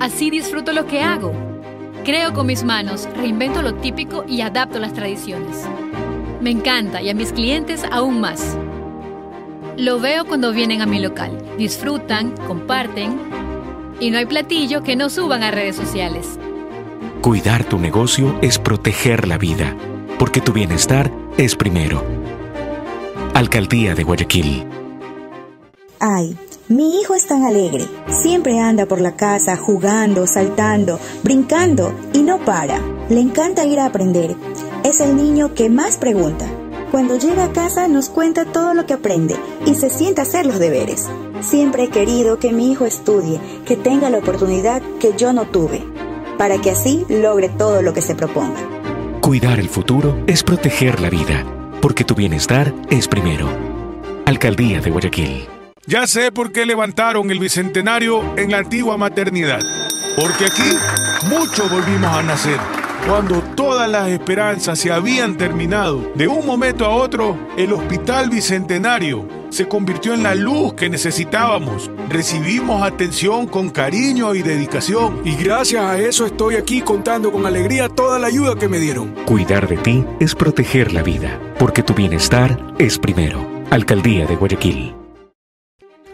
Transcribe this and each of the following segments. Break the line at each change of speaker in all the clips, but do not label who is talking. Así disfruto lo que hago. Creo con mis manos, reinvento lo típico y adapto las tradiciones. Me encanta y a mis clientes aún más. Lo veo cuando vienen a mi local. Disfrutan, comparten y no hay platillo que no suban a redes sociales.
Cuidar tu negocio es proteger la vida, porque tu bienestar es primero. Alcaldía de Guayaquil.
Ay, mi hijo es tan alegre. Siempre anda por la casa jugando, saltando, brincando y no para. Le encanta ir a aprender. Es el niño que más pregunta. Cuando llega a casa nos cuenta todo lo que aprende y se sienta a hacer los deberes. Siempre he querido que mi hijo estudie, que tenga la oportunidad que yo no tuve, para que así logre todo lo que se proponga.
Cuidar el futuro es proteger la vida, porque tu bienestar es primero. Alcaldía de Guayaquil.
Ya sé por qué levantaron el bicentenario en la antigua maternidad. Porque aquí muchos volvimos a nacer. Cuando todas las esperanzas se habían terminado, de un momento a otro, el Hospital Bicentenario se convirtió en la luz que necesitábamos. Recibimos atención con cariño y dedicación.
Y gracias a eso estoy aquí contando con alegría toda la ayuda que me dieron.
Cuidar de ti es proteger la vida, porque tu bienestar es primero. Alcaldía de Guayaquil.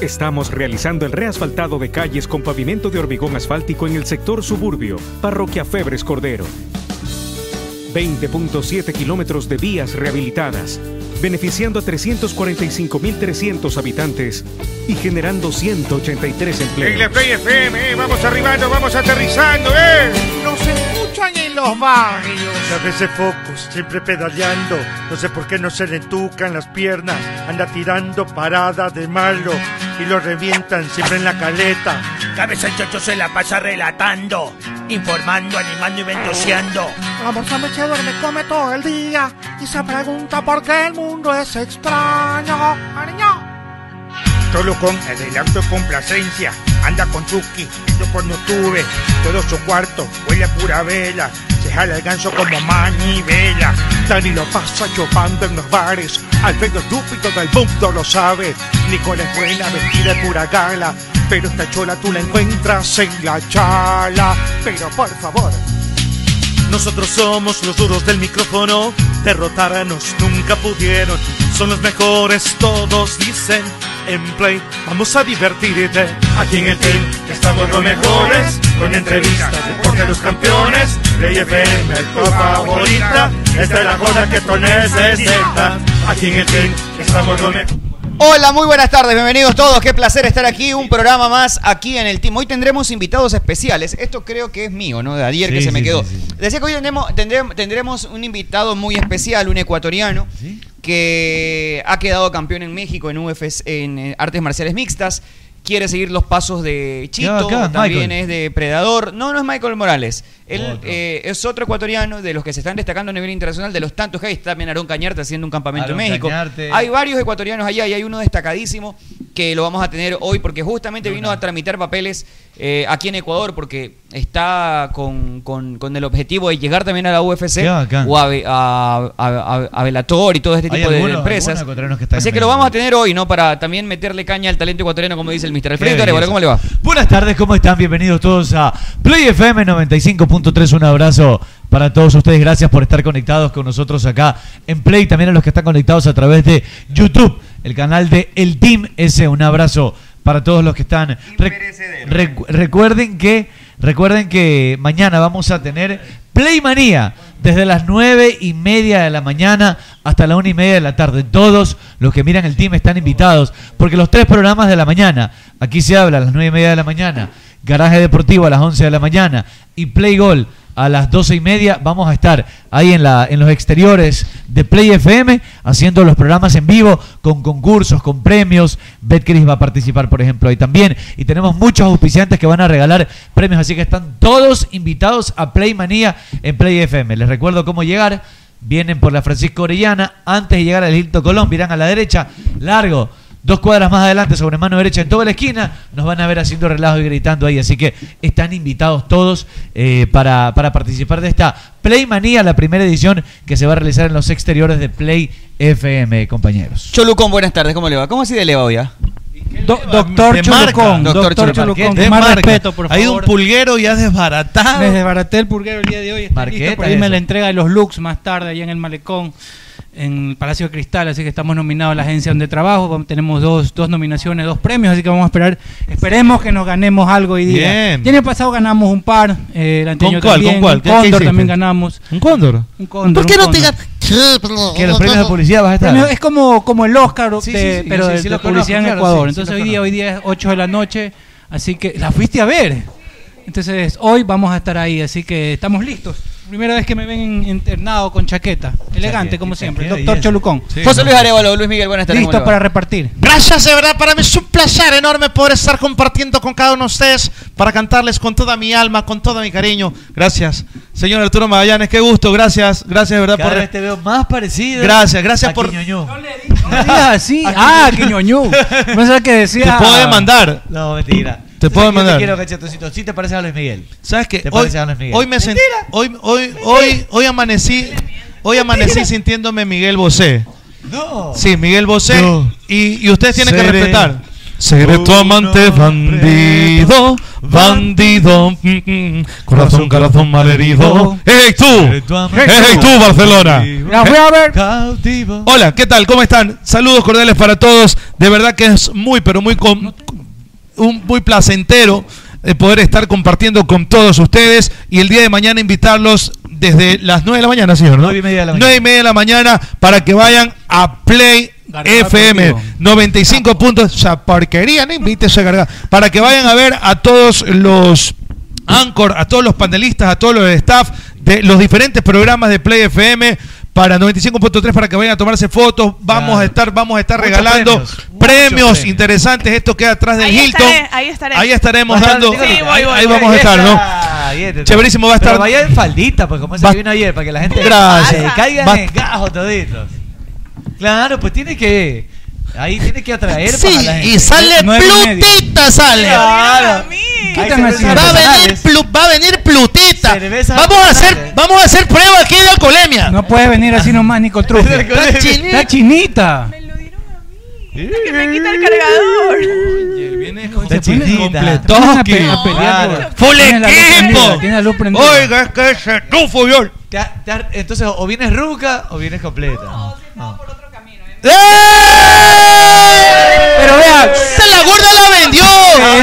Estamos realizando el reasfaltado de calles con pavimento de hormigón asfáltico en el sector suburbio, Parroquia Febres Cordero. 20.7 kilómetros de vías rehabilitadas, beneficiando a 345.300 habitantes y generando 183
En la
empleos.
Play FM, eh, vamos arribando, vamos aterrizando, eh.
Nos escuchan en los barrios.
A veces focos, siempre pedaleando. No sé por qué no se le entucan las piernas. Anda tirando paradas de malo y lo revientan siempre en la caleta.
Cabeza el chocho se la pasa relatando, informando, animando y ventoseando.
El amor sándwich se duerme, come todo el día y se pregunta por qué el mundo es extraño. Ariño.
Solo con adelanto y complacencia. Anda con Chucky, yo cuando tuve todo su cuarto, huele a pura vela. Se jala el ganso como manivela.
Dani lo pasa chupando en los bares, al pedo estúpido del mundo lo sabe. Nicole es buena, vestida de pura gala, pero esta chola tú la encuentras en la chala. Pero por favor,
Nosotros somos los duros del micrófono, derrotarnos nunca pudieron. Son los mejores, todos dicen. En Play, vamos a divertirte. Aquí en el team estamos los mejores, con entrevistas, deporte los campeones. Play FM, tu favorita, esta es la joda que tú necesitas. Aquí en el team estamos los mejores.
Hola, muy buenas tardes, bienvenidos todos. Qué placer estar aquí, un programa más aquí en el team. Hoy tendremos invitados especiales. Esto creo que es mío, ¿no? De ayer que
Sí,
se me
sí,
quedó.
sí,
Decía que hoy tendremos, tendremos, tendremos un invitado muy especial, un ecuatoriano, que ha quedado campeón en México en, UFC, en eh, artes marciales mixtas. Quiere seguir los pasos de Chito,
acá,
también
Michael.
es depredador. No, no es Michael Morales. Él
Otro.
eh, es otro ecuatoriano de los que se están destacando a nivel internacional, de los tantos que hay. Está también Aarón Cañarte haciendo un campamento
Aarón
en México.
Cañarte.
Hay varios ecuatorianos allá y hay uno destacadísimo que lo vamos a tener hoy porque justamente vino a tramitar papeles eh, aquí en Ecuador porque está con, con- con el objetivo de llegar también a la UFC
Qué bacán.
o a, Ve- a- a- a- a Velator y todo este
Hay
tipo de- de
algunos-
empresas.
algunos ecuatorianos que están
Así
en
que lo
México.
vamos a tener hoy, ¿no? Para también meterle caña al talento ecuatoriano, como dice el Mr.
Qué
Alfredo
belleza.
Arevalo. ¿Cómo le va?
Buenas tardes, ¿cómo están? Bienvenidos todos a Play FM 95.3. Un abrazo para todos ustedes. Gracias por estar conectados con nosotros acá en Play. También a los que están conectados a través de YouTube, el canal de El Team S. Un abrazo para todos los que están. Re- recu- recuerden que Recuerden que mañana vamos a tener Playmanía desde las 9 y media de la mañana hasta la 1 y media de la tarde. Todos los que miran el team están invitados, porque los tres programas de la mañana, aquí se habla a las 9 y media de la mañana, Garaje Deportivo a las 11 de la mañana y Play Gol a las 12 y media vamos a estar ahí en, la, en los exteriores de Play FM haciendo los programas en vivo con concursos, con premios. Betcris va a participar, por ejemplo, ahí también. Y tenemos muchos auspiciantes que van a regalar premios, así que están todos invitados a Play Manía en Play FM. Les recuerdo cómo llegar. Vienen por la Francisco Orellana, antes de llegar al Hilton Colón, miran a la derecha, largo, dos cuadras más adelante, sobre mano derecha, en toda la esquina, nos van a ver haciendo relajo y gritando ahí. Así que están invitados todos eh, para, para participar de esta Play Manía, la primera edición que se va a realizar en los exteriores de Play FM, compañeros.
Cholucón, buenas tardes, ¿cómo le va? ¿Cómo así de leva hoy? ah?
Doctor
De marca,
Cholucón,
doctor
doctor,
Cholucón.
Cholucón,
¿Qué? De
con más
marca.
respeto, por favor.
Hay un
pulguero ya desbaratado. Me desbaraté el pulguero el día de hoy. Está
Marqueta
listo, por ahí me
eso.
la entrega de los looks más tarde, allá en el Malecón, en el Palacio de Cristal. Así que estamos nominados a la agencia donde trabajo. Vamos- Tenemos dos, dos nominaciones, dos premios. Así que vamos a esperar. Esperemos que nos ganemos algo hoy día.
Bien.
Y en el pasado ganamos un par. eh, el anterior
cuál?
también,
¿Con cuál?
un
¿Qué- qué
Cóndor
hiciste?
también ganamos.
¿Un cóndor?
Un cóndor,
¿Por qué
un
no
cóndor.
te ga-
Que los premios de publicidad vas a estar.
Premio- Es como, como el Oscar,
Sí,
de-
sí, sí,
pero
sí,
de,
sí
de
lo conozco,
publicidad en
claro,
Ecuador.
sí, sí
Entonces
lo
hoy día, hoy día es 8 de la noche, así que la fuiste a ver. Entonces hoy vamos a estar ahí, así que estamos listos. Primera vez que me ven internado con chaqueta, elegante como siempre, doctor Cholucón.
José Luis Arevalo, Luis Miguel, buenas tardes. ¿cómo
Listo
le va?
para repartir.
Gracias, de verdad, para mí es un placer enorme poder estar compartiendo con cada uno de ustedes para cantarles con toda mi alma, con todo mi cariño. Gracias, señor Arturo Magallanes, qué gusto, gracias, gracias de verdad
Cada
por...
vez te veo más parecido.
Gracias, gracias
a
por-
Quiñoño.
Ah, sí, ah, que ñoñú. Pensaba que decía.
Te puedo demandar.
No, mentira.
Te
Entonces,
puedo
yo
demandar.
Te quiero, cachetoncito. Sí te pareces a Luis Miguel.
¿Sabes qué?
Te
Hoy,
pareces a Luis Miguel.
hoy me sent- hoy, hoy, hoy, hoy amanecí, hoy amanecí sintiéndome Miguel Bosé.
No.
Sí, Miguel Bosé. Y, y ustedes tienen que
Seré-
respetar.
Seré tu amante bandido, bandido, mm, mm, corazón, corazón malherido. ¡Ey
Seré
tú!
tu amante.
¡Ey tú, Barcelona!
La fui a ver.
Cautivo.
Hola, ¿qué tal? ¿Cómo están? Saludos cordiales para todos. De verdad que es muy, pero muy, com- un, muy placentero eh, poder estar compartiendo con todos ustedes y el día de mañana invitarlos desde las 9 de la mañana, señor. ¿no? 9 y media de la mañana. para que vayan a Play FM 95 puntos. O sea, porquería, no invite esa carga. Para que vayan a ver a todos los Anchor, a todos los panelistas, a todos los staff de los diferentes programas de Play FM para 95.3 para que vayan a tomarse fotos. Vamos a estar, vamos a estar
Muchos
regalando
premios.
premios, interesantes. Esto queda atrás del
Ahí
Hilton.
estaré, ahí estaré.
estaremos
Va a estar
dando.
el Hilton.
ahí-
Sí, voy, voy,
ahí
voy.
vamos a estar, ¿no?
Ah, bien, te-
Chéverísimo, va a
Pero
estar-
vaya en faldita, pues como ese
Va-
que vino ayer, para que la gente
Gracias.
se caigan
Va-
en gajo toditos. Claro, pues tiene que. Ahí tiene que atraer
Sí,
para la gente.
y sale
Nueve y media.
Plutita, sale.
Claro.
¿Qué
Ahí
tan
se
así?
ven
Va a venir,
artesanales.
Plu- va a venir Plutita. Vamos a hacer, vamos a hacer prueba aquí de alcoholemia.
No puedes venir así nomás, Nico Trujillo.
Está
Está
chinita.
chinita. chinita.
Que me quita el cargador.
Se pone
Completoski.
a pe- a pelear,
Claro.
bro.
Full
Tiene la luz
equipo.
prendida, tiene la luz prendida.
Oiga, es que ese tufo, yo.
Te ha- te ha- entonces, o vienes ruca o vienes completa. Ah.
¡Eh! Pero vean, se la gorda la vendió.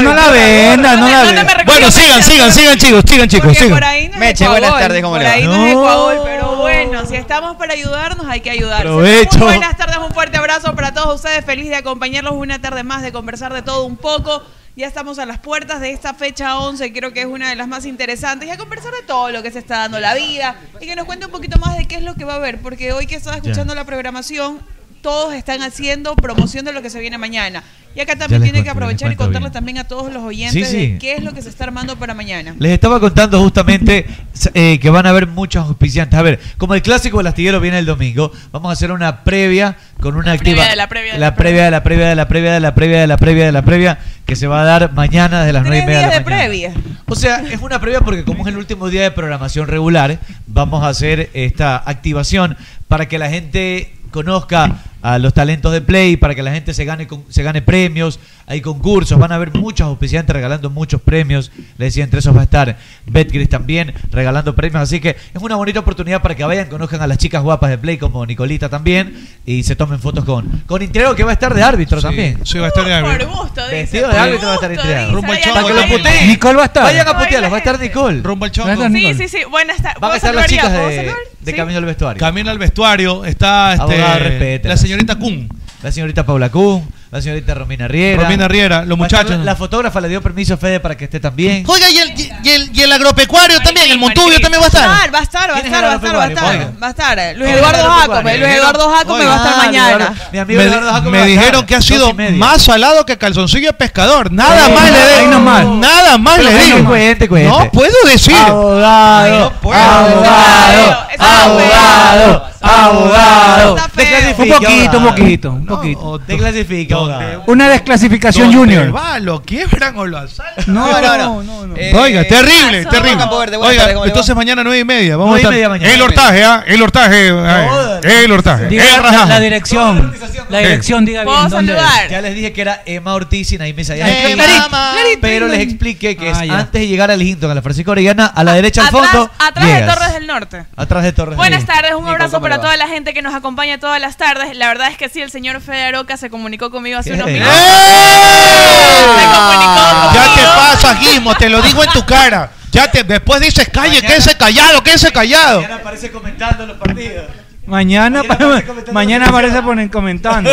no la venda, no la venda. Bueno, sigan, sigan, sigan chicos, sigan chicos,
Porque
sigan.
por ahí no es
Meche,
Ecuador,
buenas tardes, ¿cómo
por
le va?
ahí no, es
No.
Ecuador, pero bueno, si estamos para ayudarnos, hay que ayudarse.
Provecho.
Muy buenas tardes, un fuerte abrazo para todos ustedes. Feliz de acompañarlos una tarde más, de conversar de todo un poco. Ya estamos a las puertas de esta fecha 11, creo que es una de las más interesantes, y a conversar de todo lo que se está dando la vida, y que nos cuente un poquito más de qué es lo que va a haber, porque hoy que estaba escuchando la programación, todos están haciendo promoción de lo que se viene mañana. Y acá también
les
tiene que
cuento, les
aprovechar y
cuento
contarle
bien.
también a todos los oyentes
sí.
de qué es lo que se está armando para mañana.
Les estaba contando justamente eh, que van a haber muchos auspiciantes. A ver, como el clásico del astillero viene el domingo, vamos a hacer una previa con una activa.
previa de la previa de
la previa de la previa de la previa de la previa de la previa de la previa que se va a dar mañana desde las nueve y media de la
días de
mañana.
previa.
O sea, es una previa porque como es el último día de programación regular, vamos a hacer esta activación para que la gente conozca a los talentos de Play para que la gente se gane, con- se gane premios. Hay concursos, van a haber muchos auspiciantes regalando muchos premios. Les decía, entre esos va a estar Betgris también regalando premios. Así que es una bonita oportunidad para que vayan, conozcan a las chicas guapas de Play como Nicolita también y se tomen fotos con, con Intriago que va a estar de árbitro también.
Sí, va a estar de
Por gusto, dice.
Vestido de
por
árbitro va a estar
gusto,
Intriago.
dice, vayan
Para que
a
lo
ver.
puteen.
Nicole va a estar.
Vayan a putearlos, va a estar Nicole.
Rumbo al chongo.
Sí, sí, sí. Buenas tardes.
Van a
¿Puedo
estar las
saludar ya?
chicas
¿Puedo
de,
saludar?
de Camino al Vestuario.
Camino al vestuario está este,
Abogado, respétela.
la señorita Kun.
La señorita Paula Kuhn, la señorita Romina Riera.
Romina Riera, los
Va a estar
muchachos.
La, la fotógrafa le dio permiso a Fede para que esté también.
Oiga, y el, y el- y el agropecuario también, el Montubio también va a estar.
Va a estar, va a
¿Quién es
estar,
el
va a estar, va a estar, va a
agropecuario?
estar. Va a estar. Luis
Oiga.
Eduardo
Oiga.
Jacome. Luis
Oiga.
Eduardo Jacome va a estar
Ah,
mañana.
Eduardo- Mi amigo
Me,
Eduardo
me
Jacobo va a estar.
dijeron que ha sido
Dos y media.
más salado que calzoncillo de pescador. Nada
Eh,
más le
ahí
digo.
nomás.
Nada más
Pero
le
ahí
digo.
no cuente, cuente.
No puedo decir.
Abogado, abogado, abogado, abogado.
Un
Desclasifique,
poquito, un
abogado.
poquito, un poquito.
Desclasifique, abogado.
Una desclasificación
¿Dónde
junior.
va? ¿Lo quiebran o lo asaltan?
No, no, no,
Oiga, terrible,
Pasó.
terrible.
Campo Verde, buenas
Oiga,
tardes, ¿cómo le va?
entonces mañana nueve y media. Vamos
Nueve y
a estar-
media mañana.
El hortaje, ¿ah? El hortaje. ah, el hortaje.
Diga
el
la,
rajaje.
la dirección. La
Sí.
dirección, diga bien.
¿Puedo
dónde es.
saludar?
Ya les dije que era Emma Ortiz y Naime Sayas.
Eh, mamá.
Pero les expliqué que es
Ah, ya.
antes de llegar al Hinton, a la Francisco Orellana, a la derecha al
Atrás-
fondo.
Atrás de
llegas.
Torres del Norte.
Atrás de Torres.
Buenas tardes, un
Nicole,
abrazo
¿cómo le
para
va?
toda la gente que nos acompaña todas las tardes. La verdad es que sí, el señor Fede Aroca se comunicó conmigo hace unos
¡Eh!
minutos. Se comunicó conmigo.
Ya te pasa, Guismo, te lo digo en tu cara. Ya te, después dices, calle, quédese callado, quédese callado.
aparece comentando los partidos.
Mañana, mañana aparece ponen comentando.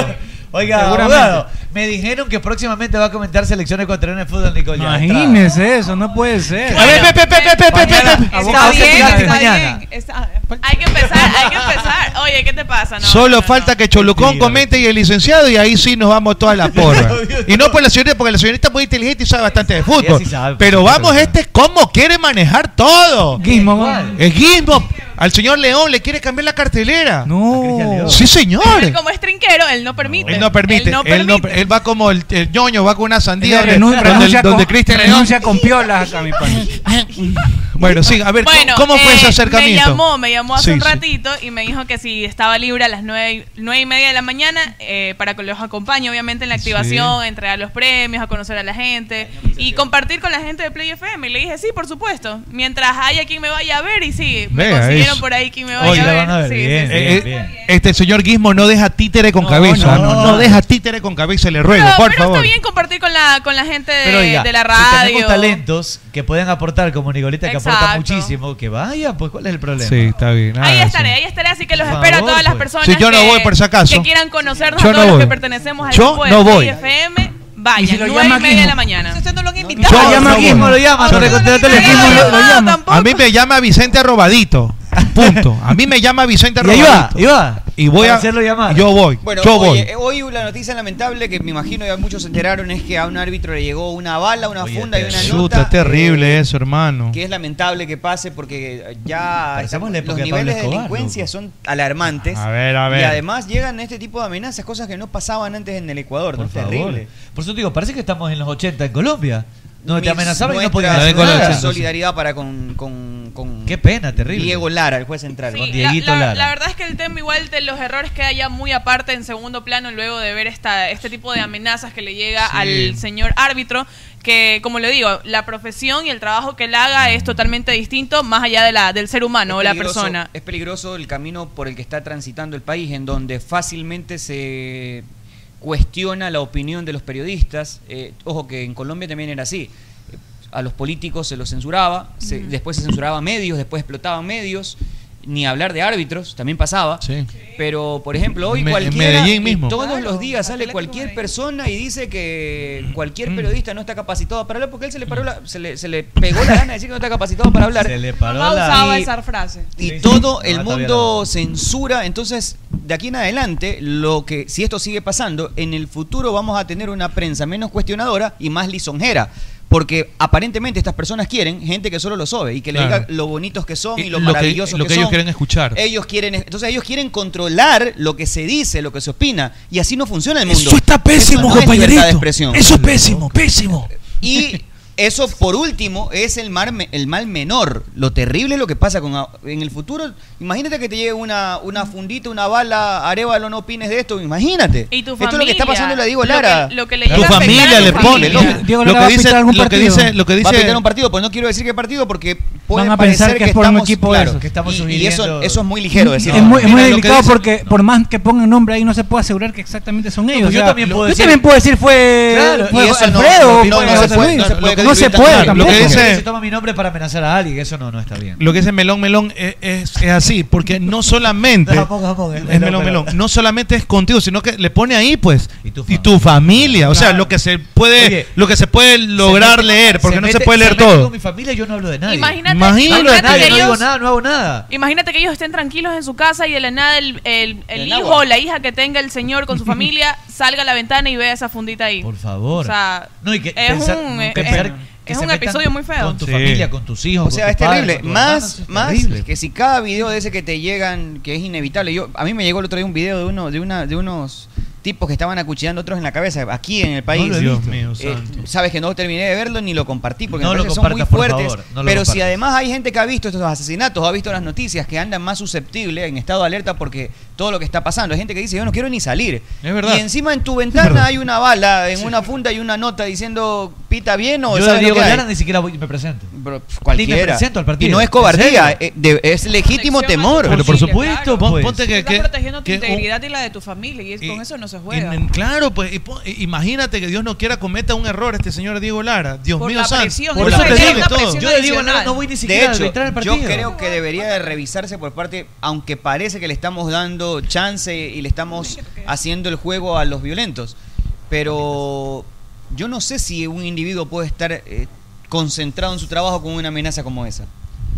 Oiga,
Seguramente.
abogado, me dijeron que próximamente va a comentar selecciones ecuatorianas de fútbol, Nicole. ya está.
Imagínese eso, no puede ser.
A ver, pe, pe, pe, pe, pe, pe, pe, pe.
Está
Abogado,
bien,
gratis
está
mañana.
bien. está- Hay que empezar, hay que empezar. Oye, ¿qué te pasa? No,
Solo falta que Cholucón comente y el licenciado y ahí sí nos vamos toda la porra. Y no por la señorita, porque la señorita es muy inteligente y sabe bastante de fútbol.
sí sabe,
Pero
por
vamos,
supuesto.
este, ¿cómo quiere manejar todo?
Guismo.
El Guismo, al señor León le quiere cambiar la cartelera.
No.
Sí, señor.
Él como es trinquero, él no permite.
Él no permite.
Él no
Él, no-
permite.
él va como el, el ñoño, va con una sandía
Ella
donde,
renun-
donde,
renuncia
donde
con-
Cristian León.
renuncia con piolas acá, mi pana.
Bueno, sí, a ver, ¿cómo-
Bueno,
¿cómo fue
eh,
ese acercamiento?
Me llamó, me llamó hace
Sí,
un
sí.
ratito y me dijo que si estaba libre a las nueve, y- nueve y media de la mañana eh, para que los acompañe, obviamente, en la activación, a entregar los premios, a conocer a la gente y compartir con la gente de Play FM. Y le dije, sí, por supuesto. Mientras haya quien me vaya a ver y sí, me
Vea
consiguieron
eso.
por ahí quien me vaya
Oye,
a
la
ver.
van a ver,
Sí,
bien,
sí, sí.
bien, bien. Este señor Guismo no deja títere con cabeza. No, no deja títere con cabeza, le ruego,
Pero,
por
pero
favor.
está bien compartir con la, con la gente de,
Pero oiga,
de la
Si
radio.
tenemos talentos que pueden aportar, como Nicolita, que aporta
Exacto.
muchísimo, que vaya, pues ¿cuál es el problema?
Sí, está bien.
Ahí
nada,
estaré,
sí.
ahí estaré, así que los
Por
espero a
favor,
todas las
pues.
personas
Si yo no
que,
voy, por si acaso.
que quieran conocernos,
Yo
a todos
no
los que
voy.
pertenecemos al
Yo
grupo de
no
Play
voy.
FM,
¿Y si
vayan,
lo
nueve
llama
y media
Guismo?
de la mañana.
Usted no lo han
Yo-
invitado.
Lo llama
no voy.
Guismo, lo llama, no
Yo-
le contesta el
no,
teléfono.
no,
Guismo lo- lo
no,
llama.
tampoco.
A mí me llama Vicente Arrobadito. Punto. A mí me llama Vicente
Y ahí va,
Arrobadito.
y va.
Y voy
Para
a.
hacerlo llamar.
Yo voy.
Bueno,
yo voy.
oye, eh, hoy la noticia lamentable que me imagino ya muchos se enteraron es que a un árbitro le llegó una bala, una funda y una
Chuta,
nota.
terrible
eh,
eso, hermano.
que es lamentable que pase porque eh, ya
Parecemos la
estamos- los
época de Pablo
niveles de
Escobar,
delincuencia son alarmantes.
A ver, a
Y
ver.
además llegan este tipo de amenazas, cosas que no pasaban antes en el Ecuador,
Por
¿no?
favor.
Terrible.
Por eso te digo, parece que estamos en los 80 en Colombia, donde te
Mis-
amenazaban y no
nuestra
podías hacer
solidaridad
nada.
solidaridad para con, con, con
Qué pena, terrible.
Diego Lara, el juez central.
Sí,
Con
la-
Dieguito
la,
Lara.
la verdad es que el tema igual de los errores queda ya muy aparte en segundo plano luego de ver esta, este tipo de amenazas que le llega al señor árbitro, que como le digo, la profesión y el trabajo que él haga es totalmente distinto más allá de la, del ser humano o la
peligroso-
persona.
Es peligroso el camino por el que está transitando el país, en donde fácilmente se cuestiona la opinión de los periodistas. Eh, ojo que en Colombia también era así. Eh, A los políticos se los censuraba, se-
Ujú.
después se censuraba medios, después explotaban medios. Ni hablar de árbitros, también pasaba. Pero, por ejemplo, hoy
Me- en
cualquiera,
Medellín mismo.
todos los días sale cualquier persona y dice que
Mm.
cualquier periodista no está capacitado para hablar porque a él se le, paró la- se le, se le pegó la gana de decir que no está capacitado para hablar.
Se le paró
Mamá
la-
usaba
y-
esa frase.
Sí,
Y
sí.
todo
No,
el
todavía
mundo censura. Entonces, de aquí en adelante, lo que si esto sigue pasando, en el futuro vamos a tener una prensa menos cuestionadora y más lisonjera. Porque aparentemente estas personas quieren gente que solo lo sobe y que les
Claro.
diga lo bonitos que son y,
Y
lo,
lo que-
maravillosos
lo
que,
que ellos
son.
quieren escuchar.
Ellos quieren, entonces ellos quieren controlar lo que se dice, lo que se opina. Y así no funciona el mundo.
Eso está pésimo,
Eso no es libertad de
compañerito.
expresión.
Eso es pésimo, pésimo.
Y Eso, por último, es el, mar me- el mal menor. Lo terrible es lo que pasa con a- en el futuro. Imagínate que te llegue una, una fundita, una bala, Arevalo, no opines de esto. Imagínate.
Y tu
Esto es lo que
familia,
está pasando, le digo
lo
Lara.
que- lo que le Tu llega a afectar
familia a tu le pone, familia. lo que- lo que dice- lo que dice- lo que
Va a
dice-
pitar un partido, pues no quiero decir qué partido porque puede
Van a
parecer
pensar que es por un
estamos,
equipo de
claro,
esos.
que estamos Mm, y, y eso, eso es muy
Mm,
ligero
Es
decirlo.
muy, es muy
Mira lo que
delicado
dice-
porque por más que pongan nombre ahí no se puede asegurar que exactamente son ellos.
pues yo
o sea,
también puedo
yo
decir-
también puedo decir fue,
Claro,
fue
y eso no-
Alfredo
no,
o fue
no, no
José
se puede,
Luis.
no se puede
No se
clasificar,
puede
claro, lo
tampoco.
que dice-
Se toma mi nombre para amenazar a alguien, eso no, no está bien.
Lo que es el melón melón es, es- es así, porque no solamente
No, poco a poco,
es melón melón, no solamente es contigo, sino que le pone ahí pues y tu familia, o sea, lo que se puede
Oye,
lo que se puede lograr
mete-
leer, porque
se
no
mete-
se puede
se
leer
mete
todo.
con mi familia yo no hablo de nadie.
Imagínate,
Imagínate,
imagínate
nadie,
que
no
ellos-
digo nada, no hago nada.
Imagínate que ellos estén tranquilos en su casa y de la nada el, el- el
El
hijo
agua.
o la hija que tenga el señor con su familia salga a la ventana y vea esa fundita ahí. Por
favor.
O sea,
No, y que
es
pensar-
un,
no,
eh,
que
eh,
pensar que
es
se
un
metan
episodio muy feo.
con tu familia, con tus hijos,
O sea,
con
es
tus padres,
terrible.
con tus hermanos,
más,
es
más
terrible.
que si cada video de ese que te llegan, que es inevitable. Yo, a mí me llegó el otro día un video de uno, de una, de unos tipos que estaban acuchillando a otros en la cabeza aquí en el país.
lo he Dios visto. mío,
Eh,
santo.
sabes que no terminé de verlo ni lo compartí porque
No
me
lo
parece que son muy
compartas, por
fuertes.
favor, no lo
pero si
compartas.
además hay gente que ha visto estos asesinatos, ha visto las noticias, que andan más susceptibles, en estado de alerta porque todo lo que está pasando. Hay gente que dice yo no quiero ni salir.
Es verdad.
Y encima en tu ventana
verdad.
hay una bala, en una funda hay una nota diciendo pita bien o
yo de
¿sabes lo
Diego
que hay?" pues,
Lara ni siquiera voy, me presento.
cualquiera.
Ni me presento al partido.
Y no es
¿En
cobardía,
serio?
eh, de- es legítimo temor.
Pero por supuesto,
Pon-
pues.
ponte que,
Estás
que-
protegiendo tu
que un-
integridad y la de tu familia y, es- con eso no se juega.
en- en- claro, pues y pon- i- imagínate que Dios no quiera cometa un error este señor Diego Lara. Dios
Por
mío
la
santo.
presión,
Por
es
eso
una
te
presión,
digo
una
todo.
presión
Yo le digo,
adicional.
no voy ni
De
siquiera
hecho,
arbitrar el
yo
partido.
creo que debería de revisarse por parte, aunque parece que le estamos dando chance y le estamos haciendo el juego a los violentos, pero yo no sé si un individuo puede estar eh, concentrado en su trabajo con una amenaza como esa.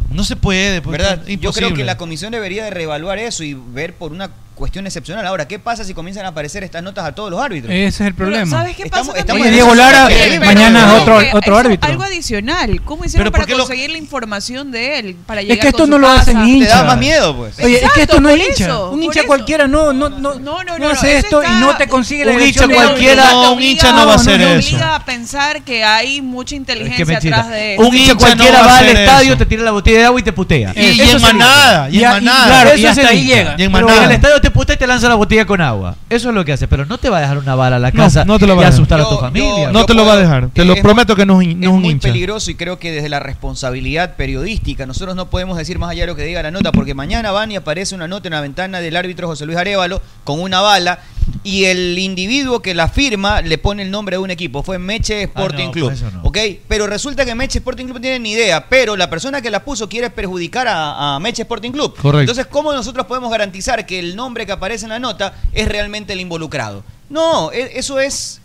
No se puede, pues,
¿Verdad?
es
Yo creo que
imposible.
la comisión debería de reevaluar eso y ver por una cuestión excepcional. Ahora, ¿qué pasa si comienzan a aparecer estas notas a todos los árbitros?
Ese es el problema.
¿Sabes qué pasa
Estamos-
también?
estamos en
Diego
eso.
Lara,
Pero-
mañana es otro,
Que
otro
eso-
árbitro.
Algo adicional. ¿Cómo hicieron para conseguir la información de él? Para llegar
Es que esto
con
no
su
lo
casa?
hacen hinchas. Oye, es que
pues. Exacto,
esto no es
por
hincha.
eso,
un
por
hincha
eso.
cualquiera no, no, no, no,
no,
hace
eso
esto
está-
y no te consigue la
Un
dirección de
hincha
la-
cualquiera,
No,
un hincha no va a hacer
Te
eso.
obliga a pensar que hay mucha inteligencia
mentira.
atrás de eso.
Un hincha cualquiera va al estadio, te tira la botella de agua y te putea.
Y- y en
Eso es el
manada,
hincha.
y en
a-
manada.
Claro,
Y
eso es
hasta
el
ahí
hincha.
llega. Y en
Pero
manada.
en el estadio te putea y te lanza la botella con agua. Eso es lo que hace, pero no te va a dejar una bala a la
No,
casa
no te lo va
y
a dejar.
asustar a
Yo-
tu familia.
no te lo va a dejar. Te lo
es-
prometo que no es, un- no es un
muy
hincha.
peligroso y creo que desde la responsabilidad periodística nosotros no podemos decir más allá de lo que diga la nota porque mañana van y aparece una nota en la ventana del árbitro José Luis Arevalo con una bala y el individuo que la firma le pone el nombre de un equipo fue
Ah,
Meche Sporting
no,
Club
pues eso no.
¿ok? pero resulta que Meche Sporting Club no tiene ni idea pero la persona que la puso quiere perjudicar a, a Meche Sporting Club
Correcto.
entonces ¿cómo nosotros podemos garantizar que el nombre que aparece en la nota es realmente el involucrado? no, e- eso es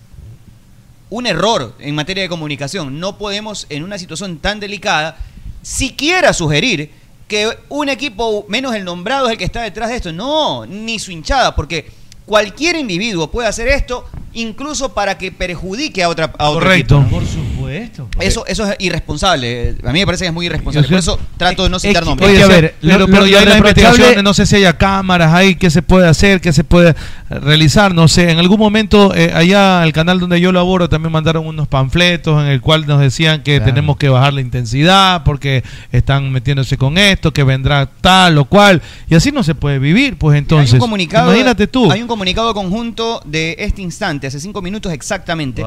un error en materia de comunicación. No podemos, en una situación tan delicada, siquiera sugerir que un equipo menos el nombrado es el que está detrás de esto. No, ni su hinchada, porque cualquier individuo puede hacer esto incluso para que perjudique a, otra, a otro equipo.
Correcto. Por supuesto.
Eso, eso es irresponsable. A mí me parece que es muy irresponsable. Por
Yo
eso
sé-
trato de no citar nombres.
Oye,
Pero-
o sea, pero, pero ya hay las investigaciones, no sé si haya cámaras ahí, qué se puede hacer, qué se puede eh, realizar, no sé. En algún momento, eh, allá al canal donde yo laboro, también mandaron unos panfletos en el cual nos decían que tenemos que bajar la intensidad porque están metiéndose con esto, que vendrá tal o cual. Y así no se puede vivir, pues
Hay
entonces.
un comunicado,
imagínate tú.
Hay un comunicado conjunto de este instante, hace cinco minutos exactamente,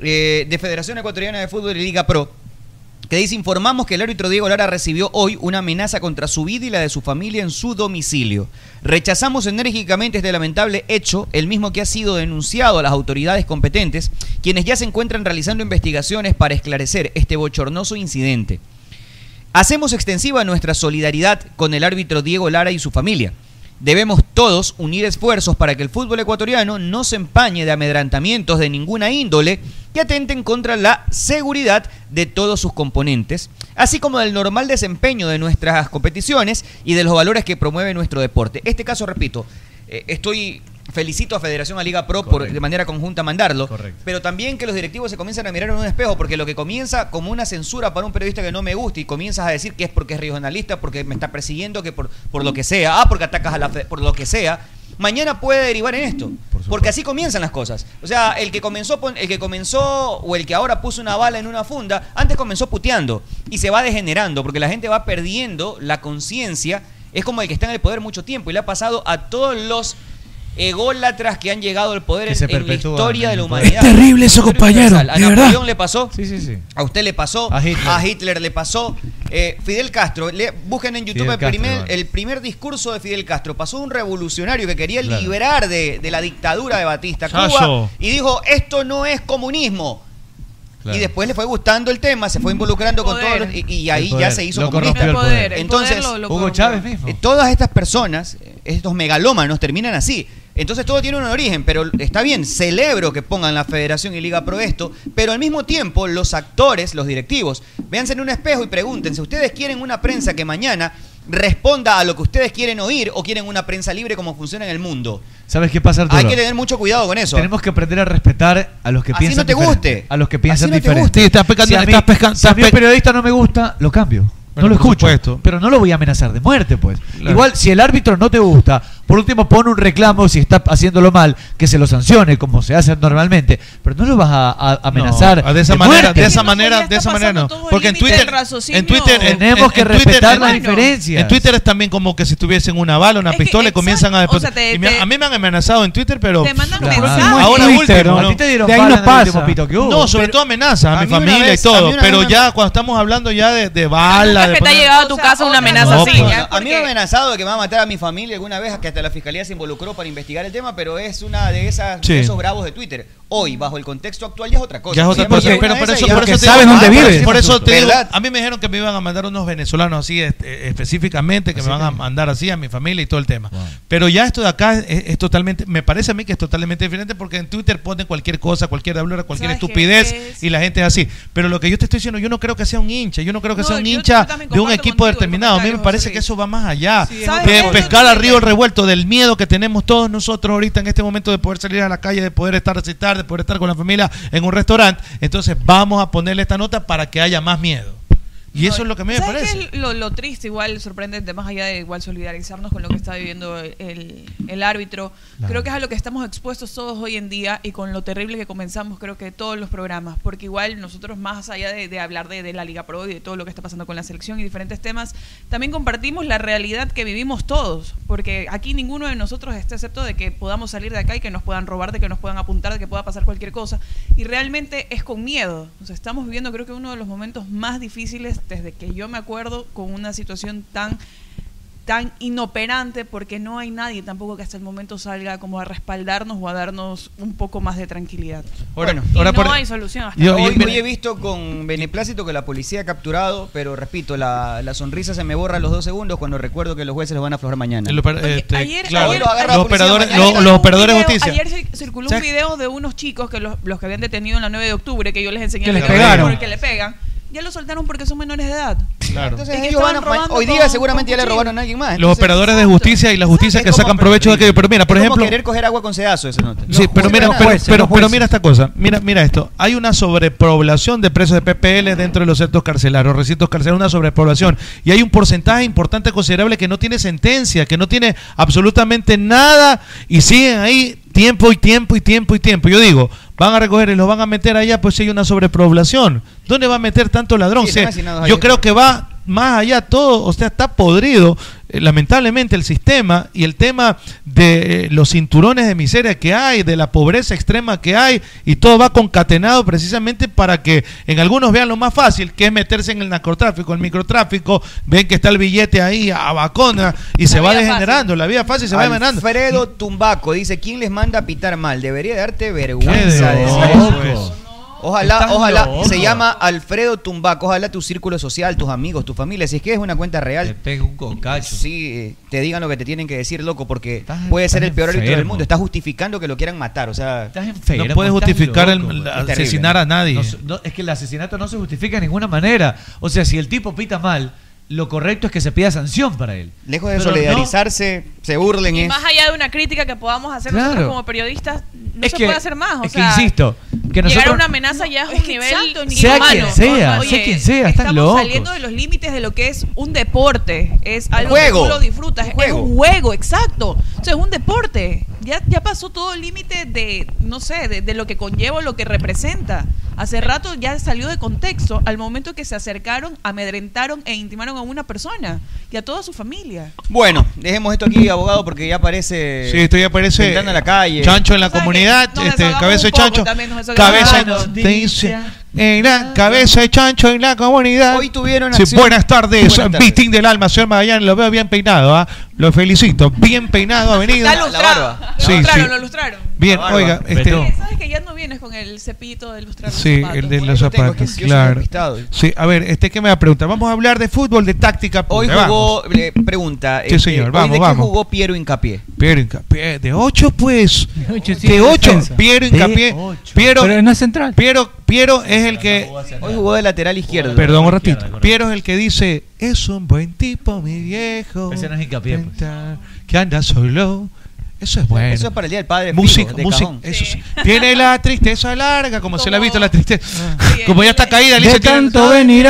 eh, de Federación Ecuatoriana de Fútbol y Liga Pro, que dice, informamos que el árbitro Diego Lara recibió hoy una amenaza contra su vida y la de su familia en su domicilio. Rechazamos enérgicamente este lamentable hecho, el mismo que ha sido denunciado a las autoridades competentes, quienes ya se encuentran realizando investigaciones para esclarecer este bochornoso incidente. Hacemos extensiva nuestra solidaridad con el árbitro Diego Lara y su familia. Debemos todos unir esfuerzos para que el fútbol ecuatoriano no se empañe de amedrantamientos de ninguna índole que atenten contra la seguridad de todos sus componentes, así como del normal desempeño de nuestras competiciones y de los valores que promueve nuestro deporte. Este caso, repito, eh, estoy felicito a Federación a Liga Pro por de manera conjunta mandarlo, pero también que los directivos se comiencen a mirar en un espejo, porque lo que comienza como una censura para un periodista que no me gusta y comienzas a decir que es porque es regionalista, porque me está persiguiendo, que por, por lo que sea, ah, porque atacas a la fe, por lo que sea, mañana puede derivar en esto. Porque así comienzan las cosas. O sea, el que comenzó pon- el que comenzó o el que ahora puso una bala en una funda, antes comenzó puteando y se va degenerando porque la gente va perdiendo la conciencia. Es como el que está en el poder mucho tiempo y le ha pasado a todos los ególatras que han llegado al poder
Que se
en, en la
perpetúan en
historia de la
el poder.
humanidad.
Es terrible eso,
Historia
compañero,
universal. A
de verdad.
Napoleón le pasó.
sí.
A usted le pasó. A Hitler, le pasó. eh, Fidel Castro. Le, busquen en YouTube
Fidel
el, primer,
Castro, vale.
el primer discurso de Fidel Castro. Pasó un revolucionario que quería
Claro.
liberar de, de la dictadura de Batista Cuba
Chacho.
y dijo, esto no es comunismo.
Claro.
Y después le fue gustando el tema, se fue involucrando con
Poder.
todos los- y, y
El
ahí ya
poder.
se hizo
Lo
comunista.
corrompió el poder. El poder, el
Entonces,
poder lo- lo Hugo corrompió. Chávez mismo.
eh, Todas estas personas, eh, estos megalómanos, terminan así. Entonces todo tiene un origen, pero está bien, celebro que pongan la Federación y Liga Pro esto, pero al mismo tiempo los actores, los directivos, véanse en un espejo y pregúntense, ¿ustedes quieren una prensa que mañana responda a lo que ustedes quieren oír o quieren una prensa libre como funciona en el mundo?
¿Sabes qué pasa, Arturo?
Hay que tener mucho cuidado con eso.
Tenemos que aprender a respetar a los que
Así
piensan
no te
diferente,
guste.
A los que piensan
Así no te
diferente.
guste. Sí, estás pecando-
si a mí,
estás pescando-
si a
estás
mí un
pe-
periodista no me gusta, lo cambio.
Bueno,
no lo
por
escucho.
supuesto.
Pero no lo voy a amenazar de muerte, pues.
Claro.
Igual, si el árbitro no te gusta, por último pon un reclamo si está haciéndolo mal, que se lo sancione como se hace normalmente. Pero no lo vas a, a- amenazar.
No, de esa manera,
muerte.
de esa manera, de esa manera no, porque en
límite
Twitter,
del raciocinio.
en Twitter, en-
Tenemos
en-
que
en Twitter-
respetar
en-
las diferencias.
En Twitter es también como que si tuviesen una bala, una pistola y comienzan a
o sea, te-
y me-
te-
a mí me han amenazado en Twitter, pero
Te mandan
Claro.
mensajes.
Ahora
Como en
último,
Twitter,
¿no?
¿no? A ti te dieron De ahí palo no en el pasa. último pito que hubo.
No, sobre todo amenazas a,
a
mi
mí una
familia
vez-
y
a mí
todo,
una
pero
vez
ya cuando estamos hablando ya de, de bala, de
te ha
poner-
llegado a tu casa una amenaza
No,
así.
pues.
ya,
A mí me
porque-
han amenazado de que me va a matar a mi familia alguna vez, que hasta la fiscalía se involucró para investigar el tema, pero es una de esas
Sí.
de esos bravos de Twitter. Hoy, bajo el contexto actual, ya es otra cosa.
Ya es otra
Ya me
cosa.
llegó
Pero
una
por
de esas
eso,
y ya-
por eso te
Porque
digo-
sabes dónde
por-
vives.
Por eso te digo,
Ah, ¿Verdad?
a mí me dijeron que me iban a mandar unos venezolanos así este, específicamente, que me van a mandar así a mi familia y todo el tema. Pero ya esto de acá es, es totalmente, me parece a mí que es totalmente diferente porque en Twitter ponen cualquier cosa, cualquier hablora, cualquier
¿Sabes qué
estupidez y la gente es así. Pero lo que yo te estoy diciendo, yo no creo que sea un hincha, yo no creo que
No,
sea un
yo- yo
hincha
también
de un
comparto
equipo
contigo el
determinado. A mí me
comentario,
parece que eso va más allá.
Sí, es ¿Sabes
de
qué?
pescar al río revuelto, del miedo que tenemos todos nosotros ahorita en este momento de poder salir a la calle, de poder estar a citar, de poder estar con la familia en un restaurante. Entonces vamos a ponerle esta nota para que haya más miedo. Y eso es lo que a mí me
¿Sabes qué
parece.
es lo, lo triste, igual sorprendente, más allá de igual solidarizarnos con lo que está viviendo el, el árbitro?
Claro.
Creo que es a lo que estamos expuestos todos hoy en día y con lo terrible que comenzamos, creo que todos los programas, porque igual nosotros, más allá de, de hablar de, de la Liga Pro y de todo lo que está pasando con la selección y diferentes temas, también compartimos la realidad que vivimos todos, porque aquí ninguno de nosotros está excepto de que podamos salir de acá y que nos puedan robar, de que nos puedan apuntar, de que pueda pasar cualquier cosa. Y realmente es con miedo. O sea, estamos viviendo creo que uno de los momentos más difíciles desde que yo me acuerdo con una situación tan tan inoperante porque no hay nadie tampoco que hasta el momento salga como a respaldarnos o a darnos un poco más de tranquilidad.
Ahora-
Bueno, y
ahora
no
por-
hay solución. hasta
Yo,
ahora.
hoy, hoy he visto con beneplácito que la policía ha capturado, pero repito, la, la sonrisa se me borra a los dos segundos cuando recuerdo que los jueces los van a aflojar mañana.
El oper- este,
Ayer-
claro,
ayer-
los
ayer-
operadores,
ayer
los-
circuló
los
un
operadores de
video-
justicia.
Ayer cir- circuló un video de unos chicos que los, los que habían detenido en la 9 de octubre, que yo les enseñé
Que
el
les
video
pegaron.
porque le pegan. Ya lo soltaron porque son menores de edad.
Claro.
Entonces
Y que
ellos van a
estaban
pa-
robando
hoy día
con-
seguramente
con
ya le
cuchillo.
robaron a alguien más.
Los
Entonces,
operadores de justicia y la justicia que sacan provecho de aquello. Pero mira, por
es
ejemplo,
como querer coger agua con sedazos esa nota.
Sí, pero mira, pero,
jueces,
pero- pero
los jueces.
mira esta cosa. Mira, mira esto. Hay una sobrepoblación de presos de PPL dentro de los centros carcelarios, recintos carcelarios, una sobrepoblación. Y hay un porcentaje importante, considerable, que no tiene sentencia, que no tiene absolutamente nada y siguen ahí tiempo y tiempo y tiempo y tiempo. Yo digo, van a recoger y los van a meter allá, pues si hay una sobrepoblación. ¿Dónde va a meter tanto ladrón?
Sí,
Se-
están hacinados
yo
ahí.
creo que va más allá todo, o sea, está podrido eh, lamentablemente el sistema y el tema de eh, los cinturones de miseria que hay, de la pobreza extrema que hay y todo va concatenado precisamente para que en algunos vean lo más fácil, que es meterse en el narcotráfico, el microtráfico, ven que está el billete ahí a vacona y se va degenerando, la vida fácil se va degenerando.
Alfredo Tumbaco dice, ¿quién les manda a pitar mal? Debería darte vergüenza
Qué
de
loco.
eso. pues. Ojalá,
Estás
ojalá,
loco.
se llama Alfredo Tumbaco, ojalá tu círculo social, tus amigos, tu familia, si es que es una cuenta real. Te
un cocacho.
Sí, eh, te digan lo que te tienen que decir, loco, porque puede ser
estás
el peor árbitro del
enfermo.
mundo, estás justificando que lo quieran matar, o sea... Estás
No puedes justificar el, el asesinar a nadie.
No se- no, es que el asesinato no se justifica de ninguna manera. O sea, si el tipo pita mal, lo correcto es que se pida sanción para él.
Lejos de
Pero no-
solidarizarse, se burlen, ¿eh?
Y
es...
más allá de una crítica que podamos hacer
Claro.
nosotros como periodistas, no
Es
se
que-
puede hacer más. O
es que
sea,
insisto, que
llegar a
nosotros-
una amenaza ya es un nivel
sea
inhumano.
quien sea,
Oye,
sea quien sea, están
estamos
locos.
saliendo de los límites de lo que es un deporte. Es algo
Juego.
que tú lo disfrutas. Es un juego, exacto. O sea, es un deporte.
ya, ya pasó todo el límite de, no sé, de, de lo que conlleva, lo que representa. Hace rato ya salió de contexto al momento que se acercaron, amedrentaron e intimaron a una persona y a toda su familia.
Bueno, dejemos esto aquí, abogado, porque ya aparece.
Sí, esto ya aparece
Ventana a la calle.
Chancho en la comunidad,
Nos
este,
desahogamos
cabeza de
un poco
chancho.
también, nos desahogamos.
Cabeza,
Ah,
te
no.
dice, en la cabeza de chancho en la comunidad.
Hoy tuvieron
Sí,
acción.
buenas tardes,
Buenas tardes.
Pistín del Alma, señor Magallanes, lo veo bien peinado, ¿ah? lo felicito, bien peinado ha venido.
Está lustrado.
Sí,
lo lustraron,
sí.
lo lustraron.
Bien, oiga, este,
Oye, ¿Sabes que ya no vienes con el cepillito de lustrar los
Sí,
zapatos?
el de
Por
los
eso tengo que-
zapatos,
yo soy
claro.
despistado.
Sí, a ver, este que me va a preguntar, vamos a hablar de fútbol, de táctica.
Hoy
pura,
jugó,
vamos.
le pregunta,
Sí,
este,
señor,
hoy
vamos,
¿de qué
vamos.
jugó Piero Incapié?
Piero Incapié, de 8 pues.
sí,
de
de
8.
defensa.
Piero
De
Incapié.
ocho.
Piero,
Pero
no es central. Piero, Piero es el que...
Hoy jugó de lateral izquierdo.
Perdón un ratito. Piero es el que dice, es un buen tipo, mi viejo.
Ese no es Hincapié, pues.
Tenta- Que anda solo. Eso es bueno.
Eso es para el Día del Padre.
Música,
fijo, de
música,
cajón.
eso sí. Tiene la tristeza larga, como, se le ha visto la tristeza. como ya está caída,
De
Alicia tiene-
tanto venir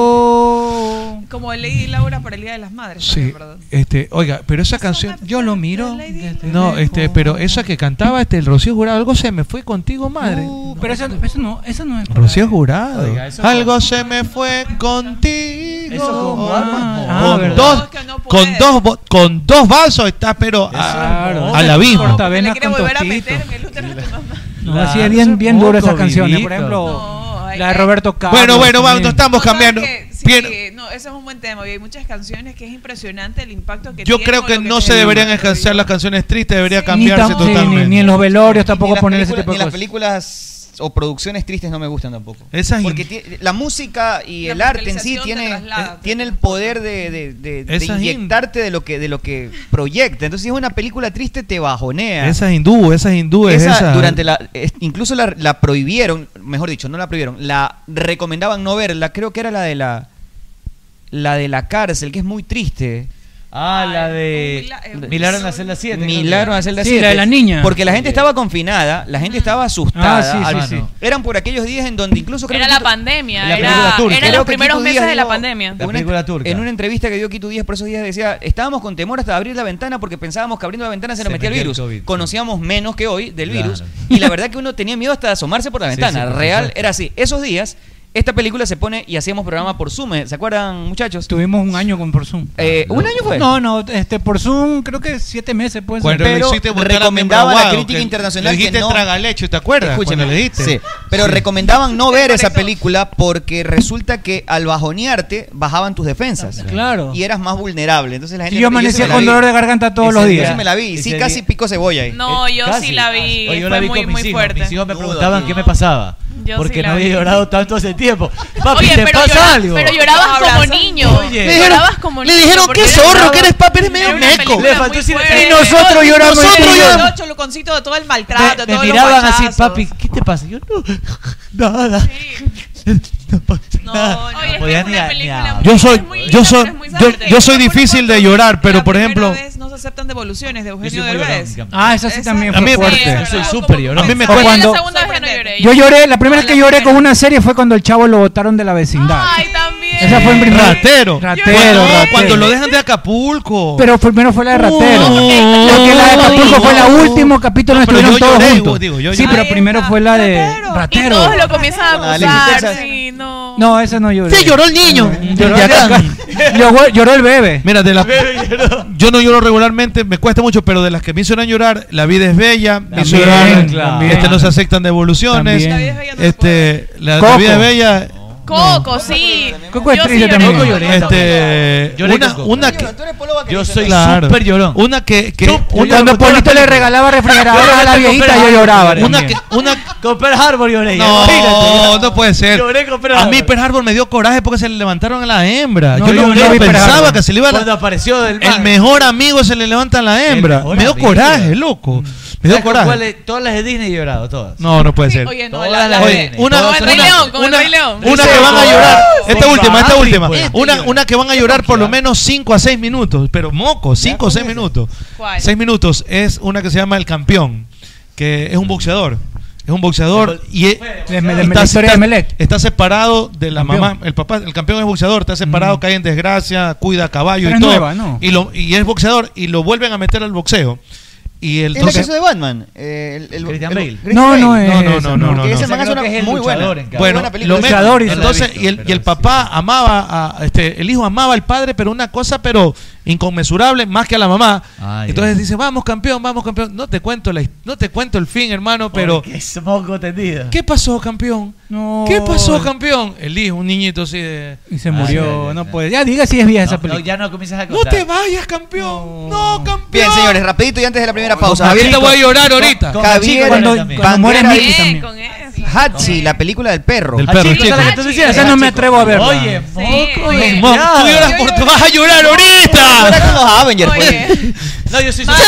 andando.
Como leí Laura para el Día de las Madres.
Sí, este, oiga, pero esa canción,
Yo lo miro.
no, este, pero esa que cantaba este el Rocío Jurado, algo se me fue contigo, madre.
Pero eso, eso no, eso no es.
Rocío Jurado,
Oiga, eso-
algo se me fue contigo.
Eso como armas
con,
Ah, ¿verdad?
dos, con dos, bo- con dos vasos estás, pero a,
Claro.
al abismo.
Cortavenas con tostito. No, así es bien, bien
Claro,
duro esas
poco,
canciones. ¿eh? Por
Vito.
ejemplo, la de Roberto Carlos.
Bueno, eh, bueno, vamos,
también.
estamos cambiando.
Sí,
Piero-
no, ese es un buen tema. Y hay muchas canciones que es impresionante el impacto que
yo
tiene
creo
con
que
lo
no
te
se
digo.
deberían escanciar las canciones tristes, debería
Ni, tam-
cambiarse
sí, ni-
totalmente.
ni en los velorios tampoco
Ni
poner
las
ese tipo de
películas- ni las
cosas.
películas o producciones tristes no me gustan tampoco.
Esas
Porque ti- la música y el arte en sí
musicalización te
tiene,
traslada,
eh, tiene el poder de, de- de- de
Esas in-
inyectarte de lo, que, de lo que proyecta. Entonces, si es una película triste, te bajonea.
Esas hindúes, esas hindúes,
Esa,
esas-
durante la es- incluso la, la prohibieron, mejor dicho, no la prohibieron, la recomendaban no verla, creo que era la de la la de la cárcel, que es muy triste.
Ah, la de
eh,
Milagro en la celda 7. creo que
Milagro en la
era.
celda 7. Porque la gente estaba confinada, la gente estaba asustada.
Ah, sí, sí,
Al-
sí.
Eran por aquellos días en donde incluso creo
Era
que
la
Quito-
pandemia,
la
era-
película turca.
eran
Creo
los
que
primeros
Quito
meses
Díaz
de la
dijo-
pandemia. La
una-
película turca.
En una entrevista que dio Quito Díaz por esos días decía, estábamos con temor hasta abrir la ventana porque pensábamos que abriendo la ventana se nos
Se
metía el
metía el
virus.
COVID.
Conocíamos menos que hoy del
Claro.
virus y la verdad que uno tenía miedo hasta asomarse por la
Sí,
ventana.
sí, por
Real
supuesto.
era así. Esos días esta película se pone y hacíamos programa por Zoom, ¿eh? ¿se acuerdan, muchachos?
Tuvimos un año con por Zoom.
Eh,
Ah,
¿Un año fue?
No, no, este, por Zoom creo que siete meses puede ser.
Cuando le hiciste botar a
recomendaba la
Membraguado,
crítica
que
internacional
le
que
dijiste
no-
tragalecho, ¿te acuerdas?
Escúcheme,
Cuando le dijiste.
sí, pero
Sí.
recomendaban no ver esa película porque resulta que al bajonearte bajaban tus defensas.
Claro.
Y eras más vulnerable. Entonces la gente
yo
no- se
amanecía
me la
con
vi.
dolor de garganta todos
Ese
los
día
días.
se me la vi, sí,
Ese
casi
día-
pico cebolla ahí.
No, yo sí la vi.
Oye, yo
fue
la vi
muy,
con mis
muy
hijos.
fuerte.
Mis hijos me
No,
preguntaban qué me pasaba.
Yo
porque
sí la
no había
vi.
llorado tanto hace tiempo. Papi,
Oye,
te
pero
pasa
llora-
algo.
pero llorabas como
Abraza-
niño.
Oye.
Le dijeron- Llorabas como
le
niño,
dijeron
porque
que
era
zorro,
bravo.
que eres papi, eres medio
Era una
meco.
película
Le faltó
muy
decir-
fuerte.
Y nosotros lloramos,
Nosotros
y ellos-
lloramos. Choluconcito de todo el maltrato,
Me
todos los
miraban así,
guachazos.
papi, ¿qué te pasa? Yo no, nada. No pasa nada.
No
podía ni a- ni a-
Yo soy, yo soy, yo, yo soy difícil de llorar, pero por ejemplo,
No se aceptan devoluciones de Eugenio
muy
Derbez.
llorón,
Ah, esa sí también
a mí
fue
me-
fuerte.
Yo soy
súper llorón.
a mí me
O
cuesta.
cuando- Yo lloré, la primera vez que lloré con una serie fue cuando el chavo lo botaron de la vecindad.
Ay, también.
Esa fue en primer
Ratero.
Ratero,
Cuando-
ratero.
Cuando lo dejan de Acapulco.
Pero primero fue la de Ratero.
Oh.
Porque la de Acapulco fue la último capítulo, no,
pero
estuvieron
yo
todos
lloré,
juntos.
digo, yo
sí,
lloré.
pero primero fue la de Ratero.
Todos lo comienzan a
Dale,
abusar.
intensa.
sí, no.
No, esa no lloré.
Sí, lloró el niño.
Lloró el, lloró- lloró el bebé.
Mira, de la- yo no lloro regularmente, me cuesta mucho, pero de las que me hicieron llorar, La vida es bella, me hizo
También,
llorar,
claro.
este, no se aceptan devoluciones,
También. La vida
este, la, la
Coco.
vida es bella,
Coco, sí.
Coco es
Yo sí
triste
lloré.
también.
Coco
lloré.
este,
Lloré
una,
con Coco.
una que,
Yo soy
Claro.
súper llorón.
Una que, que
yo
una-
lloro
Cuando
con
Polito
todas
le
las
regalaba refrigeradores a la viejita, yo lloraba.
Una
también.
que, una
Con Pearl Harbor lloré.
No, no puede ser.
Lloré con Pearl
a mí
Harbor.
Pearl Harbor me dio coraje porque se le levantaron a la hembra.
No,
yo
yo
no,
no
yo
vi Pearl
pensaba
Harbor.
que se le iba a
Cuando apareció del
El
mar.
mejor amigo se le levanta a la hembra.
mejor
Me dio
amigo. Mm.
coraje, loco. Me dio
¿Sabes con cuál
coraje.
es- Todas las de Disney he llorado, todas.
No, no puede ser.
Oye,
no,
todas las de Disney.
una,
Todas-
Como el Rey
una-
León, como el Rey León.
Una
Sí,
que van a llorar.
sí,
Esta
sí,
última,
sí,
esta
sí,
última.
pues.
Una, una que van a llorar por lo menos 5 a 6 minutos. Pero moco, 5 o 6 minutos.
¿Cuál?
6 minutos es una que se llama El Campeón, que es un boxeador. Es un boxeador y e-
De- de- de
está-
la historia de Melec.
está separado de la
Campeón.
mamá. El papá, el campeón es boxeador, está separado, cae en desgracia, cuida
Pero
caballo y
es
todo.
nueva, ¿no?
y, lo, y es boxeador y lo vuelven a meter al boxeo. Y el
Es la canción de Batman. eh, el- el-
Christian
el-
Bale.
Christian Bale.
no, no, no, no, no,
Que
no.
ese manga es una muy buena. muy
Bueno,
buena película.
lo meten. entonces y el, y el papá amaba a este, el hijo amaba al padre, pero una cosa pero inconmensurable más que a la mamá. entonces dice, "Vamos campeón, vamos campeón." No te cuento la his- no te cuento el fin, hermano, pero
Porque es moco tendido.
¿Qué pasó, campeón? ¿Qué pasó, campeón? El hijo, un niñito así de
Y se murió, no puede. Ya diga si es vieja esa película.
ya no comienzas a
No te vayas, campeón. No, campeón.
Bien, señores, rapidito y antes de la primera pausa.
Ahorita
Javier-
voy a llorar
Con-
ahorita.
con-
Javier-
Javier
cuando-
Bandera-
cuando muere
Bandera-
Mickey también.
Hachi, la película del perro.
Del
Ah,
perro, chico.
Esa no me atrevo a verla.
Oye,
moco.
Mo- tú lloras por tu- vas a llorar ahorita.
Ahora con los Avengers. pues.
No, yo soy
¡Se murió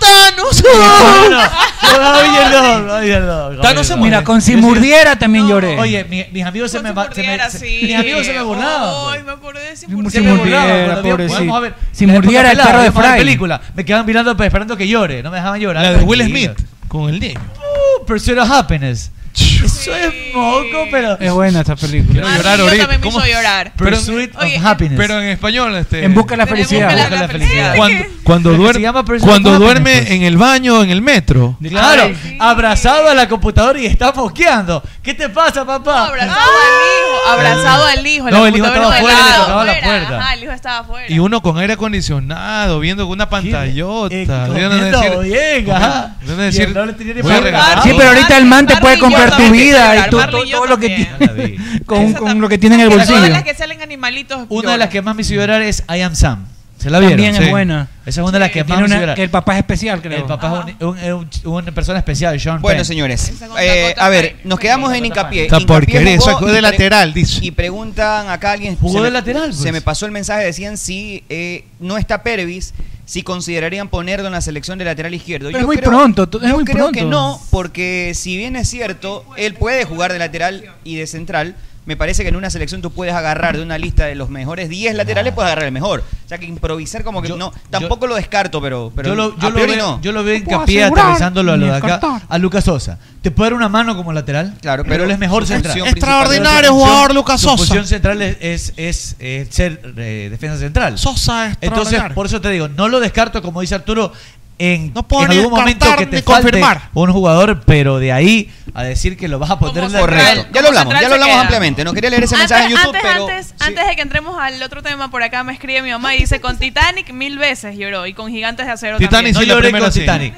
Thanos!
no, no, oye, no, oye, no.
Mira, con si murdiera también lloré.
Oye, mi- mis amigos se me, va- se me se- mis amigos se me burlaban. pues.
Ay, me acordé de ese
Si
Se me
murdiera,
burlaban cuando había-
pobrecito.
vamos a ver,
Si
la época
murdiera el
pelada,
perro de
vamos a ver
Fry.
película. Me quedaban mirando pues, esperando que llore, no me dejaban llorar.
La de Will
tranquilo.
Smith con el niño.
Uh, Pursuit of Happiness. Eso es moco, pero
Es buena esa película.
Quiero
llorar ahorita.
también me hizo llorar.
Pursuit of Happiness.
Pero en español, este.
En busca de la felicidad.
busca de la felicidad.
Cuando, cuando
Lo que
duer-
se llama Pursuit
cuando
of Happiness,
duerme en el baño, en el metro.
Claro, abrazado a la computadora y está fosqueando. ¿Qué te pasa, papá? Ah,
Abrazado al hijo, abrazado al hijo.
No,
la
el hijo
computadora
estaba
de
afuera, le
lado.
tocaba la
Afuera,
puerta.
Ajá, el hijo estaba afuera.
Y uno con aire acondicionado, viendo una pantallota.
Eh, comiendo
Deben decir-
bien, ajá.
deben decir,
Y no le tenía ni
voy a
para
regalar.
Sí, pero ahorita el man te
Marley
puede
y yo
comprar tu
también quiero
vida
llorar,
y todo,
Marley y yo
todo lo que
vi.
tiene. Con,
Esa
con lo que tiene en el
Que Todas
bolsillo.
las que salen animalitos.
Una de las que más me hizo llorar es I Am Sam. ¿Se la vieron?
También es buena.
Esa es una de las que más
Tiene
me hizo
una-
llorar.
que el papá es especial, creo.
El papá es un- un- es un- una persona especial, Sean
Bueno,
Penn.
señores, eh, a ver, nos quedamos en hincapié.
Esta
Hincapié
porquería, eso
jugó
es de
y pre-
lateral, dice.
Y preguntan acá alguien.
Jugó
se
de
me-
lateral, pues.
Se me pasó el mensaje, decían si eh, no está Pervis, si considerarían ponerlo en la selección de lateral izquierdo.
Pero es muy pronto, to- es
yo
muy
creo que
pronto.
no, porque si bien es cierto, él puede jugar de lateral y de central. Me parece que en una selección tú puedes agarrar de una lista de los mejores 10 laterales, puedes agarrar el mejor. O sea que improvisar como que no, tampoco lo descarto, pero, pero
yo lo, yo
a
lo
priori
veo,
no.
yo lo veo
No puedo
hincapié
asegurar
atravesándolo a lo
ni
de acá
descartar.
a Lucas Sosa. Te puede dar una mano como lateral, claro, pero,
pero
él es mejor
su
central.
función Extraordinario principal- jugador,
Su
Lucas Sosa.
Su función central es, es, es, eh, ser eh, defensa central.
Sosa es
Entonces,
extraordinario.
por eso te digo, no lo descarto como dice Arturo en,
puedo
en
ni
algún momento
descartar
que te
ni
falte
confirmar.
un jugador, pero de ahí a decir que lo vas a poner en la
Correcto. Ya lo hablamos, ya lo hablamos ampliamente. No quería leer ese mensaje en
antes,
YouTube,
antes,
pero
antes, antes de que entremos al otro tema, por acá me escribe mi mamá y dice: Con Titanic mil veces lloró y con Gigantes de Acero también.
no lloré con Titanic.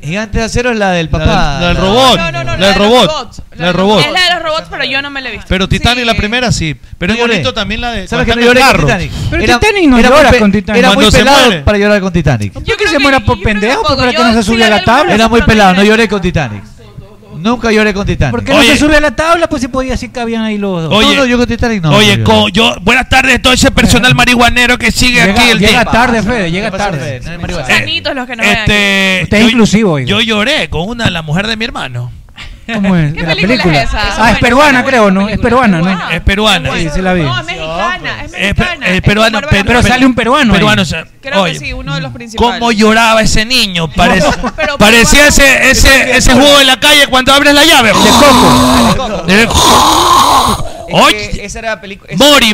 Gigante de acero es la del papá.
la del robot,
No, no, no,
la
la
del
de los
robot,
robots.
la del robot.
Es la de los robots, pero yo no me la he visto.
Pero Titanic la primera sí. Pero
No
es
lloré.
bonito también la de.
¿Sabes que
cuando
no
están
lloré
en
con
carros.
Titanic?
Pero Titanic no
era
llora
muy pe-
con Titanic.
Era muy
Cuando se muere.
pelado para llorar con Titanic.
Yo que se muera por pendejo,
tampoco.
pero que
Yo
no se
sí
sube a
la
la tabla.
Era muy pelado, no lloré con Titanic. Nunca lloré con Titanic.
¿Por qué no se sube a la tabla? Pues si podía, sí cabían ahí los dos.
Oye, no, no, yo con Titanic no.
Oye,
no, yo-
co- yo, buenas tardes a todo ese personal marihuanero que sigue
Llega-
aquí el
llega
día.
tarde, Fede, llega tarde.
Sanitos los que no vean.
Este,
Usted es inclusivo, oiga.
yo lloré con una, la mujer de mi hermano.
¿Cómo es?
¿Qué
De la
película es
película.
esa?
Ah, es
Bueno,
peruana,
buena
creo, ¿no? Es peruana, ¿no?
Es peruana.
Sí, sí la vi.
Ah, No, es mexicana, es
Es pe-
mexicana.
es
Es
peruano,
Bárbara
pe-
Pero
pe-
sale un peruano ahí.
peruano, o sea,
Creo
oye,
que sí, uno de los principales.
¿Cómo lloraba ese niño? Parece-
pero-
parecía ese, ese, ese juego de la calle cuando abres la llave. De- Oye,
que esa era la película. esa
¡Ah! Mori,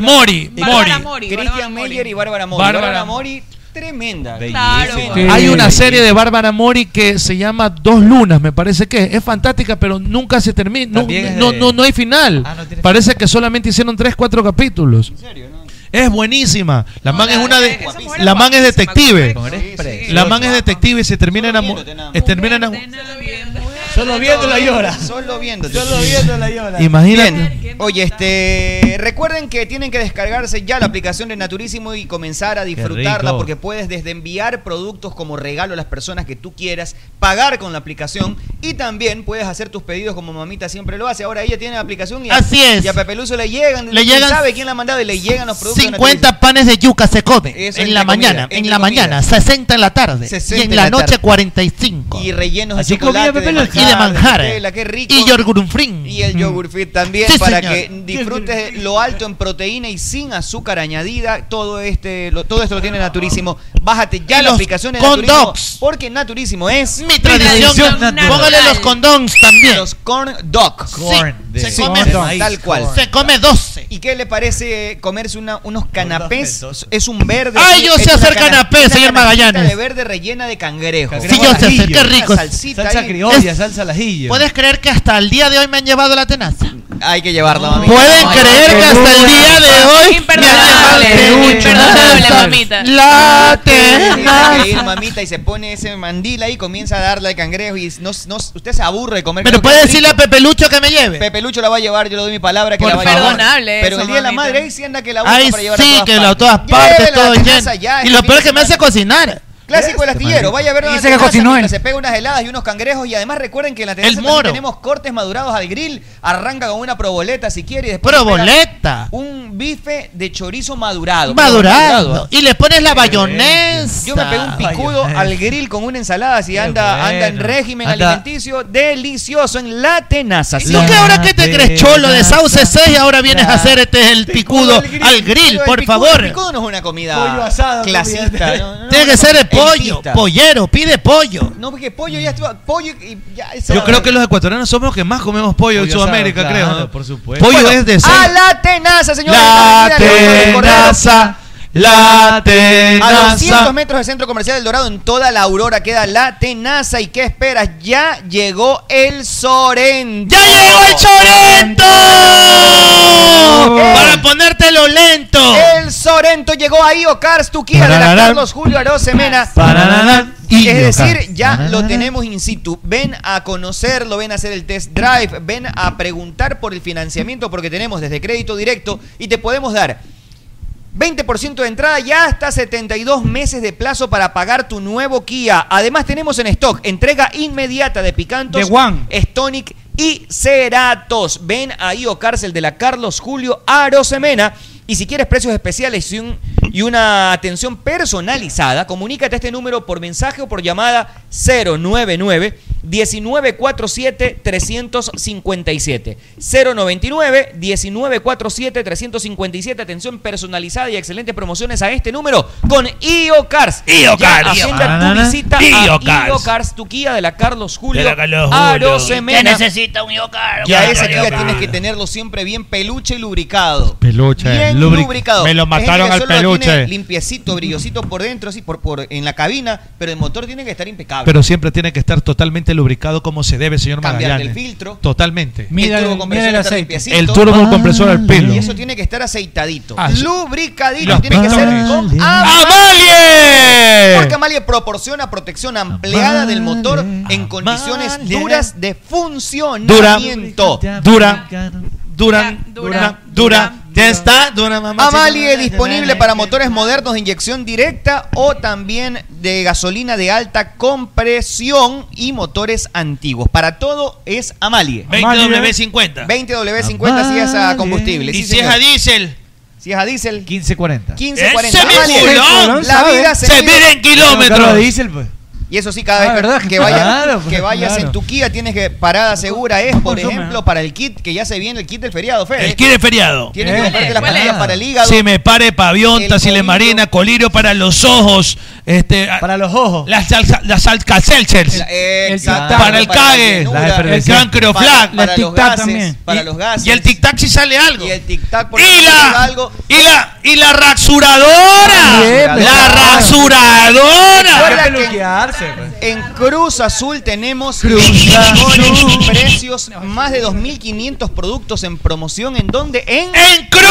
película-
Mori, Mori.
Christian Meyer y Bárbara Mori.
Bárbara-
Bárbara Mori, tremenda.
Claro.
Tremenda.
Hay una serie de Bárbara Mori que se llama Dos Lunas, me parece que es. es fantástica, pero nunca se termina, no,
También es
no,
de-
no, Ah, no hay final. parece que solamente hicieron tres, cuatro capítulos. Es buenísima. La man es una de, la man es detective. La man es detective y se termina enamorando. Termina enamo-
Solo viéndola llora.
Solo viéndote.
Solo viéndola llora.
Imagínate.
Bien. Oye, este, recuerden que tienen que descargarse ya la aplicación de Naturísimo y comenzar a disfrutarla
rico.
porque puedes desde enviar productos como regalo a las personas que tú quieras, pagar con la aplicación y también puedes hacer tus pedidos como mamita siempre lo hace. Ahora ella tiene la aplicación y a,
Así es.
y a Pepeluso le llegan,
Le
quién
llegan
sabe quién la ha mandado y le llegan los productos de Naturísimo.
50 panes de yuca se come
Eso entre
en la
comida,
mañana,
entre
en la
comida.
mañana, 60 en la tarde
60
y en
en
la
la
noche
tarde.
45.
y rellenos de
Así
chocolate,
comía,
de
Pepe,
manjar,
y de manjares.
Nutella, qué rico.
Y yogur fring.
Y el yogur fit también
Mm. Sí,
para
señor.
que disfrutes lo alto en proteína y sin azúcar añadida. Todo este lo- todo esto lo tiene Naturísimo. Bájate ya
Y
la
los
aplicación de
corn
Naturísimo
dogs.
porque Naturísimo es
Mi tradición. Póngale los condones también.
Los corn dog.
Sí, se come
tal cual.
Se come 12.
Y qué le parece comerse una- unos canapés? Es un verde.
¡Ay, yo sé
es una
hacer
cana-
canapés,
una
señor
canastita
Magallanes!
de verde rellena de cangrejo.
Sí, yo sé hacer, qué rico.
Salsa
Es-
salsa lajillo.
¿Puedes creer que hasta el día de hoy me han llevado la tenaza?
Hay que llevarla, mami.
¿Pueden
Ay,
creer
qué
que hasta el
dura.
día de hoy me han llevado la tenaza? La
Tiene que ir,
tenaza.
mamita, y se pone ese mandil ahí y comienza a darle al cangrejo y no, no- usted se aburre de comer.
Pero
cangrejo
puede
frito.
decirle a Pepe Lucho que me lleve.
Pepe Lucho la va a llevar, yo le doy mi palabra que
Por
la va a
favor.
llevar.
Perdonable
Pero
eso,
el día de la
mamita.
madre, ahí sí anda que la usa
Ay,
para llevar a
sí,
todas
que lo- a todas
partes. Llévela
partes,
la
todo
tenaza
lleno.
ya,
Y
es
lo
que
peor es que me hace cocinar. Este
Clásico el astillero, vaya a ver la
Dice que
tenaza
cocinó
mientras
él.
se pega unas heladas y unos cangrejos y además recuerden que en la
El
tenaza también
moro.
tenemos cortes madurados al grill, arranca con una proboleta si quiere y después
Proboleta.
un bife de chorizo madurado. ¿ah?
Madurado. Y le pones la bayonesa.
Yo me pego un picudo
Bayonesa.
al grill con una ensalada si anda anda en
bueno.
régimen
Anda-
alimenticio delicioso en la tenaza.
¿Y tú qué ahora que te crees cholo de Sauce 6 ahora vienes a hacer este el picudo al grill,
Pero el
por
picudo- El
favor?
picudo no es una comida
Pollo asado,
Ah, clasista.
comida-
no, no, no,
Tiene que
no,
ser el pollo,
elitista.
pollero, pide pollo.
No, porque pollo ya estuvo. Pollo y ya. eso-
Yo creo que los ecuatorianos somos los que más comemos pollo, en
Pollo asado,
Sudamérica,
claro,
creo. ¿no?
por supuesto.
Pollo
Bueno,
es de
¡A
seis.
la tenaza, señores!
La tenaza, la
A 200
tenaza.
metros del Centro Comercial del Dorado, en toda la aurora, queda la tenaza. ¿Y qué esperas? Ya llegó el Sorento. ¡Ya llegó el
Sorento!
Para
ponértelo lento.
Eh. El Sorento llegó ahí, Ocars Tuquía, de la
Parararán.
Carlos Julio Arosemena.
Parararán. Y
Es decir,
Ocar.
ya lo tenemos in situ. Ven a conocerlo, ven a hacer el test drive, ven a preguntar por el financiamiento, porque tenemos desde crédito directo y te podemos dar 20% de entrada y hasta 72 meses de plazo para pagar tu nuevo Kia. Además tenemos en stock entrega inmediata de Picantos,
De Juan.
Stonic y Ceratos. Ven a IO Cárcel de la Carlos Julio Arosemena. Y si quieres precios especiales y, un- y una atención personalizada, comunícate a este número por mensaje o por llamada 099 1947 357. 099 1947 357. Atención personalizada y excelentes promociones a este número con IO Cars.
IO Cars.
Agenda tu
Banana.
visita a
IO
IO
Cars.
Cars, tu Kia de la Carlos Julio.
De la Carlos Julio.
Arosemena.
Usted necesita un IO Cars.
Ya
Ya,
ese
ya,
Kia
ya.
tienes que tenerlo siempre bien peluche y lubricado.
Peluche, eh,
Bien
lubric-
lubricado.
Me lo
Hay gente
mataron
que
al
solo lo tiene
peluche.
Limpiecito, brillosito por dentro, así por, por en la cabina, pero el motor tiene que estar impecable.
Pero siempre tiene que estar totalmente lubricado como se debe, señor
Cambiarte
Magallanes.
el filtro.
Totalmente.
Mira el turbocompresor
mira el
está
aceite.
limpiecito.
El turbocompresor al pelo.
Y eso tiene que estar aceitadito.
Ah, sí.
Lubricadito.
Los
Tiene que ser con
pistones.
Amalie. Porque Amalie proporciona protección ampliada del motor en condiciones
Amalie.
duras de
Dura,
funcionamiento.
dura, dura, dura, dura. Ya está, dura, mamá.
Amalie es disponible para motores modernos de inyección directa o también de gasolina de alta compresión y motores antiguos. Para todo es Amalie.
20W50.
20W50 si es a combustible.
Y
sí,
si es
señor.
a diésel.
Si es a diésel.
1540.
1540.
¡Ese
Amalie,
mi culón!
La vida se,
Se mide en kilómetros.
Claro, diésel, pues.
Y eso sí, cada
Ah,
vez
¿verdad?
que, que vayas,
Claro, pues,
que vayas
claro.
en tu Kia tienes que parada segura es, por
consume,
ejemplo, para el kit que ya se viene el kit del feriado, Fede.
El kit del feriado.
Tienes Este, que
¿Cuál
comprarte
es?
la
¿Cuál
pastilla
es?
para el hígado.
Si me pare pavionta, si le marina, colirio para los ojos, este, para
los ojos,
las salsa, las alcacelchers,
Exacto.
para el cague,
para la llenura,
el gran
para,
creoflag,
para los gases, para los gases.
y el tic tac si sale algo.
Y el tic tac por
Y la,
algo.
y la, y la rasuradora,
También,
la
claro.
rasuradora.
Recuerda que Ah. en Cruz Azul tenemos mejores precios, más de 2.500 productos en promoción. ¿En dónde? En,
Cruz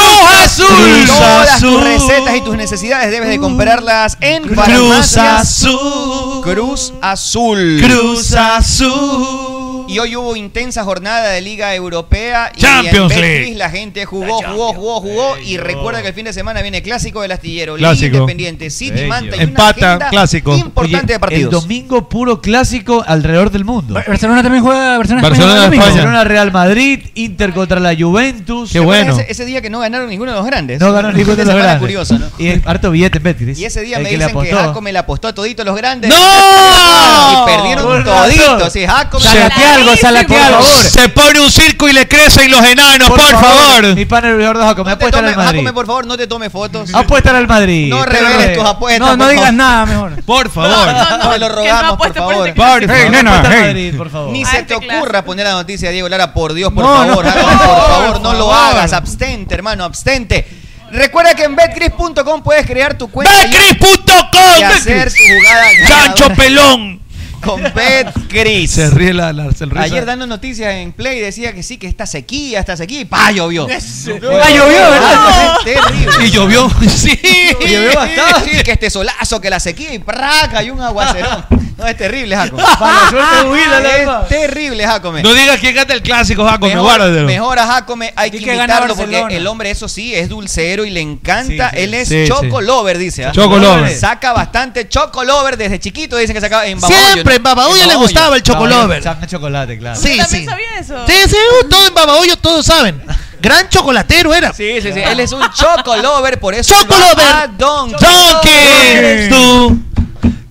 Azul.
Todas tus
Azul.
recetas y tus necesidades debes de comprarlas en
Cruz
Farmacias
Azul.
Cruz Azul.
Cruz Azul.
Y hoy hubo intensa jornada de Liga Europea y
Champions
en Betcris
League.
la gente jugó, jugó, jugó, jugó y recuerda que el fin de semana viene clásico del Astillero, Liga
Clásico.
Independiente, City,
Bello.
Manta y una
Empata,
agenda
clásico.
importante
Oye,
de partidos.
El domingo puro clásico alrededor del mundo.
Barcelona también juega. Barcelona,
Barcelona,
España, el domingo.
Real Madrid, Inter contra la Juventus.
¿Te acuerdas Ese, ese día que no ganaron ninguno de los grandes.
No ganó ninguno de
Esa
los
semana
grandes.
curiosa, ¿no?
Y es harto billete en Betcris.
Y ese día
El
me
que le
dicen que
apostó.
Jaco me la apostó a todito los grandes.
¡No!
Y perdieron
Por
todito.
razón.
Sí, Jaco me
Se-
la apostó.
algo, salate algo.
Se pone un circo y le crecen los enanos, por, favor.
Mi panel Ordojaco, me apuestan al Madrid.
Jacome, por favor, no te tome fotos.
Apuestan al Madrid.
No
Te lo
reveles
ruego.
tus apuestas,
No, no
por
digas
favor.
nada mejor.
Por
favor. No, no, Te lo que no rogamos, apueste por por favor. este clásico.
Por favor,
Hey, nena,
apuesta al
hey.
Madrid, por favor.
Ni se te ocurra poner la noticia de Diego Lara, por Dios, por
No,
favor,
no.
Jacob, por favor, no
Por
lo
favor.
hagas, abstente, hermano, abstente. Recuerda que en betcris.com puedes crear tu cuenta y hacer tu jugada
¡Chancho pelón!
con Betcris.
Se ríe la, la- se ríe
Ayer
esa-
dando noticias en Play decía que sí, que está sequía, está sequía y pa, llovió.
Ah, llovió, ¿verdad?
Es terrible.
Y llovió, sí.
Y llovió bastante. Sí, que este solazo, que la sequía y praca, hay un aguacerón. No, es terrible, Jacome.
Para la suerte de Huila, la verdad.
Es terrible, eh. Jacome.
No digas que gana el clásico, Jacome,
Mejor,
guárdatelo.
mejor a Jacome hay que,
que gana
invitarlo porque
Barcelona.
el hombre, eso sí, es dulcero y le encanta. Él es
Sí,
Chocolover,
sí.
dice. ¿ah?
Choco lover.
Saca bastante Chocolover desde chiquito. Dicen que sacaba en Babahoyo.
Siempre, en Babahoyo le gustaba el choco lover.
Saca chocolate, claro.
Sí, sí.
sabía Ah, eso?
Sí, sí, uh, todo en Babahoyo, todos saben. Gran chocolatero era.
Sí, sí, sí. Él es un Chocolover, por eso.
Choco
él va
lover.
a Donkey.
Donkey. Tú.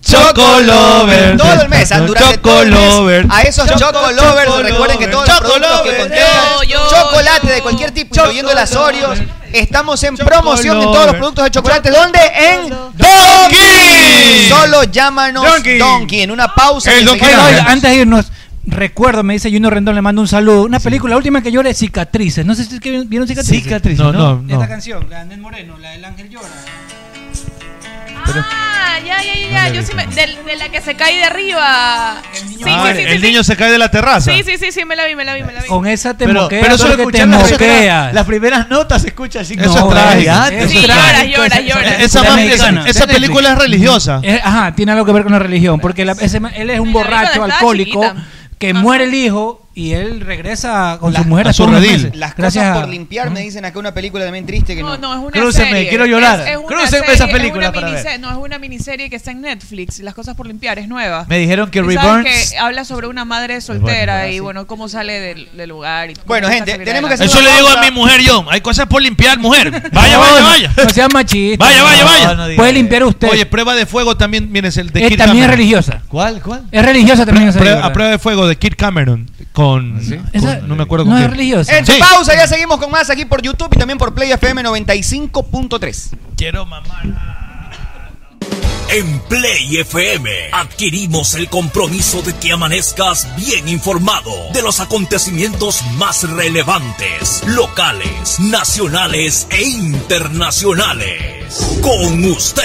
Choco
Lover.
Todo el mes, ah, durante
Choco
todo el mes.
Lover.
A esos
Choco,
Choco Lovers,
Choco
recuerden que
Lover.
todos los
Choco
productos que
Lover.
contengan
Yo, yo,
chocolate de cualquier tipo, incluyendo las Oreos, estamos en promoción de todos los
Lover.
productos de chocolate. ¿Dónde? En
Donkey.
Solo llámanos Donkey.
Donkey.
En una pausa. y
Oiga,
enseguida-
oiga, antes de irnos, recuerdo, me dice Juno Rendón, le mando un saludo. Una película, la última que yo era Cicatrices. No sé si es que vieron Cicatrices.
Cicatrices, No, ¿no? no, no.
Esta canción, la de Andrés Moreno, la del Ángel Llora.
Ah, ya, ya, ya, ya. Yo sí me, del- de, la que se cae de arriba. Sí, sí,
Ah,
sí, sí,
el
sí.
niño se cae de la terraza.
Sí, sí, sí, sí, me la vi, me la vi, me la vi.
Con esa te
Pero-
moqueas.
pero solo
porque te
escuchando eso-
moqueas.
Las primeras notas se escucha así.
Eso es trágico.
es
Sí,
trágico.
llora, llora, llora. Esa
La
más-
mexicana.
esa- esa
De Netflix.
película es religiosa.
Eh, ajá, tiene algo que ver con la religión. Porque la- ese ma- él es un borracho
estaba
alcohólico
chiquita.
que muere el hijo y él regresa con
Las-
su mujer
a su
todos los
redil.
meses.
Las
Gracias
cosas
a- ¿Mm?
por limpiar me dicen acá una película también triste que no.
No, es una
Crúcenme,
serie.
quiero llorar.
Es, es una
Crúcenme
serie,
esa
es
película
una
para ver.
miniserie- No, es una miniserie que está en Netflix. Las cosas por limpiar es nueva.
Me dijeron que
Y sabes
Reborns-
que habla sobre una madre soltera
Reborns,
y bueno, cómo sale del, del lugar. Y cómo
Bueno,
saca
gente,
salir
tenemos que hacer
adelante.
Eso le digo a mi mujer yo. Hay cosas por limpiar, mujer. Vaya, vaya, vaya.
No seas machista.
Vaya, vaya,
No,
vaya.
no diga Puede limpiar usted.
Oye, prueba de fuego también, miren, es el de
Eh,
Kirk
también es
Cameron.
religiosa.
¿Cuál? ¿Cuál?
Es religiosa también esa
Prueba-
película.
a prueba de fuego de Kirk Cameron con, con- no me acuerdo
no
con
es
quién.
religiosa.
En pausa, ya seguimos con más aquí por YouTube y también por Play FM 95.3.
Quiero
En Play FM adquirimos el compromiso de que amanezcas bien informado de los acontecimientos más relevantes, locales, nacionales e internacionales. Con usted.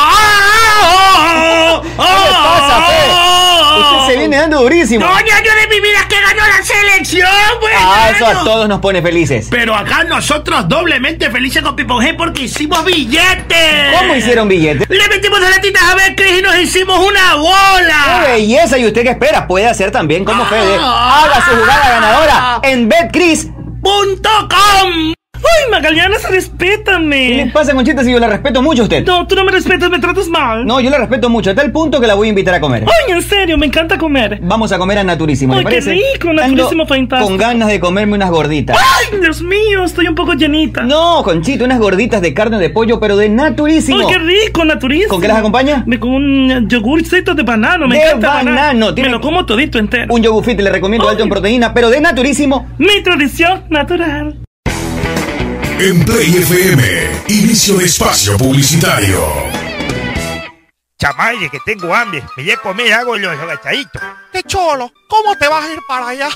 ¿Qué le pasa, Fe? Usted se viene dando durísimo.
ah, yo de mi vida que ganó la selección, güey.
Ah, eso a
hermano.
todos nos pone felices.
Pero acá nosotros doblemente felices con Pipon G porque hicimos billetes.
¿Cómo hicieron billetes?
Le metimos a la tita a ver Cris y nos hicimos una bola.
¡Qué belleza! ¿Y usted qué espera? Puede hacer también como Fede. Haga su jugada ganadora en BetCris.com.
¡Ay, Magaliana, respétame!
¿Qué le pasa, Conchita, si yo la respeto mucho a usted?
No, tú no me respetas, me tratas mal.
No, yo la respeto mucho, a tal punto que la voy a invitar a comer.
Ay, en serio, me encanta comer.
Vamos a comer a Naturísimo, ¿le
Ay, qué
parece?
rico, Naturísimo fantástico.
Con ganas de comerme unas gorditas.
Ay, Dios mío, estoy un poco llenita.
No, Conchita, unas gorditas de carne de pollo, pero de naturísimo.
Ay, qué rico, naturísimo.
¿Con qué las acompaña?
De- con un yogurcito de banano, me
de
encanta el
banano.
Me lo como todito entero.
Un yogurt fit le recomiendo alto en proteína, pero de naturísimo.
Mi tradición natural.
En Play FM, inicio de espacio publicitario.
Chamaye, que tengo hambre. Me voy a comer, hago los agachaditos.
¡Qué cholo! ¿Cómo te vas a ir para allá?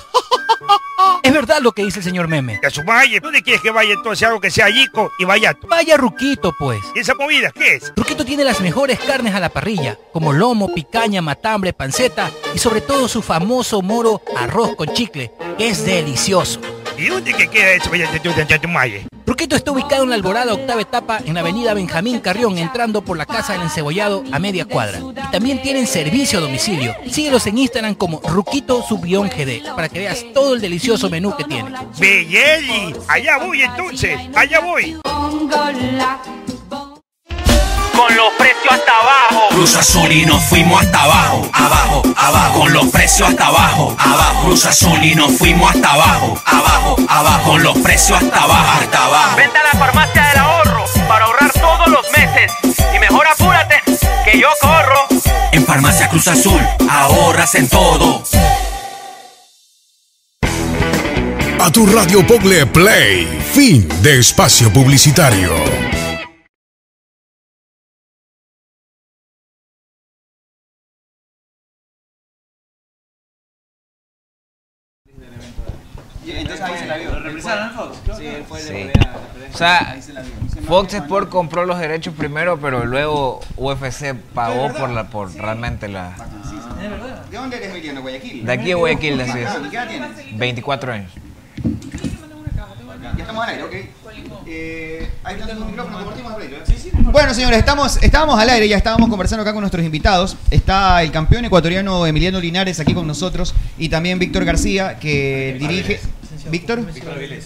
Es verdad lo que dice el señor Meme. A su valle, ¿dónde quieres que vaya entonces algo que sea yico y vaya tú?
Vaya Ruquito, pues.
¿Y esa comida qué es?
Ruquito tiene las mejores carnes a la parrilla, como lomo, picaña, matambre, panceta y sobre todo su famoso moro arroz con chicle, que es delicioso.
¿Y dónde que queda eso, vaya tú, tú, tú, tú, maye?
Ruquito está ubicado en la Alborada Octava Etapa en la avenida Benjamín Carrión, entrando por la Casa del Encebollado a media cuadra. Y también tienen servicio a domicilio. Síguelos en Instagram como Ruquito Subión GD para que veas todo el delicioso menú que tiene.
¡Belleli! Allá voy entonces, allá voy.
Con los precios hasta abajo.
Cruz Azul y nos fuimos hasta abajo, abajo, abajo. Con los precios hasta abajo, abajo. Cruz Azul y nos fuimos hasta abajo, abajo, abajo. Con los precios hasta abajo, hasta abajo.
Vente a la farmacia del ahorro para ahorrar todos los meses. Y mejor apúrate, que yo corro.
En Farmacia Cruz Azul, ahorras en todo.
A tu radio Poble Play. Fin de espacio publicitario.
Sí. O sea, Fox Sport compró los derechos primero, pero luego UFC pagó por la por realmente la
¿De dónde eres, Emiliano? ¿Guayaquil?
De aquí a Guayaquil, así es.
¿Y ¿Qué edad tienes?
24 años.
Ya estamos al aire, ok. Eh, ahí están los micrófonos, compartimos el pleito, ¿eh?
Bueno, señores, estamos, estábamos al aire, ya estábamos conversando acá con nuestros invitados. Está el campeón ecuatoriano Emiliano Linares aquí con nosotros y también Víctor García, que dirige. ¿Víctor?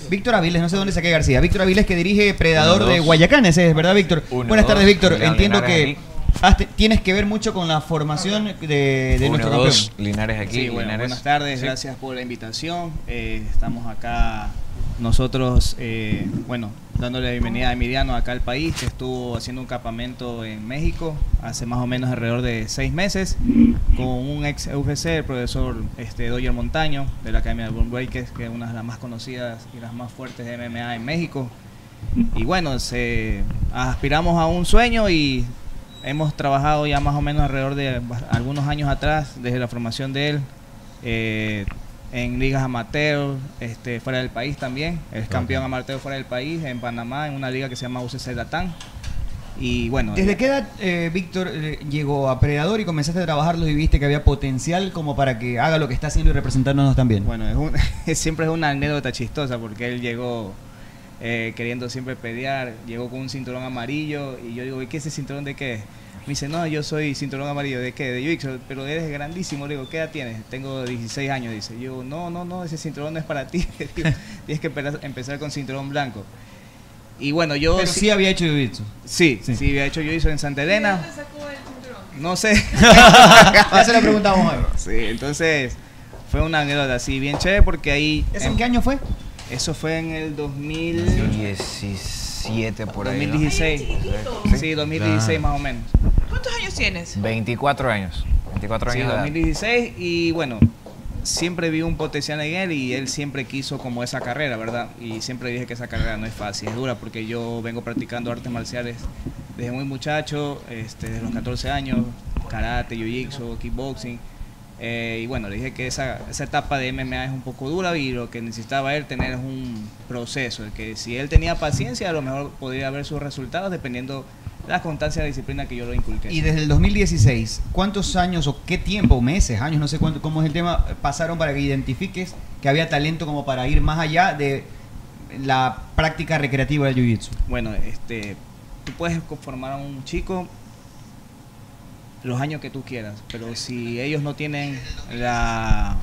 Víctor Aviles, no sé dónde saqué García. Víctor Aviles, que dirige Predador
Uno, dos.
de Guayacanes, ¿es verdad, Víctor?
Uno,
Buenas tardes,
dos.
Víctor.
Emiliano
Entiendo
Linares
que
aquí.
has- te- tienes que ver mucho con la formación de, de
Uno,
nuestro
dos.
campeón. Linares
Sí, bueno, buenas tardes,
Sí.
gracias por la invitación. Eh, estamos acá nosotros, eh, bueno, dándole la bienvenida a Emiliano acá al país, que estuvo haciendo un campamento en México hace más o menos alrededor de seis meses, con un ex UFC, el profesor este, Doyer Montaño, de la Academia de Born Breakers, que es una de las más conocidas y las más fuertes de MMA en México. Y bueno, se, aspiramos a un sueño y hemos trabajado ya más o menos alrededor de ba- algunos años atrás, desde la formación de él, eh, en ligas amateur, este, fuera del país también. Es campeón amateur fuera del país, en Panamá, en una liga que se llama UCC Datán. Y bueno,
¿Desde qué edad, eh, Víctor, eh, llegó a Predador y comenzaste a trabajarlo y viste que había potencial como para que haga lo que está haciendo y representarnos también?
Bueno, es un- siempre es una anécdota chistosa porque él llegó eh, queriendo siempre pelear, llegó con un cinturón amarillo y yo digo, ¿y qué es ese cinturón de qué? es?". Me dice, no, yo soy cinturón amarillo, ¿de qué? De jiu pero eres grandísimo. Le digo, ¿qué edad tienes? Tengo 16 años, dice. Yo, no, no, no, ese cinturón no es para ti. Le digo, Tienes que empe- empezar con cinturón blanco. Y bueno, yo...
Pero sí había hecho jiu-jitsu.
Sí, sí, había hecho jiu-jitsu en Santa Elena. No sé.
Ya se lo preguntamos hoy.
Sí, entonces fue una anécdota así bien chévere porque ahí... em
¿Eso en qué año fue?
Eso fue en el
2017
por ahí, ¿no? 2016. Sí, 2016 más o menos.
¿Cuántos años tienes?
24 años. 24
Sí,
años. de edad.
2016 y bueno, siempre vi un potencial en él y él siempre quiso como esa carrera, ¿verdad? Y siempre dije que esa carrera no es fácil, es dura porque yo vengo practicando artes marciales desde muy muchacho, este, desde los 14 años, karate, jiu-jitsu, kickboxing. Eh, y bueno, le dije que esa, esa etapa de MMA es un poco dura y lo que necesitaba él tener es un proceso, de que si él tenía paciencia a lo mejor podría ver sus resultados dependiendo la constancia de disciplina que yo lo inculqué.
Y desde el 2016, ¿cuántos años o qué tiempo, meses, años, no sé cuánto, cómo es el tema, pasaron para que identifiques que había talento como para ir más allá de la práctica recreativa del jiu-jitsu?
Bueno, este, tú puedes conformar a un chico los años que tú quieras, pero si ellos no tienen la,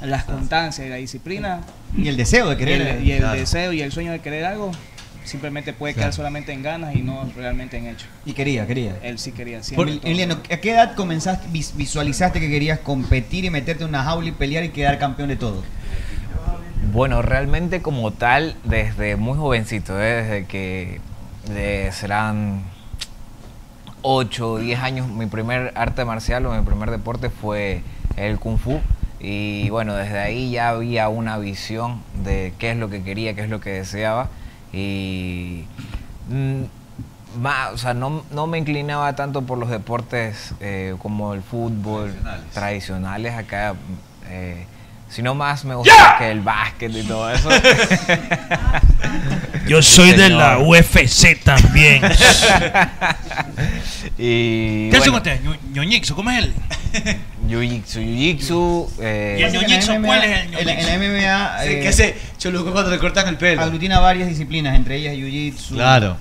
las constancias y la disciplina
Y el deseo de querer.
y el, y el
Claro.
deseo y el sueño de querer algo, simplemente puede
Claro.
quedar solamente en ganas y no realmente en hecho.
Y quería, quería.
Él sí quería
Por-
siempre. todo.
Emiliano, ¿a qué edad comenzaste, vis- visualizaste que querías competir y meterte en una jaula y pelear y quedar campeón de todo?
Bueno, realmente como tal, desde muy jovencito, ¿eh? desde que de- serán 8 o 10 años, mi primer arte marcial o mi primer deporte fue el kung fu. Y bueno, desde ahí ya había una visión de qué es lo que quería, qué es lo que deseaba. Y mm, más, o sea, no, no me inclinaba tanto por los deportes eh, como el fútbol tradicionales, acá, eh, sino más me gustaba que el básquet y todo eso.
Yo soy de la UFC también.
y
¿Qué hace
bueno,
usted? Ñu- Ñoñixo, ¿cómo es él?
jiu-jitsu, jiu-jitsu, eh,
¿Y el ñoñixo? ¿Cuál es el
En la- en
ñoñixo?
la MMA.
eh,
Sí, que hace
Choluco cuando le cortan el pelo? Aglutina varias disciplinas, entre ellas Jiu-Jitsu.
Claro.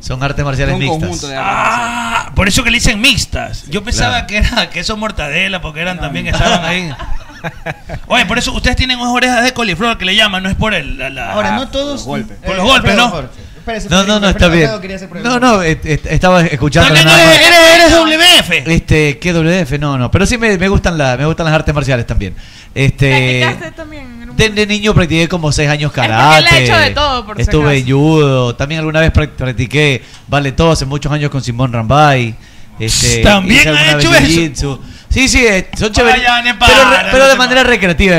Son artes marciales
Un
mixtas.
conjunto de artes
Ah, por eso que le dicen mixtas. Yo pensaba
claro.
que era queso mortadela porque eran también estaban ahí. Oye, por eso ustedes tienen unas orejas de coliflor que le llaman, no es por el la- la-
Ahora,
Ah,
no todos.
Por
Eh,
los golpes, ¿no?
No, no, no, está bien. No, no, eh, eh, estaba escuchando.
También
nada
eres,
más.
eres, eres WF.
Este, ¿qué WF? No, no. Pero sí me, me gustan la, me gustan las artes marciales también. Este. De, de niño practiqué como seis años
porque él
karate.
ha hecho de todo, por si
Estuve
acaso.
en judo. También alguna vez prac- practiqué vale todo hace muchos años con Simón Rambay. Este,
También
hice
ha
alguna
hecho
vez
eso.
jiu-jitsu. Sí, sí, eh, son chéveres.
Vaya, Nepal,
Pero, re-
no
pero
te
de manera recreativa,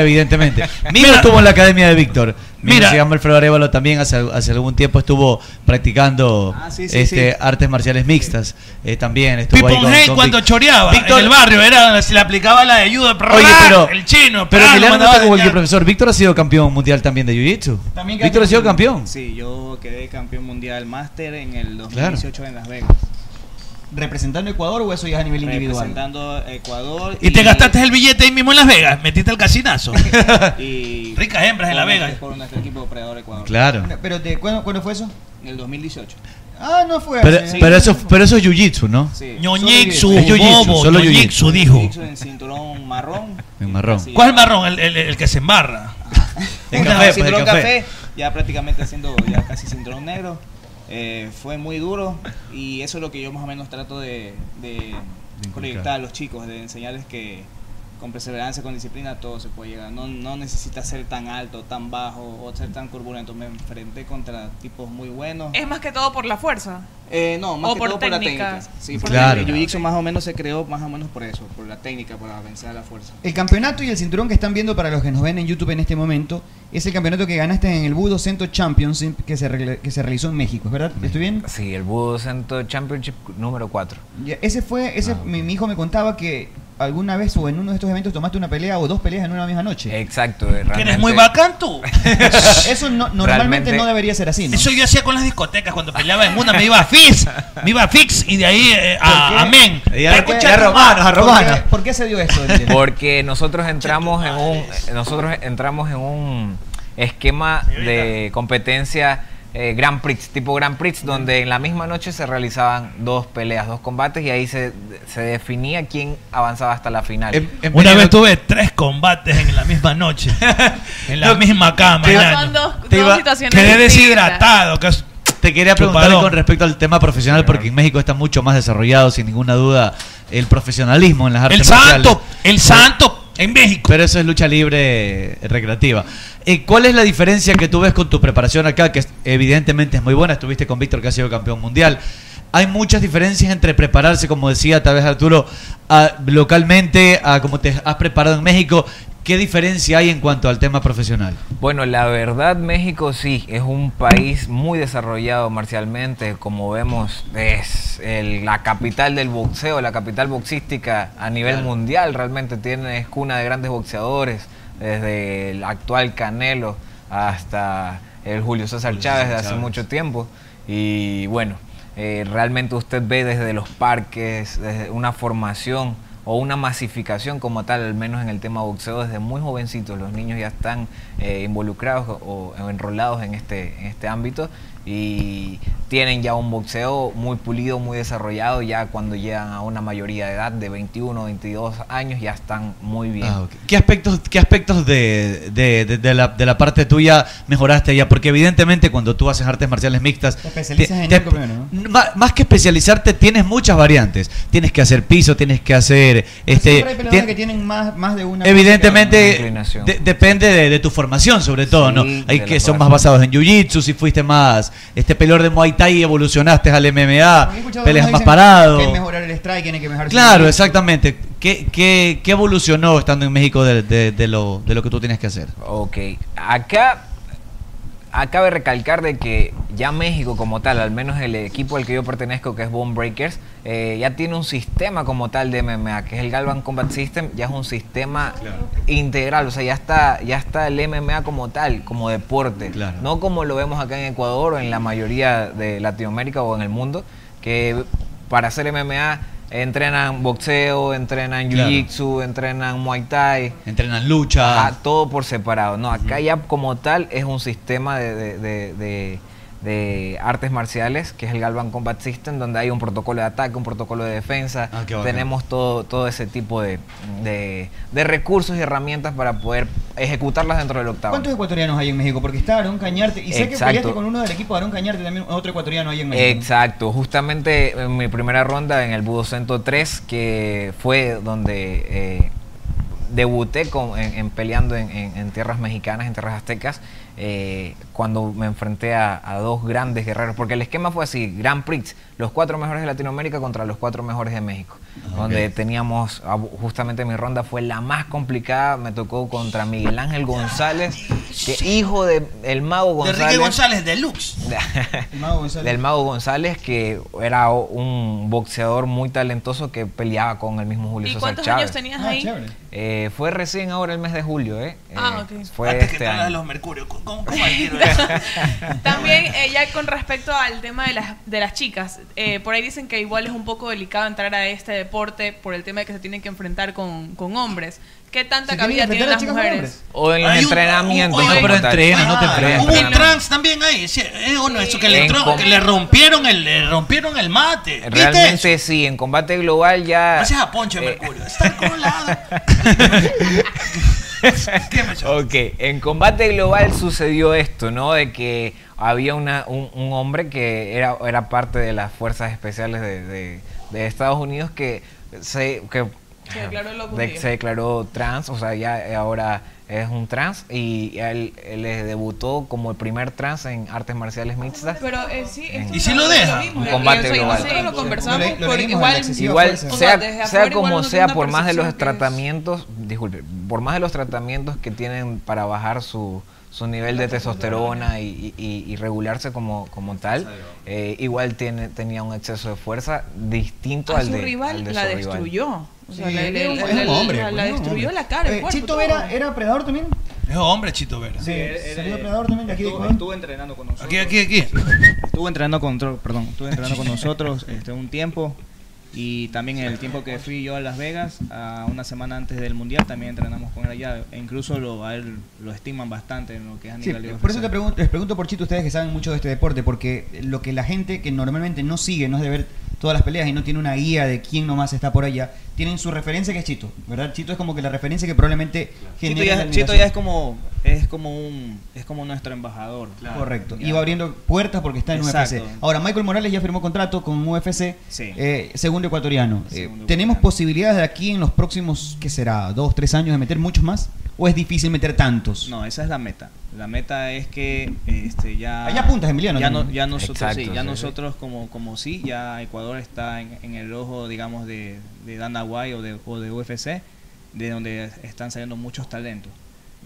evidentemente. Miro estuvo en la academia de Víctor. Mira, se llama Alfredo Arevalo también hace, hace algún tiempo estuvo practicando
sí, sí,
este,
sí.
artes marciales mixtas. Eh, también estuvo ahí
Pipon
con,
Hey
con
cuando
Vic-
choreaba
Víctor-
en el barrio, era, se le aplicaba la de ayuda,
Oye, pero-
el chino,
Pero
prá, lo
Milano no
mandaba
está Ah, como
a-
cualquier profesor. Víctor ha sido campeón mundial también de Jiu-Jitsu.
También queda
Víctor ha sido campeón.
Sí, yo quedé campeón mundial máster en el
Claro.
2018 en Las Vegas.
¿Representando Ecuador o eso ya es a nivel individual?
Representando a Ecuador.
Y te gastaste el billete ahí mismo en Las Vegas, metiste el casinazo.
y-
Ricas hembras en Las
por-
Vegas.
Por nuestro equipo depredador Ecuador.
Claro.
Pero te, ¿cuándo, fue eso? En el 2018. Ah, no fue.
Pero, pero eso, pero eso es Jiu-Jitsu, ¿no?
Sí.
Ñoñixu,
Es jiu-jitsu,
bobo,
solo
Ñoñixu,
jiu-jitsu.
dijo.
En cinturón marrón.
En marrón.
¿Cuál marrón? El, el- el que se embarra.
En
pues,
Una-
cinturón café. ya prácticamente haciendo ya casi cinturón negro. Eh, fue muy duro y eso es lo que yo más o menos trato de, de proyectar a los chicos, de enseñarles que con perseverancia, con disciplina, todo se puede llegar. No, no necesitas ser tan alto, tan bajo o ser tan turbulento. Me enfrenté contra tipos muy buenos.
Es más que todo por la fuerza.
Eh, no, más
o
que
por
todo
técnica.
por la técnica. Sí, porque
Claro.
el jiu-jitsu más o menos se creó más o menos por eso, por la técnica, por vencer a la fuerza.
El campeonato y el cinturón que están viendo para los que nos ven en YouTube en este momento es el campeonato que ganaste en el Budo Center Championship que se, regle- que se realizó en México, ¿es verdad? ¿Estoy bien?
sí, el Budo Center Championship número 4.
Ya, Ese fue, ese, mi, mi hijo me contaba que alguna vez o en uno de estos eventos tomaste una pelea o dos peleas en una misma noche.
Exacto.
eres muy bacán tú.
Eso no- normalmente
Realmente-
no debería ser así, ¿no?
Eso yo hacía con las discotecas cuando peleaba en una, me iba a Fix, me iba a Fix y de ahí eh, a Amén. Escucha,
¿Por qué, por qué se dio esto?
Porque nosotros entramos en un eh, nosotros entramos en un esquema de competencia eh, Grand Prix, tipo Grand Prix, donde en la misma noche se realizaban dos peleas, dos combates y ahí se, se definía quién avanzaba hasta la final.
Una vez tuve tres combates en la misma noche, en la misma cama.
Pero
ñaño.
son dos- Te dos iba- situaciones
Quedé
distintas.
deshidratado. que es-
Te quería preguntar
Chupadón.
con respecto al tema profesional, porque en México está mucho más desarrollado, sin ninguna duda, el profesionalismo en las artes
El
marciales.
santo, el santo en México.
Pero eso es lucha libre eh, recreativa. Eh, ¿Cuál es la diferencia que tú ves con tu preparación acá, que es- evidentemente es muy buena? Estuviste con Víctor, que ha sido campeón mundial. Hay muchas diferencias entre prepararse, como decía tal vez Arturo, a- localmente, a como te has preparado en México. ¿Qué diferencia hay en cuanto al tema profesional?
Bueno, la verdad México sí es un país muy desarrollado marcialmente, como vemos es el- la capital del boxeo, la capital boxística a nivel
Claro.
mundial, realmente tiene es cuna de grandes boxeadores, desde el actual Canelo hasta el Julio César Chávez de hace
Chávez.
mucho tiempo y bueno, eh, realmente usted ve desde los parques, desde una formación o una masificación como tal, al menos en el tema boxeo, desde muy jovencitos los niños ya están eh, involucrados o, o enrolados en este, en este ámbito y tienen ya un boxeo muy pulido, muy desarrollado, ya cuando llegan a una mayoría de edad de 21, 22 años ya están muy bien.
Ah, ok. ¿Qué aspectos, qué aspectos de, de- de- de la, de la parte tuya mejoraste allá? Porque evidentemente cuando tú haces artes marciales mixtas... Te
especializas en algo primero, ¿no?
ma- Más, que especializarte, tienes muchas variantes. Tienes que hacer piso, tienes que hacer... Este,
Siempre hay peleadores
tien-
que tienen más, más de una...
evidentemente de- depende de, de tu formación sobre todo, ¿no? Hay
de
que
la
son
formación.
más basados en jiu-jitsu, si fuiste más este peleador de Muay Thai y evolucionaste al MMA,
He escuchado
peleas
algunos
más
dicen
parado.
Que hay que mejorar el strike, hay que mejorar...
Claro,
exacto.
exactamente. ¿Qué, qué, qué evolucionó estando en México de, de- de lo, de lo que tú tienes que hacer?
Ok. Acá acabe recalcar de que ya México como tal, al menos el equipo al que yo pertenezco, que es Bone Breakers, eh, ya tiene un sistema como tal de MMA, que es el Galvan Combat System, ya es un sistema integral, o sea, ya está, ya está el MMA como tal, como deporte, no como lo vemos acá en Ecuador o en la mayoría de Latinoamérica o en el mundo, que para hacer MMA entrenan boxeo, entrenan
Claro.
jiu-jitsu, entrenan muay thai,
Entrenan lucha.
Ajá, todo por separado. No, acá ya como tal es un sistema de, de- de- de- de artes marciales, que es el Galvan Combat System, donde hay un protocolo de ataque, un protocolo de defensa.
Ah, qué bacán.
Tenemos todo, todo ese tipo de, de- de recursos y herramientas para poder ejecutarlas dentro del octavo.
¿Cuántos ecuatorianos hay en México? Porque está Aarón Cañarte. Y sé que
Exacto.
peleaste con uno del equipo de Aarón Cañarte, también otro ecuatoriano ahí en México.
Exacto, justamente en mi primera ronda en el Budo Centro 3, que fue donde eh, debuté con- en, en peleando en, en- en tierras mexicanas, en tierras aztecas, eh, cuando me enfrenté a, a dos grandes guerreros, porque el esquema fue así, Grand Prix, los cuatro mejores de Latinoamérica contra los cuatro mejores de México,
ok.
donde teníamos, ah, bu- justamente mi ronda fue la más complicada, me tocó contra Miguel Ángel González, que hijo del mago
De
González.
Enrique González
Deluxe.
González.
Del Mago González, que era o- un boxeador muy talentoso que peleaba con el mismo Julio
¿Y
César
cuántos
Chávez.
años tenías ahí?
Eh, fue recién ahora el mes de julio, ¿eh?
Ah,
Eh,
ok.
Fue
Antes que
este
te hablas de
año.
los mercurios.
También, eh, ya con respecto al tema de las, de las chicas, eh, por ahí dicen que igual es un poco delicado entrar a este deporte por el tema de que se tienen que enfrentar con, con hombres. ¿Qué tanta cabida
tienen que
tienen las
enfrentar a
mujeres?
O en los
Hay un-
entrenamientos.
un- oye,
como
pero
tal.
entrena, no te
Ah,
enfrentas.
hubo un
Entrena.
trans-
Trans también ahí, sí,
eh,
es uno eso que
En
le, tron-
com-
que le rompieron el, le rompieron el mate. ¿Viste eso?
Realmente eh, sí, en combate global ya.
Gracias a Poncho de Mercurio. Está colado.
Ok, en combate global sucedió esto, ¿no? De que había una- un, un hombre que era, era parte de las fuerzas especiales de, de- de Estados Unidos que se, que
Se declaró loco un
de-
día.
se declaró trans, o sea, ya eh, ahora es un trans y él, él le debutó como el primer trans en artes marciales mixtas.
Pero eh, sí, es
¿Y si lo deja? Un combate
combate
global.
Nosotros lo conversamos
Lo- lo
porque
leímos en la
igual,
excesiva
Igual,
fuerza.
sea,
desde
sea
afuera igual
como
uno
sea,
tiene una
por más de los
percepción que es-
tratamientos, disculpe, por más de los tratamientos que tienen para bajar su, su nivel de testosterona y, y- y regularse como, como tal, eh, igual tiene, tenía un exceso de fuerza distinto
a
al
su
de, al
rival
de
la
su rival.
destruyó. O sea,
Sí,
la-
es un-
la-
es un
la-
hombre,
la-
pues,
la
es un
destruvera
hombre.
la cara, el
Eh,
cuerpo,
¿Chito
todo.
Vera era predador también?
Es hombre, Chito Vera.
Sí, salió predador también de aquí de
estuvo,
Ecuador.
estuvo entrenando con nosotros.
Aquí, aquí, aquí.
Estuvo entrenando con, tro- perdón, estuvo entrenando con nosotros este, un tiempo y también en el tiempo que fui yo a Las Vegas, a una semana antes del mundial, también entrenamos con él allá. E incluso lo, a él lo estiman bastante en lo que es a
Sí,
nivel de
por eso
UFC.
te pregunto, les pregunto por Chito, ustedes que saben mucho de este deporte, porque lo que la gente que normalmente no sigue, no es de ver todas las peleas y no tiene una guía de quién nomás está por allá, tienen su referencia que es Chito, ¿verdad? Chito es como que la referencia que probablemente
Chito
genera...
ya,
esa
Chito
admiración.
ya es como es como un es como nuestro embajador.
Correcto.
Ya.
Iba abriendo puertas porque está en
Exacto.
UFC. Ahora, Michael Morales ya firmó contrato con UFC,
Sí.
eh, segundo ecuatoriano. Eh, ¿Tenemos posibilidades de aquí en los próximos, qué será, dos, tres años de meter muchos más? ¿O es difícil meter tantos?
No, esa es la meta. La meta es que este, ya.
Allá apuntas, Emiliano,
Ya,
también.
no- ya nosotros,
Exacto,
sí, ya
sí,
nosotros Como, como sí, ya Ecuador está en, en el ojo, digamos, de, de Dana White o de, o de UFC, de donde están saliendo muchos talentos.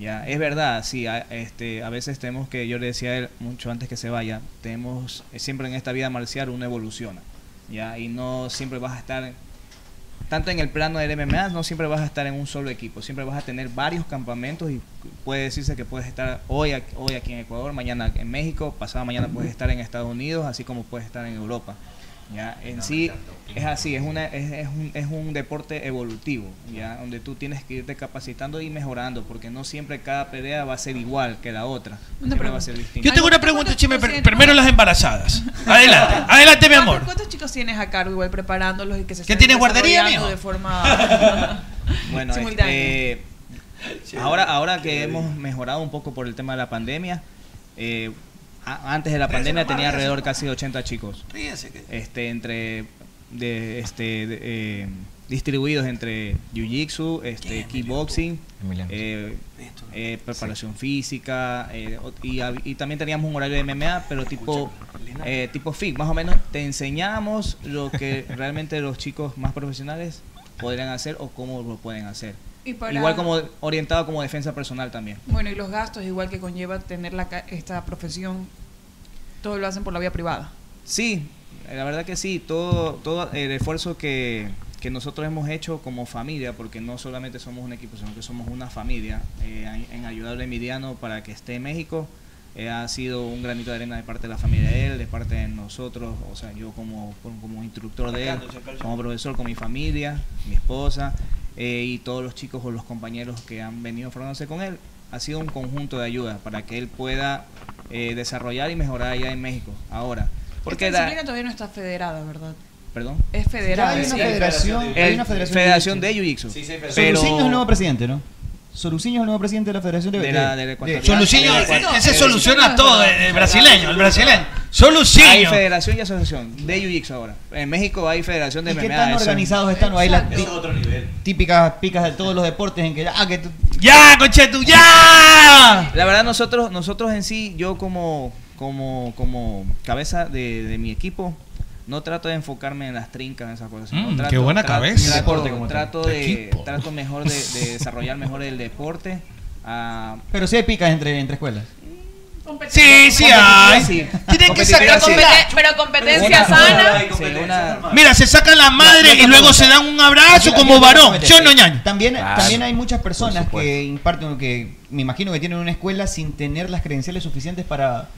Ya, es verdad, sí, a, este, a veces tenemos que, yo le decía a él mucho antes que se vaya, tenemos, eh, siempre en esta vida marcial uno evoluciona, ya, y no siempre vas a estar tanto en el plano del MMA, no siempre vas a estar en un solo equipo, siempre vas a tener varios campamentos y puede decirse que puedes estar hoy, ac- hoy aquí en Ecuador, mañana en México, pasado mañana puedes estar en Estados Unidos, así como puedes estar en Europa. ¿ya? En sí es así, es, una, es, es un, es un deporte evolutivo, ¿ya? donde tú tienes que irte capacitando y mejorando, porque no siempre cada pelea va a ser igual que la otra, siempre va a ser distinta.
Yo tengo una pregunta, Chime. per- Primero las embarazadas. Adelante, adelante, mi amor.
¿Cuántos chicos tienes a cargo igual preparándolos y que se
¿Qué
están
tienes, guardería,
desarrollando
mijo?
de forma
Bueno,
simultánea?
este, ahora, ahora que hemos mejorado un poco por el tema de la pandemia, eh, a- antes de la
Ríase
pandemia
nomás,
tenía
ríase
alrededor
nomás.
casi 80 chicos.
Ríase que-
Este, entre de, este, de, eh, distribuidos entre jiu-jitsu, este, kickboxing,
Emiliano.
eh, eh, preparación física eh, o- y, hab- y también teníamos un horario de MMA, pero tipo eh, tipo fit, más o menos te enseñamos lo que realmente los chicos más profesionales podrían hacer o cómo lo pueden hacer.
Y para-
Igual como orientado como defensa personal también.
Bueno, y los gastos, igual que conlleva tener la ca- esta profesión, todo lo hacen por la vía privada.
Sí, eh, la verdad que sí, todo, todo el esfuerzo que, que nosotros hemos hecho como familia, porque no solamente somos un equipo, sino que somos una familia, eh, en, en ayudarle a Emiliano para que esté en México, eh, ha sido un granito de arena de parte de la familia de él, de parte de nosotros, o sea, yo como, como- como instructor de él, como profesor, con mi familia, mi esposa eh, y todos los chicos o los compañeros que han venido formándose con él, ha sido un conjunto de ayuda para que él pueda eh, desarrollar y mejorar allá en México. Ahora, porque
Esta
la-
disciplina todavía no está federada, ¿verdad?
Perdón.
Es federada.
Ya hay una
Sí,
federación.
federada.
Hay una federación de
Federación
de jiu-jitsu.
Sí, sí, hay federación.
Pero-
Soluciño es el nuevo presidente, ¿no? Soluciño es el nuevo presidente de la Federación de
De la- de la ecuatoriana.
Soluciño,
De la ecuatoriana.
ese soluciona todo, el brasileño, el brasileño. Soluciño.
Soluciño. Hay federación y asociación de Jiu-Jitsu ahora. En México hay federación de
¿Y
MMA.
qué tan
eso-
organizados están? ¿O hay las ti- típicas picas de todos los deportes en que ya, ah, que tú-
¡Ya, Conchetu,
Ah.
ya! La verdad, nosotros, nosotros en sí, yo como, como, como cabeza de, de mi equipo, no trato de enfocarme en las trincas, en esas cosas. sino
Mm,
trato-
qué buena
trato-
cabeza.
Trato,
Deporte como
trato
tal.
de,
Equipo.
trato mejor de, de desarrollar mejor el deporte. ah,
Pero sí hay picas entre, entre escuelas.
Sí, sí
Competitiva,
hay.
sí.
Tienen que
Competitiva,
sacar
sí.
Eh,
competen-
Pero competencia
Una-
sana.
Sí, una-
Mira, se sacan la madre y luego se dan un abrazo como varón. ¿Sí o no, ñaño?
También,
Claro.
también hay muchas personas que imparten, que me imagino que tienen una escuela sin tener las credenciales suficientes para...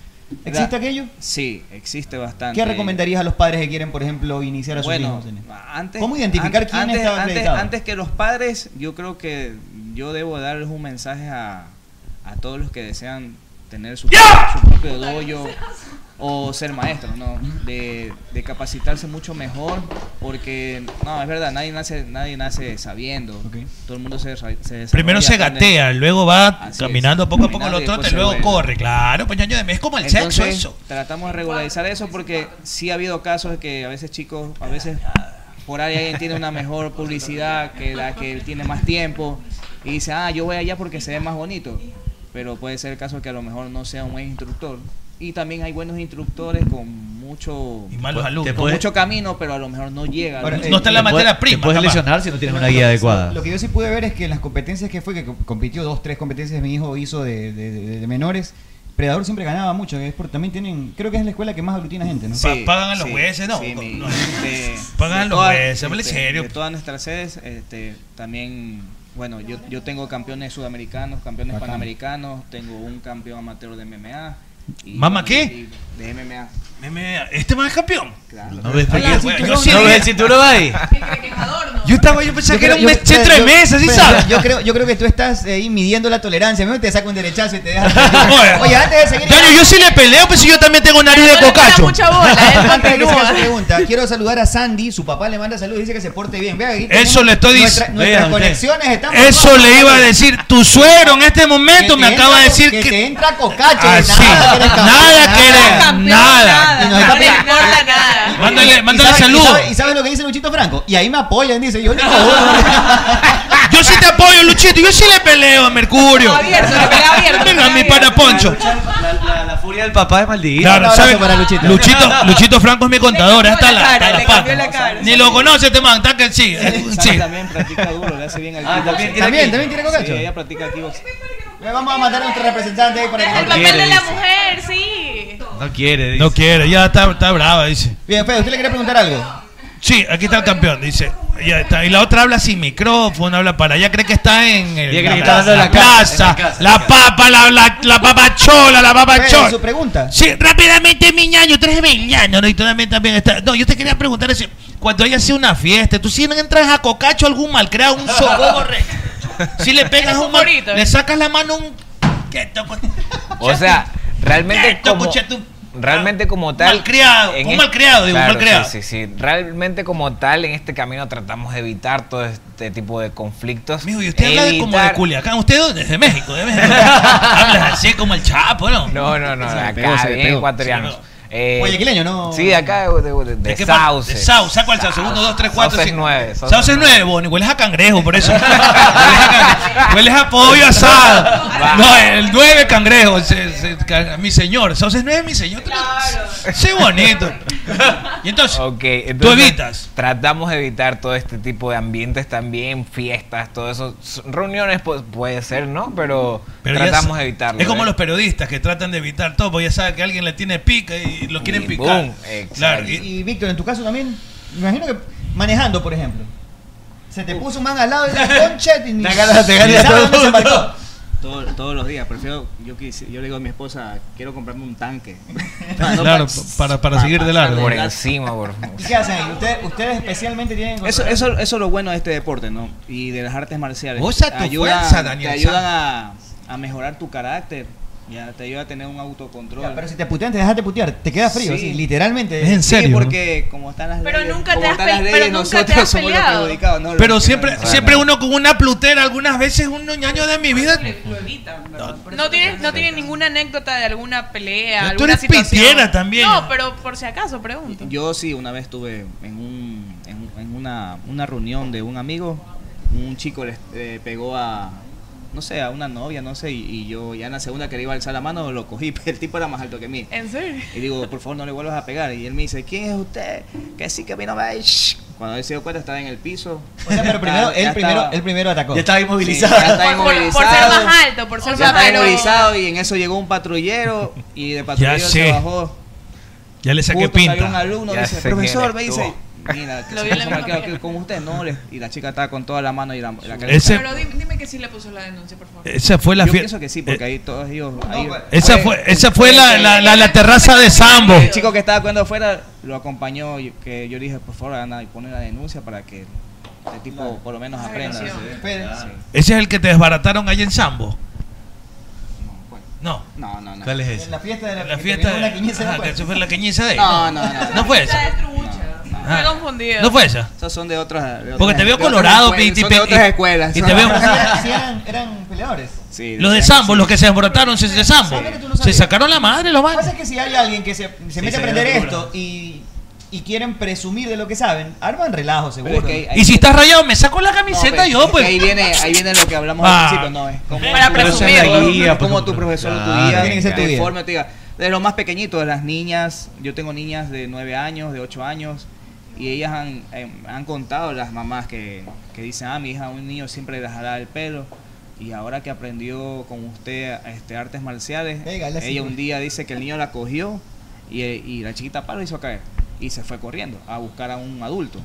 ¿Existe
Da-
aquello?
Sí, existe bastante.
¿Qué recomendarías a los padres que quieren, por ejemplo, iniciar a sus
Bueno,
hijos? en esto?
antes-
¿Cómo identificar
an-
quién
antes,
estaba
antes-
acreditado?
antes que los padres, yo creo que yo debo darles un mensaje a, a todos los que desean tener su, su propio dojo o ser maestros, ¿no? De, de capacitarse mucho mejor, porque, no, es verdad, nadie nace, nadie nace sabiendo. Todo el mundo se, desa- se desarrolla,
Primero se
aprende-
gatea, luego va
Así es.
caminando poco a poco,
Caminando
lo
y
trota y
después se
luego
vuelve.
corre. Claro, pues ñaño, es como el sexo
Entonces,
eso.
Tratamos de regularizar eso porque sí ha habido casos de que a veces chicos, a veces por ahí alguien tiene una mejor publicidad que la que él tiene más tiempo y dice, ah, yo voy allá porque se ve más bonito. Pero puede ser el caso que a lo mejor no sea un buen instructor. Y también hay buenos instructores con mucho,
malos
con
alumnos. Te puede-
mucho camino, pero a lo mejor no llega.
Ahora,
Mucho-
eh, te puede- Te puedes lesionar si no tienes una guía adecuada.
Lo que yo sí pude ver es que en las competencias que fue, que co- compitió dos, tres competencias, mi hijo hizo de, de- de- de menores, Predador siempre ganaba mucho, que es por- también tienen, creo que es la escuela que más aglutina gente, ¿no?
Pa- pagan a los jueces, no. no, pagan a los jueces, hable
este,
serio.
De todas nuestras sedes, este, también, bueno, yo, yo tengo campeones sudamericanos, campeones
Bacán.
panamericanos, tengo un campeón amateur de MMA. y-
¿Mama qué?
y De MMA.
¿Este más es campeón?
Claro.
No ves,
Hola,
güey,
cinturón.
yo sí
¿No ves
vi-
el cinturón ahí?
Yo estaba, yo pensaba
Yo
que
creo-
era un
yo-
mes- centro de
yo-
mesa, ¿sí
pero
sabes?
Yo creo, yo creo que tú estás ahí midiendo la tolerancia. Mismo te saca un derechazo y te deja.
Oye.
Oye, antes de seguir.
Ñaño, yo sí le peleo, pues si yo también tengo nariz de cocacho.
¿eh?
eh,
Antes de que siga su pregunta, quiero saludar a Sandy. Su papá le manda saludos. Dice que se porte bien. Vea, aquí
Eso
tenemos
le estoy
nuestra-
diciendo.
Nuestras conexiones están. por
Eso
todos
le
lados.
iba a decir. Tu suero en este momento
Que
me
te
acaba de
entra-
decir
que.
que.
te entra cocacho.
Así. Nada que eres- nada.
Y nos está
Nada.
pegando-
Mándale,
Y
mándale
sabe- y
saludos.
sabe- Y sabes lo que dice Luchito Franco. Y ahí me apoyan. Dice, yo le
Yo sí te apoyo, Luchito. Yo sí le peleo a Mercurio.
Abierto, le pelea abierto, le
Venga, mi
pelea
pana Poncho.
La furia del papá es maldita.
Claro, ¿sabe?
Luchito.
Luchito, Luchito Franco es mi contador. Hasta la, hasta la pata.
la cara.
Ni lo conoce este man. Está que sí. sí.
También practica duro, le hace bien al
Ah,
kickboxing.
también tiene También, kick. también tiene cocacho.
Sí, ella practica kickboxing.
Le vamos a mandar a nuestro representante ahí para que
El papel de la mujer, sí.
No quiere, No quiere, ya está, está brava, dice.
Bien, Fede, ¿usted le quiere preguntar algo?
Sí, aquí está el campeón, dice. Ya está. Y la otra habla sin micrófono, habla para allá, cree que está en el-
Ya cree
la,
que está dando la casa,
plaza,
en la casa,
la papa, la, la, la papa chola, la papa
Fede,
chola.
su pregunta.
Sí, rápidamente, mi ñaño, tú eres miñaño, ¿no? Y tú también, también estás. No, yo te quería preguntar eso. Cuando haya sido una fiesta, tú si no entras a cocacho algún malcreado, un sobobo recho. Si le pegas un mal, le sacas la mano a un. ¿Qué toco?
O sea, realmente
Esto,
como,
escucha, tú-
realmente como tal...
Malcriado, un
es-
malcriado, digo, un
Claro,
malcriado.
Sí, sí, sí. Realmente como tal, en este camino tratamos de evitar todo este tipo de conflictos. Mijo, y
Usted habla de como de Culiacán. ¿Usted dónde? De México, de México. Hablas así como el Chapo, ¿no?
No, no, no,
Se le
acá
pegó, se le
bien
pegó.
ecuatorianos. Eh,
Guayaquileño, ¿no?
Sí, de acá, de, de, de,
¿De qué par-
Sauce.
de Sauce, ¿sabes cuál Sauce? Uno, dos, tres, cuatro,
Sauce es
cinco.
nueve.
Sauce es nuevo, ni hueles a cangrejo, por eso. hueles, a can- hueles a pollo asado. No, el nueve cangrejo. se- se- ca- mi señor, Sauce es nueve, mi señor. Tú no- Sí, bonito. Y entonces, tú evitas.
Tratamos de evitar todo este tipo de ambientes también, fiestas, todo eso. S- Reuniones pues, puede ser, ¿no? Pero,
Pero ya
tratamos
sa-
de evitarlo.
Es como
¿eh?
los periodistas que tratan de evitar todo, porque ya saben que alguien le tiene pica y lo quieren picar.
boom, exacto.
Claro, y-
Y Víctor, en tu caso también, me imagino que manejando, por ejemplo. Se te puso un man al lado de la concha y ni-
Te agarras- te agarras
ni sabes
todo.
dónde se embarcó.
Todo- todos los días, prefiero, yo, quisi- yo le digo a mi esposa, quiero comprarme un tanque. Ah,
Claro, para- para seguir de largo. Por
encima, por
pues. ¿Y qué hacen ahí? Ustedes, ustedes especialmente tienen...
Eso, eso, eso es lo bueno de este deporte, ¿no? Y de las artes marciales.
Usa tu
Te
fuerza, Daniel
Te ayudan a, a mejorar tu carácter, ya te ayuda a tener un autocontrol.
Ya, pero si te putean, te dejaste putear. Te queda frío,
Sí.
así, literalmente.
Sí, porque como están las
Pero
leyes-
nunca te
como
has
están
pe-
las
pero
leyes,
nunca te
nosotros
has
somos los
peleado.
perjudicados, ¿no?
Pero
Los que
siempre,
no.
siempre uno con una plutera, algunas veces un ñaño de mi vida.
No tienes, no tienes ninguna anécdota de alguna pelea,
Pero tú
alguna
eres
situación.
pitiera también.
No, pero por si acaso pregunto.
Yo sí, una vez estuve en, un, en, un- en una, una reunión de un amigo, un chico le eh, pegó a, no sé, a una novia, no sé, y, y yo ya en la segunda que le iba a alzar la mano lo cogí, pero el tipo era más alto que mí.
¿En serio?
Y digo, por favor no le vuelvas a pegar. Y él me dice, ¿quién es usted? Que sí, que a mí no me... Shh. Cuando él se dio cuenta estaba en el piso.
pero primero, él, primero, él primero atacó. Ya estaba
inmovilizado. ya estaba
Por- por- por
inmovilizado.
ser más alto, por ser
Ya
más
estaba
alto.
inmovilizado y en eso llegó un patrullero y de patrullero
sé.
se bajó.
Ya le saqué
Justo salió
pinta.
un alumno
Ya
dice,
sé quién
profesor,
eres
me
tú".
dice, mira,
Lo
lo
vi
vi
en la misma
que con usted, no, le- y la chica estaba con toda la mano y la, la cara.
Ese-
Pero dime, dime que sí le puso la denuncia, por favor.
Esa fue la
Yo
fie- eh,
pienso que sí, porque ahí todos ellos. ahí-
Esa fue, esa fue la, la, la- la terraza de Sambo.
El chico que estaba cuando afuera lo acompañó, y que yo le dije, por favor, anda y pone la denuncia para que este tipo por lo menos aprenda. Sí.
Ese es el que te desbarataron allá en Sambo. No.
No, no, no.
¿Cuál es ese?
En la fiesta
de la-
la
que
fiesta
terminó
de-
la quince
Ajá,
después.
que eso fue la quince de ahí.
No, no, no.
No fue
Esa
esa.
es
Ah.
Estoy confundido.
No fue esa.
Esos son de otras. de
Porque
otras-
te veo
de otras
colorado,
escuelas,
Piti,
son de
pe-
otras
y-
escuelas.
y te veo-
Sí, eran, eran peleadores.
Sí,
Los de
decían-
Sambo, los que se desbarataron se- de Sambo. Se sacaron la madre, los
Lo
más.
que pasa es que si hay alguien que se, se mete a aprender
señora.
esto y, y quieren presumir de lo que saben, arman relajo seguro.
Pero es que hay-
Y si estás rayado, me saco la
No,
camiseta
pues,
yo,
es que
pues.
Ahí viene, ahí viene lo que hablamos
Ah.
al principio, ¿no? Es como
Para
tu
presumir.
profesor,
Pero es la guía,
es como
pues,
tu profesor,
claro.
tu guía,
Tiene que ser tu
te
guía.
informa, te diga. De los más pequeñitos, de las niñas, yo tengo niñas de 9 años, de 8 años, y ellas han, em, han contado, las mamás que, que dicen, ah, mi hija, un niño siempre le jalaba el pelo. Y ahora que aprendió con usted este, artes marciales,
Pégale así, pues".
ella un
güey.
día dice que el niño la cogió y, eh, y la chiquita palo hizo caer. Y se fue corriendo a buscar a un adulto.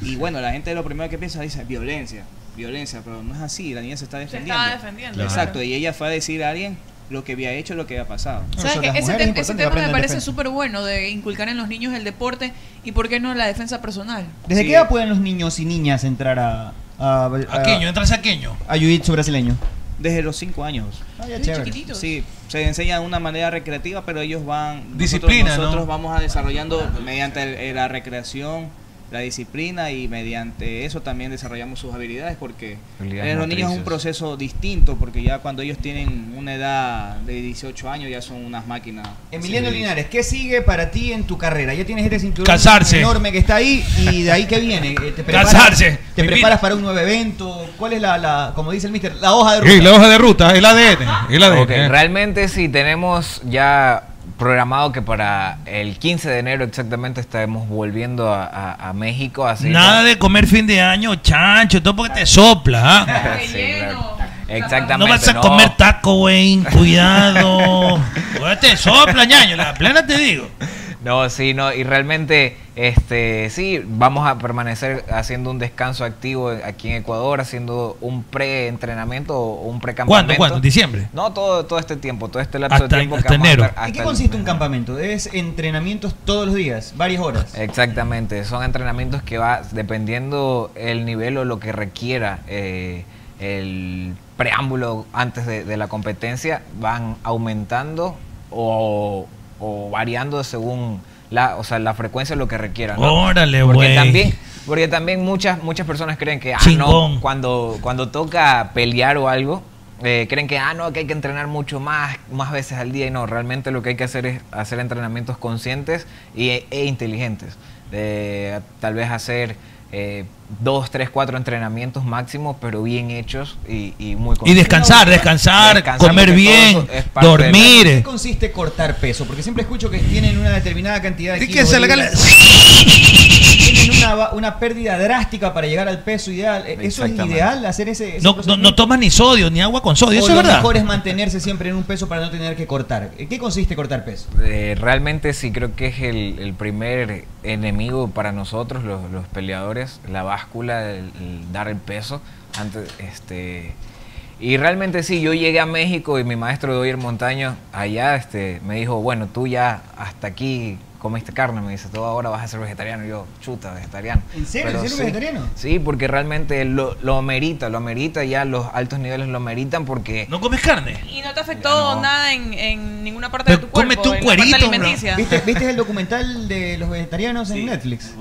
Y bueno, la gente lo primero que piensa dice violencia, violencia, pero no es así, la niña se está defendiendo.
estaba defendiendo. Claro.
Exacto, y ella fue a decir a alguien lo que había hecho, lo que había pasado.
¿Sabes qué? Ese, tem- ese tema me parece súper bueno de inculcar en los niños el deporte y por qué no la defensa personal.
¿Desde qué edad pueden los niños y niñas entrar a... A, a,
Aqueño, entras aqueño.
a jiu-jitsu brasileño.
Desde los 5 años.
Ah, ya, chévere.
chiquititos.
Sí, se enseña de una manera recreativa, pero ellos van... nosotros-
Disciplina, ¿no?
Nosotros, vamos a desarrollando mediante el- eh, la recreación, la disciplina y mediante eso también desarrollamos sus habilidades porque
Habilidades
en los niños es
motrices.
un proceso distinto porque ya cuando ellos tienen una edad de 18 años ya son unas máquinas.
Emiliano
Sí.
Linares, ¿qué sigue para ti en tu carrera? Ya tienes este cinturón
Casarse.
enorme que está ahí y de ahí que viene. Eh, Te preparas,
Casarse.
Te
Mi
preparas
vida.
para un nuevo evento. ¿Cuál es la, la- como dice el mister, la hoja de ruta?
Sí, la hoja de ruta, el ADN. El ADN.
Ok, realmente sí, tenemos ya programado que para el 15 de enero exactamente estaremos volviendo a, a- a México. Así
Nada de comer fin de año, chancho, todo porque te sopla. ¿ah?
Sí, claro. Exactamente.
No vas a comer taco, güey. Cuidado. Ahora te sopla, ñaño. La plena te digo.
No, sí, no, y realmente, este, sí, vamos a permanecer haciendo un descanso activo aquí en Ecuador, haciendo un pre-entrenamiento o
¿Cuándo?
un pre-campamento.
¿Cuándo? ¿En diciembre?
No, todo, todo este tiempo, todo este lapso
Hasta-
de tiempo
hasta
vamos a
enero.
estar-
¿En qué
hasta el-
consiste un campamento? Es entrenamientos todos los días, varias horas.
Exactamente, son entrenamientos que va dependiendo el nivel o lo que requiera eh, el preámbulo antes de, de la competencia, van aumentando o, o variando según la, o sea, la frecuencia lo que requiera. ¿no?
Órale,
Porque
güey.
también porque también muchas muchas personas creen que ah,
Chingón.
no, cuando cuando toca pelear o algo eh, creen que, ah, no, que hay que entrenar mucho más, más veces al día. Y no, realmente lo que hay que hacer es hacer entrenamientos conscientes y, e, e inteligentes. Eh, tal vez hacer eh, dos, tres, cuatro entrenamientos máximos, pero bien hechos y, y muy
Y descansar, descansar, comer
porque
bien,
todo eso es parte de la-
dormir.
¿En qué consiste cortar peso? Porque siempre escucho que tienen una determinada cantidad de
Y que se le
libres. Tienen una, ba- una pérdida drástica para llegar al peso ideal. Eh, ¿Eso es
Exactamente.
ideal? ¿Hacer ese, ese
No, no, no tomas ni sodio, ni agua con sodio,
o
eso es
lo
verdad.
mejor es mantenerse siempre en un peso para no tener que cortar. ¿En qué consiste cortar peso?
Eh, realmente sí creo que es el, el primer enemigo para nosotros, los, los peleadores, la báscula, el, el dar el peso. Antes, este, y realmente sí, yo llegué a México y mi maestro Doyer Montaño allá este, me dijo, bueno, tú ya hasta aquí comiste carne, me dice, tú ahora vas a ser vegetariano. Y yo, chuta, vegetariano.
¿En serio?
Pero
¿En serio vegetariano?
Sí, porque realmente lo, lo amerita, lo amerita, ya los altos niveles lo ameritan porque...
¿No comes carne?
Y no te afectó nada en, en ninguna parte de tu cuerpo.
Cómete
en la parte alimenticia.
¿Viste, viste el documental de los vegetarianos en Netflix?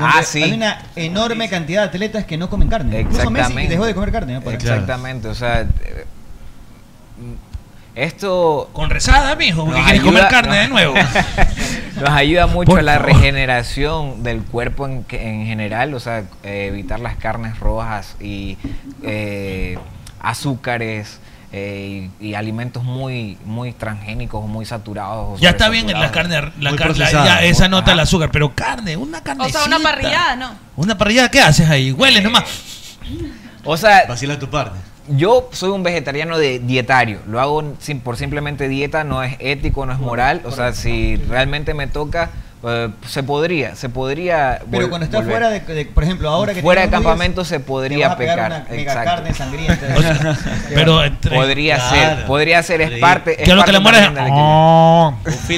Ah,
ah,
sí.
sí. Hay una enorme cantidad de atletas que no comen carne. Incluso Messi
Exactamente. Eh,
dejó de comer carne. ¿no? Por ejemplo.
Exactamente, o sea, eh, esto...
Con rezada, mijo, porque quieres comer carne de nuevo.
nos ayuda mucho
Por
a la
favor.
regeneración del cuerpo en, que- en general, o sea, eh, evitar las carnes rojas y eh, azúcares. eh, y, y alimentos muy muy transgénicos o muy saturados o
Ya está bien en la
sobresaturados.
carne, la carne, la- ya, esa nota el azúcar, pero carne, una
O sea, una parrillada, ¿no?
una parrilla, ¿qué haces ahí? Hueles nomás.
Eh, O sea,
Vacila tu parte.
yo soy un vegetariano de dietario. Lo hago sin- por simplemente dieta, no es ético, no es moral. O sea, si realmente me toca, eh, se podría, se podría.
Pero
vol-
cuando estás
volver.
fuera de, de- Por ejemplo, ahora que.
Fuera de
tenemos días,
campamento se podría
te vas a pegar
pecar,
Una mega
exacto.
carne sangrienta.
Pero entre-
podría
claro.
ser, podría ser, es
Pero y-
parte. es
que a lo
parte
que le mueres-
también de la
Oh.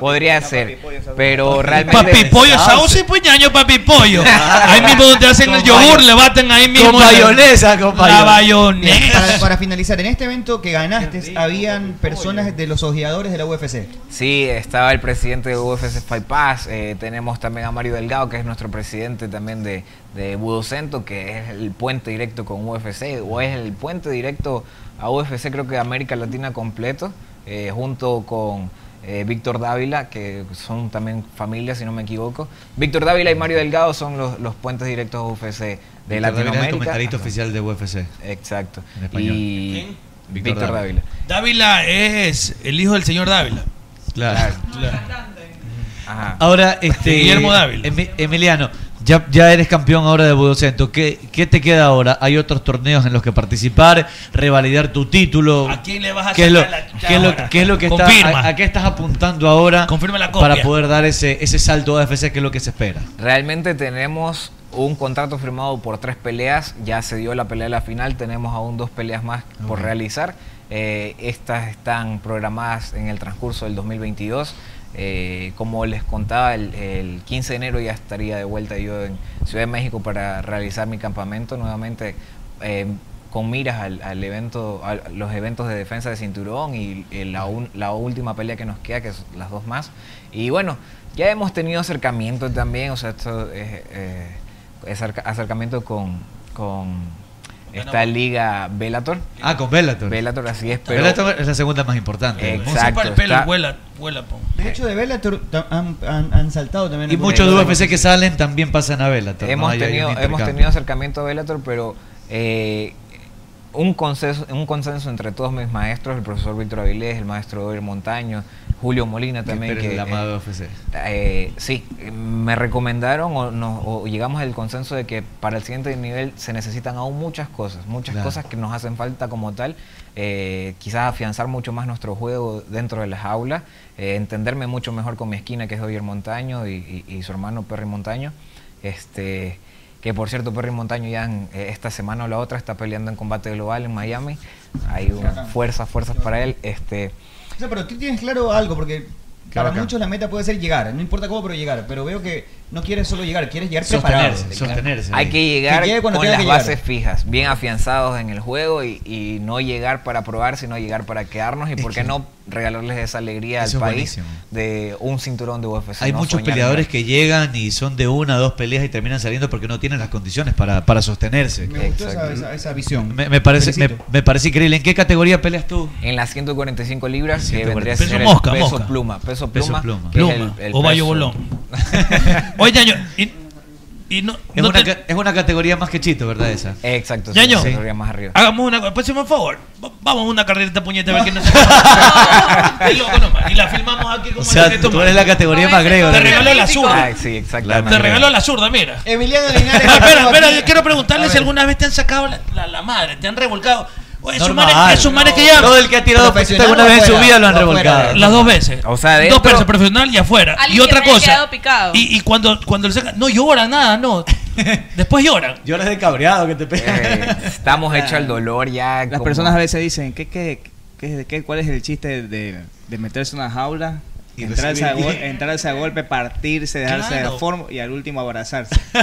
Podría ser, pero realmente.
Papi pollo, sauce y puñaño, papi pollo. Ahí mismo donde hacen el yogur, le baten ahí mismo. la- La
Mira, Para,
bayonesa.
para finalizar, en este evento que ganaste, habían personas de los ojeadores de la UFC.
Sí, estaba el presidente de UFC Fight Pass. eh, tenemos también a Mario Delgado, que es nuestro presidente también de, de Budocento, que es el puente directo con UFC, o es el puente directo a UFC, creo que América Latina completo, eh, junto con eh, Víctor Dávila, que son también familia, si no me equivoco. Víctor Dávila y Mario Delgado son los, los puentes directos a UFC de
el
Latinoamérica.
comentarista oficial de UFC.
Exacto.
En español.
Y
¿Quién?
Víctor
Víctor
Dávila.
Dávila.
Dávila es el hijo del señor Dávila.
Claro.
Ajá.
Ahora, este,
Guillermo Dávila.
Em- Emiliano, ya, ya eres campeón ahora de Budocento. ¿Qué, ¿Qué te queda ahora? ¿Hay otros torneos en los que participar? ¿Revalidar tu título? ¿A
quién le vas a
¿Qué es lo,
sacar la
qué es lo,
chava?
qué es lo que está,
Confirma.
a, a qué estás apuntando ahora
la copia.
para poder dar ese, ese salto a AFC que es lo que se espera?
Realmente tenemos un contrato firmado por tres peleas, ya se dio la pelea de la final, tenemos aún dos peleas más por
Ok.
realizar. Eh, estas están programadas en el transcurso del 2022. Eh, como les contaba, el, el 15 de enero ya estaría de vuelta yo en Ciudad de México para realizar mi campamento nuevamente. eh, con miras al, al evento, a los eventos de defensa de cinturón y, eh, la, un- la última pelea que nos queda, que son las dos más. Y bueno, ya hemos tenido acercamiento también, o sea, esto es, eh, es acerca- acercamiento con, con esta liga Velator.
pues, Ah, con Bellator.
Bellator, así es, pero...
Bellator es la segunda más importante.
Exacto.
Para el pelo,
está-
vuela, vuela, po.
De hecho, de Bellator ta- han, han- han saltado también.
Y muchos de UFC que salen también pasan a Bellator. ¿no?
Hemos,
Hay- hay un
tenido, hemos
intercambio.
tenido acercamiento a Velator, pero eh, un, consenso, un consenso entre todos mis maestros, el profesor Víctor Avilés, el maestro Dover Montaño, Julio Molina también.
Pero
que
el amado de
eh,
UFC.
eh, sí, eh, me recomendaron o, nos- o llegamos al consenso de que para el siguiente nivel se necesitan aún muchas cosas, muchas
Claro.
cosas que nos hacen falta como tal. eh, quizás afianzar mucho más nuestro juego dentro de las aulas, eh, entenderme mucho mejor con mi esquina que es Doyer Montaño y, y- y su hermano Perry Montaño. Este, que por cierto, Perry Montaño ya en, eh, esta semana o la otra está peleando en combate global en Miami. Hay una- fuerzas, fuerzas para él. Este,
O sea, pero tú tienes claro algo, porque para
bacán.
muchos la meta puede ser llegar. No importa cómo, pero llegar. Pero veo que no quieres solo llegar, quieres llegar preparado.
Sostenerse, sostenerse.
Hay que llegar
Que llegue
con
cuando tenga
las
que
bases
llegar.
fijas, bien afianzados en el juego y, y no llegar para probar, sino llegar para quedarnos. ¿Y por qué no regalarles esa alegría
Eso
al
es
país
buenísimo.
de un cinturón de UFC.
Hay
no
muchos
soñar.
peleadores que llegan y son de una dos peleas y terminan saliendo porque no tienen las condiciones para, para sostenerse.
Me gustó esa, esa- esa visión.
Me, me parece, me,
Felicito.
me parece increíble. ¿En qué categoría peleas tú?
En las 145 libras, que
140.
vendría a
Peso
ser el
mosca,
peso
mosca.
pluma. Peso
Peso
pluma.
pluma.
que es
Pluma,
el- el
o
peso-
vallo bolón.
Oye, Ñaño, y, y no,
Es,
no
una,
te-
ca- es una categoría más que chito, ¿verdad? Esa.
Exacto.
Ñaño,
Sí.
hagamos una cosa. Pásame un favor. Va- Vamos a una carrerita puñeta a ver quién nos Qué loco nomás. Y la filmamos aquí como
O sea,
la que
tú
toma.
eres la categoría más grego.
Te regalo la zurda.
Ah, sí, exactamente.
Te regalo la zurda, mira.
Emiliano
Linares. espera, espera, yo quiero preguntarle si alguna vez te han sacado la, la- la madre, te han revolcado. Oye, esos
Normal.
manes esos manes que
No,
llaman.
todo el que ha tirado Profesional peseta alguna o vez en su afuera, vida lo han o afuera. revolcado.
Las dos veces.
O sea,
dos
dentro-
veces, profesional y afuera. Y
Alguien que
otra
me haya
cosa.
quedado picado.
Y, y cuando, cuando le sacan, no llora nada, no. Después lloran.
Lloras de cabreado que te
Eh, estamos hechos al dolor ya.
Las
como-
personas a veces dicen, ¿qué, qué, qué, qué- cuál es el chiste de, de meterse en una jaula?
Y
entrarse, a
recibir-
gol- entrarse a golpe, partirse, dejarse
Claro.
de forma y al último abrazarse. Eh,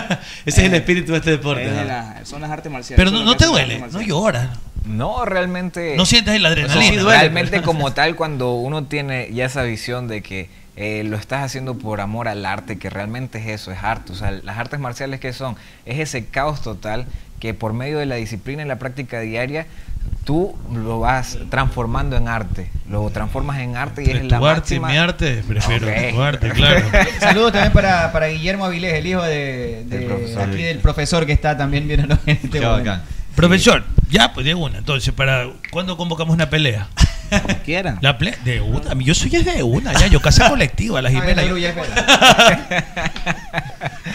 Ese es el espíritu de este deporte.
Es de
¿no?
la- son las artes marciales.
Pero
son
no, no
lo que
te
son las
duele,
artes
no
marciales.
lloras.
No, realmente.
No sientes la
O sea,
adrenalina. pues. Sí duele,
realmente,
pero-
como tal, cuando uno tiene ya esa visión de que eh, lo estás haciendo por amor al arte, que realmente es eso, es arte. O sea, las artes marciales que son, es ese caos total que por medio de la disciplina y la práctica diaria, tú lo vas transformando en arte. Lo transformas en arte y
Entre
es la
tu arte y
máxima-
mi arte, prefiero
Ok.
tu arte, claro.
Saludos también para, para Guillermo Avilés, el hijo de, de-
profesor.
aquí del profesor que está también este bien gente.
Qué bacán. Profesor, ya, pues de una. Entonces, para ¿cuándo convocamos una pelea?
Quieran.
La pelea de una. Yo soy es de una, ya. Yo casa colectiva, la Jimena. yo-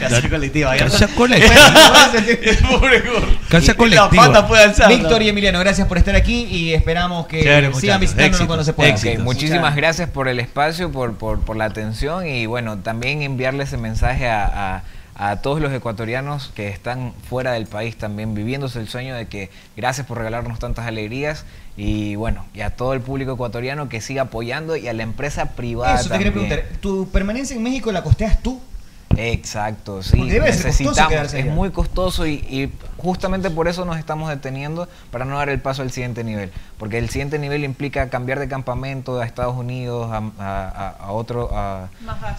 Casa colectiva.
Casa colectiva. Casa colectiva.
Víctor y Emiliano, gracias por estar aquí y esperamos que
Chévere,
sigan
muchachos.
visitándonos cuando se pueda.
Ok, muchísimas gracias por el espacio, por, por, por la atención y bueno, también enviarle ese mensaje a, a- a todos los ecuatorianos que están fuera del país también viviéndose el sueño de que gracias por regalarnos tantas alegrías y bueno, y a todo el público ecuatoriano que siga apoyando y a la empresa privada.
Eso te quería
también.
preguntar. ¿Tu permanencia en México la costeas tú?
Exacto, sí.
Porque debe ser costoso
necesitamos,
quedarse
es
allá.
muy costoso y, y justamente por eso nos estamos deteniendo para no dar el paso al siguiente nivel, porque el siguiente nivel implica cambiar de campamento a Estados Unidos, a, a- a- a otro, a,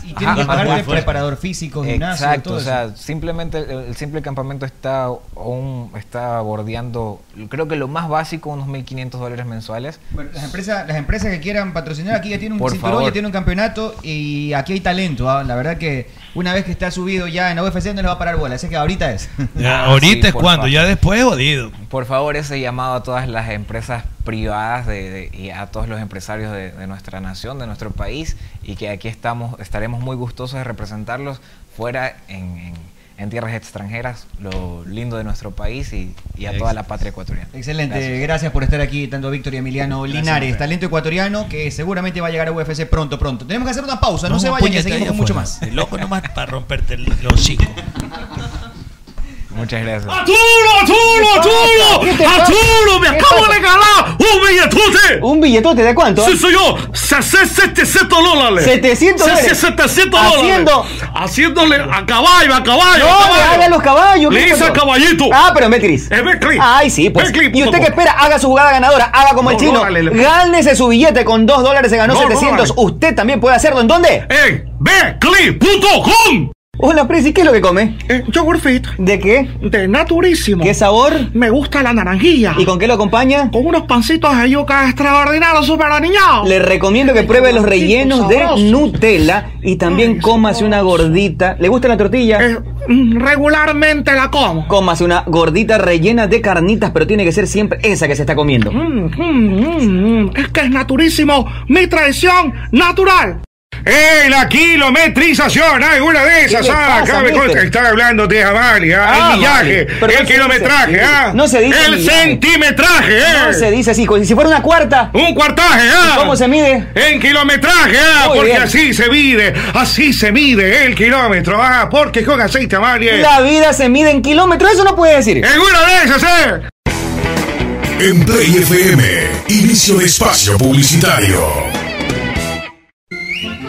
Y tienes que pagar de preparador físico, gimnasio,
Exacto,
todo
o
eso.
sea, simplemente el, el simple campamento está aún está bordeando, creo que lo más básico unos 1500 dólares mensuales.
Bueno, las empresas, las empresas que quieran patrocinar aquí ya tienen un
Por
cinturón,
favor.
ya tienen un campeonato y aquí hay talento. ah, La verdad que una vez que está subido ya en la UFC no les va a parar bola, así que ahorita es.
Ya, ahorita
Ah, Sí,
es
por
cuando,
favor.
ya después es jodido.
Por favor, ese llamado a todas las empresas privadas de- de- y a todos los empresarios de, de nuestra nación, de nuestro país, y que aquí estamos, estaremos muy gustosos de representarlos fuera en, en- en tierras extranjeras, lo lindo de nuestro país y, y a toda la patria ecuatoriana.
Excelente,
Gracias.
gracias. por estar aquí, tanto Víctor y Emiliano
Gracias,
Linares,
Fer.
talento ecuatoriano que seguramente va a llegar a UFC pronto, pronto. Tenemos que hacer una pausa, no, se vayan, que
puñeta,
seguimos
ya
con mucho
fue.
más.
De loco nomás para romperte el, el hocico.
Muchas gracias.
¡Arturo, Arturo, Arturo! ¡Arturo, me acabo de ganar un billetote!
¿Un billetote de cuánto?
Sí, señor, 700 dólares.
700 dólares.
Sí, sí, 700 dólares.
Haciendo-
Haciéndole a caballo, a caballo.
No,
a
me
caballo.
haga los caballos.
Le
¿qué
hice
pasó?
a caballito.
Ah, pero en Betcris.
Es Betcris.
Ay, sí, pues.
Betcris,
y usted
punto
que
com.
espera, haga su jugada ganadora, haga como el
No,
chino.
no, dale, le-
Gánese su billete con 2 dólares, se ganó
No, no,
700.
dale.
usted también puede hacerlo. ¿En dónde?
En betcris.com.
Hola, Prezi, ¿qué es lo que come?
Yogurt fit.
¿De qué?
Eh, De naturísimo.
¿Qué sabor?
Me gusta la naranjilla.
¿Y con qué lo acompaña?
Con unos pancitos de yuca extraordinarios, super aniñados.
Le recomiendo que pruebe los rellenos de Nutella y también cómase una gordita. ¿Le gusta la tortilla?
mm, Regularmente la como.
Cómase una gordita rellena de carnitas, pero tiene que ser siempre esa que se está comiendo.
Mm, mm, mm, es que es naturísimo, mi tradición natural.
¡Ey, la kilometrización! ¡Hay una de esas!
¿Qué le
¡Ah,
pasa,
acá me
mister?
consta que está hablando de Amalia!
Ah,
¡El millaje!
vale. Pero
¡El
no se
kilometraje!
dice-
¡Ah!
No se dice
¡El
millaje.
centimetraje! ¡Eh!
No se dice así, como si fuera una cuarta.
¡Un cuartaje! ¡Ah!
¿Cómo se mide?
En kilometraje, ah,
Muy
porque
bien.
así se mide, así se mide el kilómetro, ah, porque con aceite eh. amarillo.
La vida se mide en kilómetros, eso no puede decir.
En una de esas, eh.
En Play FM, inicio de espacio publicitario.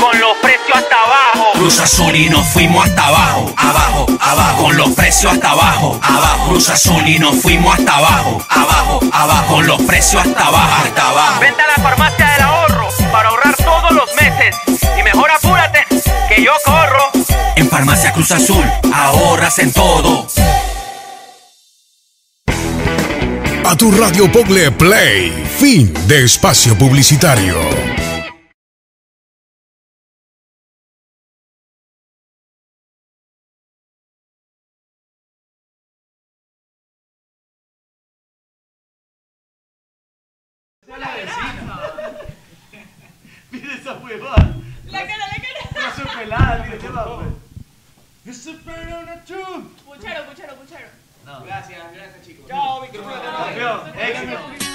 Con los precios hasta abajo.
Cruz Azul y nos fuimos hasta abajo, abajo, abajo. Con los precios hasta abajo, abajo. Cruz Azul y nos fuimos hasta abajo, abajo, abajo. Con los precios hasta abajo, hasta abajo.
Vente a la farmacia del ahorro para ahorrar todos los meses. Y mejor apúrate, que yo corro.
En Farmacia Cruz Azul, ahorras en todo.
A tu radio Pogle Play, fin de espacio publicitario.
Mira esa huevada. La cara, la cara. No soy pelada, mira, lleva, pues. Yo soy pelada, tú. Puchero, puchero, puchero. Gracias, gracias, chicos. Chao, Víctor.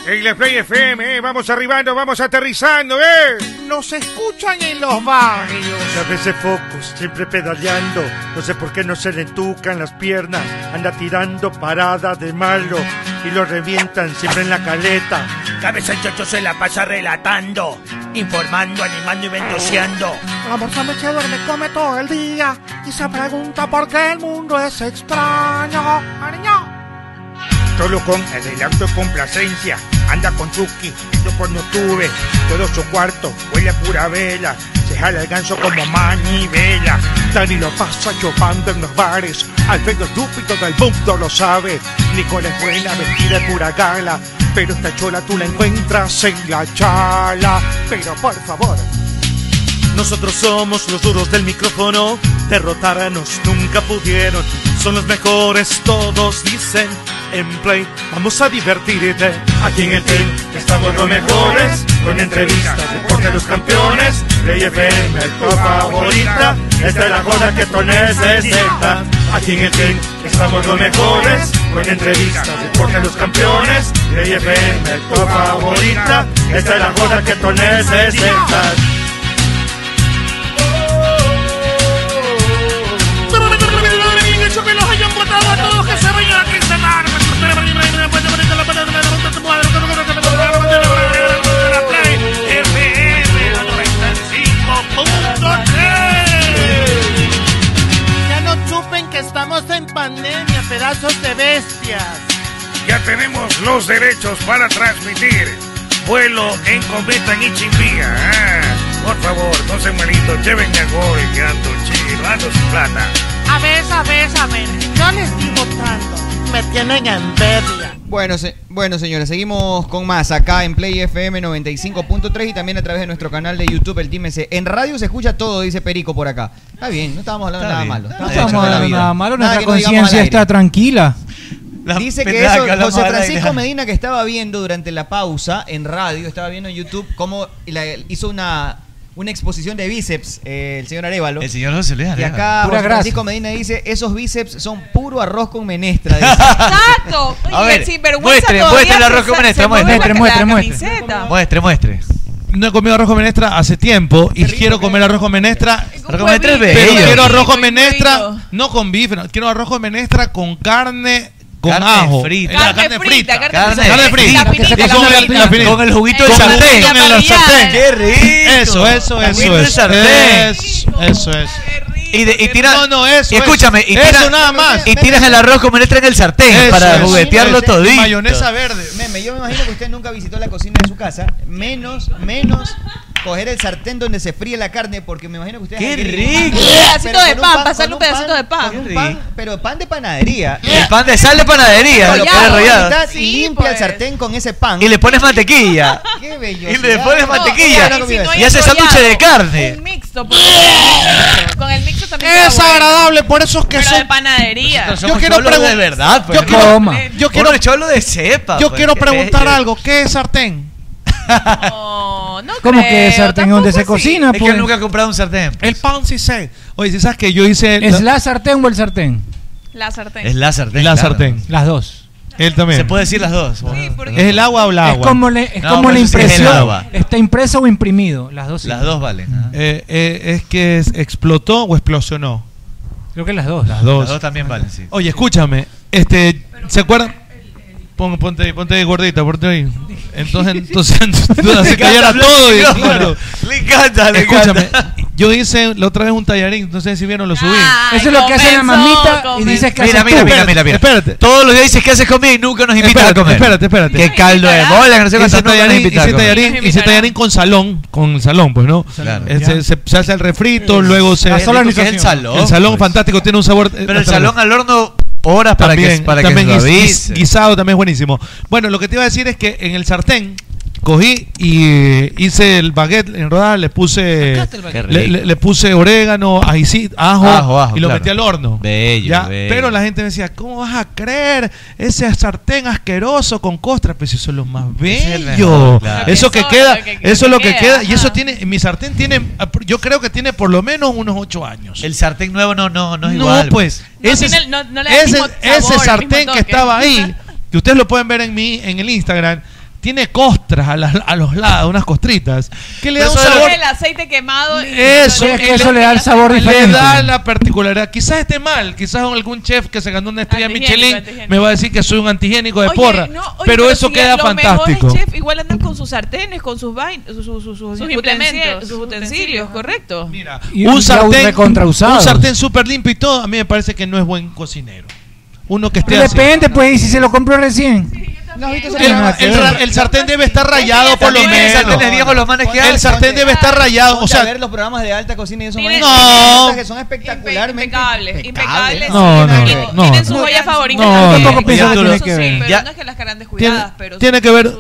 En la Play FM, eh, vamos arribando, vamos aterrizando, eh.
Nos escuchan en los barrios.
A veces focos, siempre pedaleando. No sé por qué no se le entucan las piernas. Anda tirando parada de malo y lo revientan siempre en la caleta.
Cabeza el chocho se la pasa relatando, informando, animando y ventoseando.
La persona se duerme, come todo el día y se pregunta por qué el mundo es extraño. Ariño.
Solo con el acto de complacencia, anda con Chucky, yo por no tuve, todo su cuarto huele a pura vela, se jala el ganso como manivela.
Dani lo pasa chupando en los bares, Alfredo estúpido del mundo lo sabe. Nicole es buena, vestida de pura gala, pero esta chola tú la encuentras en la chala. Pero por favor,
Nosotros somos los duros del micrófono, derrotarnos nunca pudieron. Son los mejores, todos dicen. En Play, vamos a divertirte. Aquí en el team estamos los mejores, con entrevistas, deporte los campeones. Play FM, tu favorita, esta es la joda que tú necesitas. Aquí en el team estamos los mejores, con entrevistas, deporte los campeones. Play FM, tu favorita, esta es la joda que tú necesitas.
Yo que los hayan votado a todos que se vayan a quincenar.
Ya no chupen que estamos en pandemia, pedazos de bestias.
Ya tenemos los derechos para transmitir vuelo en cometa en Ichimbía. Ah, por favor, no se malito, llévenme a gol, que ando chido, ando sin plata.
A ver, a ver, a ver. Yo les estoy votando. Me tienen envidia.
Bueno, se- bueno, señores, seguimos con más acá en Play FM 95.3 y también a través de nuestro canal de YouTube, el Team S. En radio se escucha todo, dice Perico por acá. Está bien, no estábamos hablando nada malo.
No
Estábamos
estamos
hablando de la
hablando
vida.
nada malo,
Nada
nuestra
que no digamos
conciencia
al aire.
está tranquila.
Dice que eso, José Francisco Medina que estaba viendo durante la pausa en radio, estaba viendo en YouTube cómo la- hizo una, una exposición de bíceps eh, el señor Arevalo.
El señor José Luis
Y
Arevalo.
Ah,
acá
Pura
José
grasa.
Francisco Medina dice, esos bíceps son puro arroz con menestra. dice.
Exacto.
A ver,
muestre, muestre la roca menestra, muestre, muestre, muestre. Muestre, muestre.
No he comido arroz con menestra hace tiempo y quiero comer arroz con menestra.
Arroz ¿eh? con menestra es
Pero
bello.
quiero arroz con menestra, no con bife, no, quiero arroz con menestra con carne con
Carne
ajo.
frita.
Eh, la
Carne frita, carne
Carne,
frita.
carne
La
frita.
finita,
Y
la
con el-
finita.
la finita.
Con el juguito de
Con el
sartén.
juguito en el
Parrillada.
sartén.
Qué rico.
Eso, eso,
El
eso.
juguito de
eso.
sartén.
Es- Eso, es.
Y, de- y tira,
No, no, eso.
y escúchame,
eso.
y tira-
Eso nada más.
Y tiras el arroz con menestra en el sartén
Eso
para
es.
juguetearlo todito.
Mayonesa verde.
Meme, yo me imagino que usted nunca visitó la cocina de su casa, menos, menos coger el sartén donde se fríe la carne, porque me imagino que usted...
¡Qué
rico! Un pedacito de pan, pasarle un pedacito de pan.
Con un pan, pero pan de panadería.
El pan de sal de panadería, lo
pues,
pones
Enrollado.
rollado.
Y limpia el sartén con ese pan.
Y le pones mantequilla.
¡Qué bello!
Y le pones mantequilla.
no, no, no, no, no,
Y haces
enrollado,
sándwiches de carne.
Un mixto, por ejemplo. Con el mixto también.
Es
queda bueno.
agradable, por eso es que
Pero
son-
de panadería.
Yo quiero
cholos de
pregun-
verdad, pues.
Yo quiero-
Toma.
yo quiero-
Unos cholos de cepa.
Yo
pues,
quiero
qué
preguntar
bello.
algo. ¿Qué es sartén?
no
¿Cómo que
creo,
sartén donde se
tampoco así.
cocina?
Es
pues?
que nunca
he comprado un sartén. pues.
El pan sí sé. Oye, si sabes que yo hice.
¿Es la sartén o el sartén?
La sartén.
Es la sartén.
La
claro.
sartén.
Las dos.
Él también.
Se puede decir las dos. Sí,
¿Es el agua o la
Es
agua?
como, le, es
No,
como la
pues sí, es el
impresión.
agua.
¿Está impreso o imprimido? Las dos. sirven.
valen.
Eh, eh, ¿Es que es- explotó o explosionó?
Creo que las dos.
Las dos.
Las dos también valen, sí.
Oye, escúchame. este ¿Se acuerdan? Pon- ponte, ahí, ponte ahí gordita, ponte ahí. Entonces, entonces, entonces se
Le
cayera
encanta
todo. Y,
hablar de
claro.
micrófono. Le encanta, le
Escúchame,
encanta.
yo hice la otra vez un tallarín, no sé si vieron, lo subí.
Eso es lo que hace la mamita y dices que
Mira,
haces
mira,
tú.
mira, mira, mira.
Espérate.
Todos los días dices que haces comida y nunca nos invitas
Espérate,
a comer.
espérate, espérate.
Qué caldo de bola, que no sé cuántas
Hice
no nos
tallarín,
invitas a
hice
comer.
tallarín, hice tallarín con salón, con salón, pues, ¿no?
Claro.
Eh, se, se- se hace el refrito, luego se...
Ah, solo Qué rico que es el organización. salón, Pues.
El salón fantástico, tiene un sabor... eh,
Pero el
hasta la-
salón al horno, horas para que, para que
también
se
guis- guis-
suavice.
guisado también es buenísimo. Bueno, lo que te iba a decir es que en el sartén cogí y eh, hice el baguette en rodar, le puse
baguette.
le,
Qué rico.
le- le puse orégano, ají, ajo,
Ajo, ajo,
y lo
claro.
metí al horno.
Bello,
Ya,
bello.
Pero la gente me decía, ¿cómo vas a creer ese sartén asqueroso con costras? Pues eso es lo más
Ese es el
bello.
mejor, claro.
Eso que
Lo que
queda,
sobra, lo que-
eso es lo que
que
queda.
queda,
Y eso tiene, mi sartén tiene, yo creo que tiene por lo menos unos ocho años.
El sartén nuevo no, no, no es
No,
igual.
pues.
No
ese
tiene
es-
el- no- no le da el
ese
mismo
ese
sabor, el
sartén
mismo
que
toque.
estaba ahí, que ustedes lo pueden ver en mí, en el Instagram, tiene costras a, las- a los lados, unas costritas, que le da un
Solo
sabor.
El aceite quemado. y-
Eso,
Sí, es que eso le da el sabor
Le
diferente.
da la particularidad. Quizás esté mal, quizás algún chef que se ganó una estrella
Antihigiénico,
Michelin
antihigiénico.
me va a decir que soy un antigénico de
Oye,
porra.
no, oye,
pero, eso
si
queda
los
fantástico.
mejores chefs igual andan con sus sartenes, con sus vainas, sus, sus, sus, sus utensil-
implementos,
sus utensilios, correcto.
Mira,
Y ya
un sartén,
recontrausado.
un sartén súper limpio y todo, a mí me parece que no es buen cocinero. Uno que esté así.
Depende, pues, y si se lo compró recién.
El, el ra- el sartén debe estar rayado por lo
También
menos.
el sartén es viejo, los manes que
El
hacen.
sartén debe estar rayado. O
Ponte a
sea,
ver los programas de alta cocina y eso
Tiene-
No.
que son espectacularmente
impecables, impecables.
No,
tienen
no,
algo-
no,
tienen
no.
su joya favorita.
No,
también.
tampoco pienso
Ya,
que tiene
eso
que
sí,
ver.
Pero
Ya.
no es que las grandes
tiene,
cuidadas, pero
tiene que ver.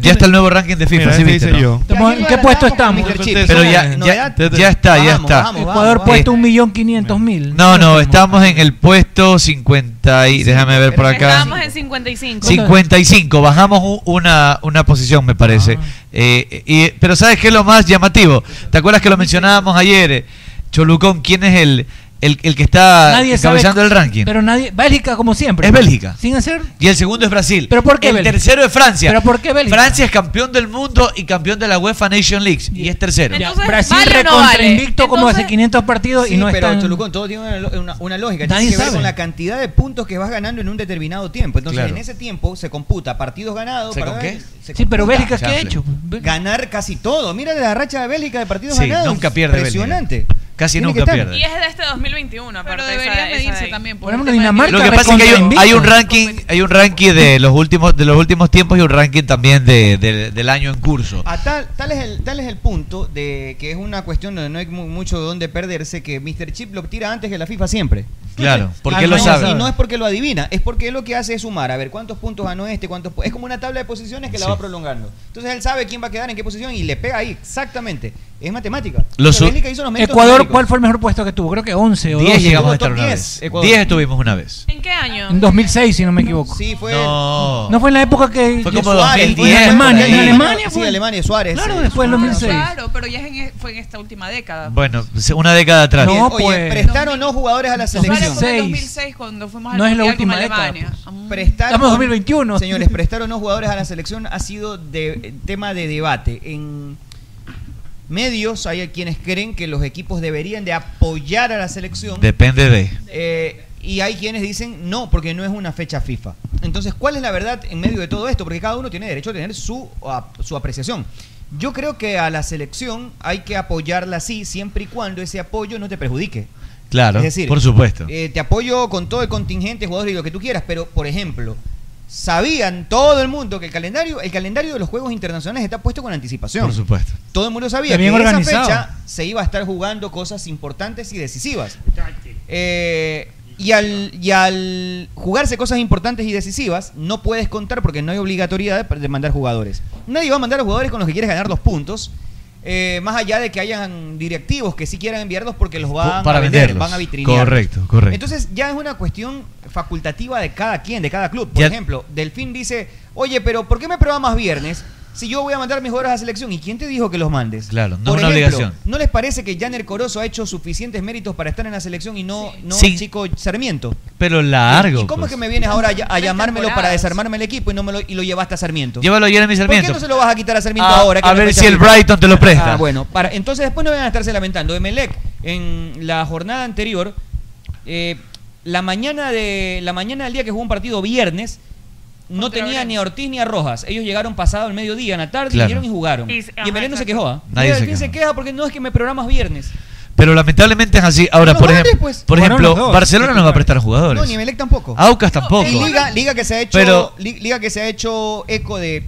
Ya está el nuevo ranking de FIFA,
Mira,
¿sí
este
viste,
hice
no?
yo.
Estamos- ¿En qué puesto estamos?
Pero ya, ya, ya está, ya está.
Ecuador puesto un millón quinientos mil.
No, no, estamos en el puesto 50 y déjame ver por acá.
Estábamos en 55.
55, bajamos u- una, una posición me parece.
Ah.
Eh, y, pero ¿sabes qué es lo más llamativo? ¿Te acuerdas que lo mencionábamos ayer? eh? Cholucón, ¿quién es el, el, el que está
Nadie sabe-
Ah, encabezando el ranking?
Pero nadie. Bélgica, como siempre.
Es Bélgica.
Sin hacer.
Y el segundo es Brasil.
¿Pero por qué
El
Bélgica?
tercero es Francia.
¿Pero por qué Bélgica?
Francia es campeón del mundo y campeón de la UEFA Nation League. Y es tercero.
Ya, Brasil recontra invicto como hace 500 partidos
Sí,
y no
pero
está.
Cholucón, todo tiene una, lo- una- una lógica.
Nadie
tiene que ver
sabe.
con la cantidad de puntos que vas ganando en un determinado tiempo. Entonces,
Claro.
en ese tiempo se computa partidos ganados.
¿Se
para-
con qué?
se
Sí, pero
computa.
Bélgica, ¿qué ha hecho?
Ganar casi todo. Mira la racha de Bélgica de partidos
Sí,
ganados.
nunca pierde
Impresionante.
Casi
Tiene que
nunca
estar.
pierde.
Y es de este 2021, pero debería medirse también.
Por ejemplo, Dinamarca.
Lo que pasa es que hay un,
recontra
hay un
invicto.
ranking, hay un ranking de los últimos, de los últimos tiempos y un ranking también de, de- del año en curso.
A Ah, tal, tal, es el, tal es el punto de que es una cuestión donde no hay mu- mucho donde perderse, que Mr. Chip lo tira antes que la FIFA siempre.
Claro, porque él lo
Ah, no,
sabe.
Y no es porque lo adivina, es porque él lo que hace es sumar, a ver cuántos puntos ganó este, cuántos pu- es como una tabla de posiciones que la
Sí.
va prolongando. Entonces él sabe quién va a quedar en qué posición y le pega ahí, exactamente. Es matemática.
Lo
O sea,
su-
Bélgica hizo los méritos
Ecuador,
numéricos.
¿cuál fue el mejor puesto que tuvo? Creo que 11 o 12.
10 llegamos
Estuvo
a estar
top
una
10,
vez.
Ecuador.
10 estuvimos una vez.
¿En qué año?
En 2006, si no me equivoco.
Sí, fue
No.
No fue en la época que.
Fue como
que-
2010,
En Alemania.
por ahí.
En Alemania
Sí,
pues.
fue.
Alemania, Suárez.
Claro,
Sí,
después en
Suárez.
2006.
Claro, pero ya es en- e-, fue en esta última década.
Bueno, se- una década atrás.
No,
Oye,
pues.
prestaron no jugadores a la
Claro, fue
selección.
en el 2006 cuando fuimos al
No es la
Mundial
última
con
década, pues.
Alemania.
pues.
Mm.
Prestar
Estamos en 2021.
Señores, prestar o no jugadores a la selección ha sido de, tema de debate. En medios hay quienes creen que los equipos deberían de apoyar a la selección.
Depende de.
eh, y hay quienes dicen no, porque no es una fecha FIFA. Entonces, ¿cuál es la verdad en medio de todo esto? Porque cada uno tiene derecho a tener su, a- su apreciación. Yo creo que a la selección hay que apoyarla sí, siempre y cuando ese apoyo no te perjudique.
Claro,
Es decir,
por supuesto.
eh, te apoyo con todo el contingente, jugadores y lo que tú quieras, pero por ejemplo, sabían todo el mundo que el calendario, el calendario de los juegos internacionales está puesto con anticipación.
Por supuesto.
Todo el mundo sabía
Está
que
bien
en esa
organizado.
fecha se iba a estar jugando cosas importantes y decisivas. Eh, y, al, y al jugarse cosas importantes y decisivas, no puedes contar porque no hay obligatoriedad de, de mandar jugadores. Nadie va a mandar a jugadores con los que quieres ganar los puntos. eh, más allá de que hayan directivos que sí quieran enviarlos porque los van
Para
a vender,
venderlos.
van a vitrinear.
Correcto, correcto.
Entonces ya es una cuestión facultativa de cada quien, de cada club. Por
Ya-
ejemplo, Delfín dice, oye, pero ¿por qué me programas viernes? si yo voy a mandar mis jugadores a selección? ¿Y quién te dijo que los mandes?
Claro, no
Por
es una
ejemplo,
obligación.
¿No les parece que Janer Corozo ha hecho suficientes méritos para estar en la selección y no, no
Sí.
Chico Sarmiento?
Pero largo.
¿Y cómo
pues.
es que me vienes ahora a, a llamármelo para desarmarme el equipo y no me lo, y lo llevaste a Sarmiento?
Llévalo a Jeremy Sarmiento.
¿Por qué no se lo vas a quitar a Sarmiento
A-
ahora? que
a
no
ver
me
si
echa
el
FIFA?
Brighton te lo presta.
Ah, bueno, para, entonces después no van a estarse lamentando. Emelec, en la jornada anterior, eh, la, mañana de, la mañana del día que jugó un partido viernes, no tenía ni a Ortiz ni a Rojas. Ellos llegaron pasado el mediodía, en la tarde,
Claro.
vinieron y jugaron. Y, Emelec no se quejó. ¿ah?
Nadie
Emelec
se
se, queja porque no es que me programas viernes.
Pero lamentablemente es así. Ahora,
No
por,
los
ejemplo,
mandes, pues.
por
Bueno,
ejemplo,
los dos.
Barcelona no va a prestar
No,
jugadores.
ni Emelec tampoco.
Aucas tampoco.
Y liga, liga que se ha hecho,
Pero-
li- liga que se ha hecho eco de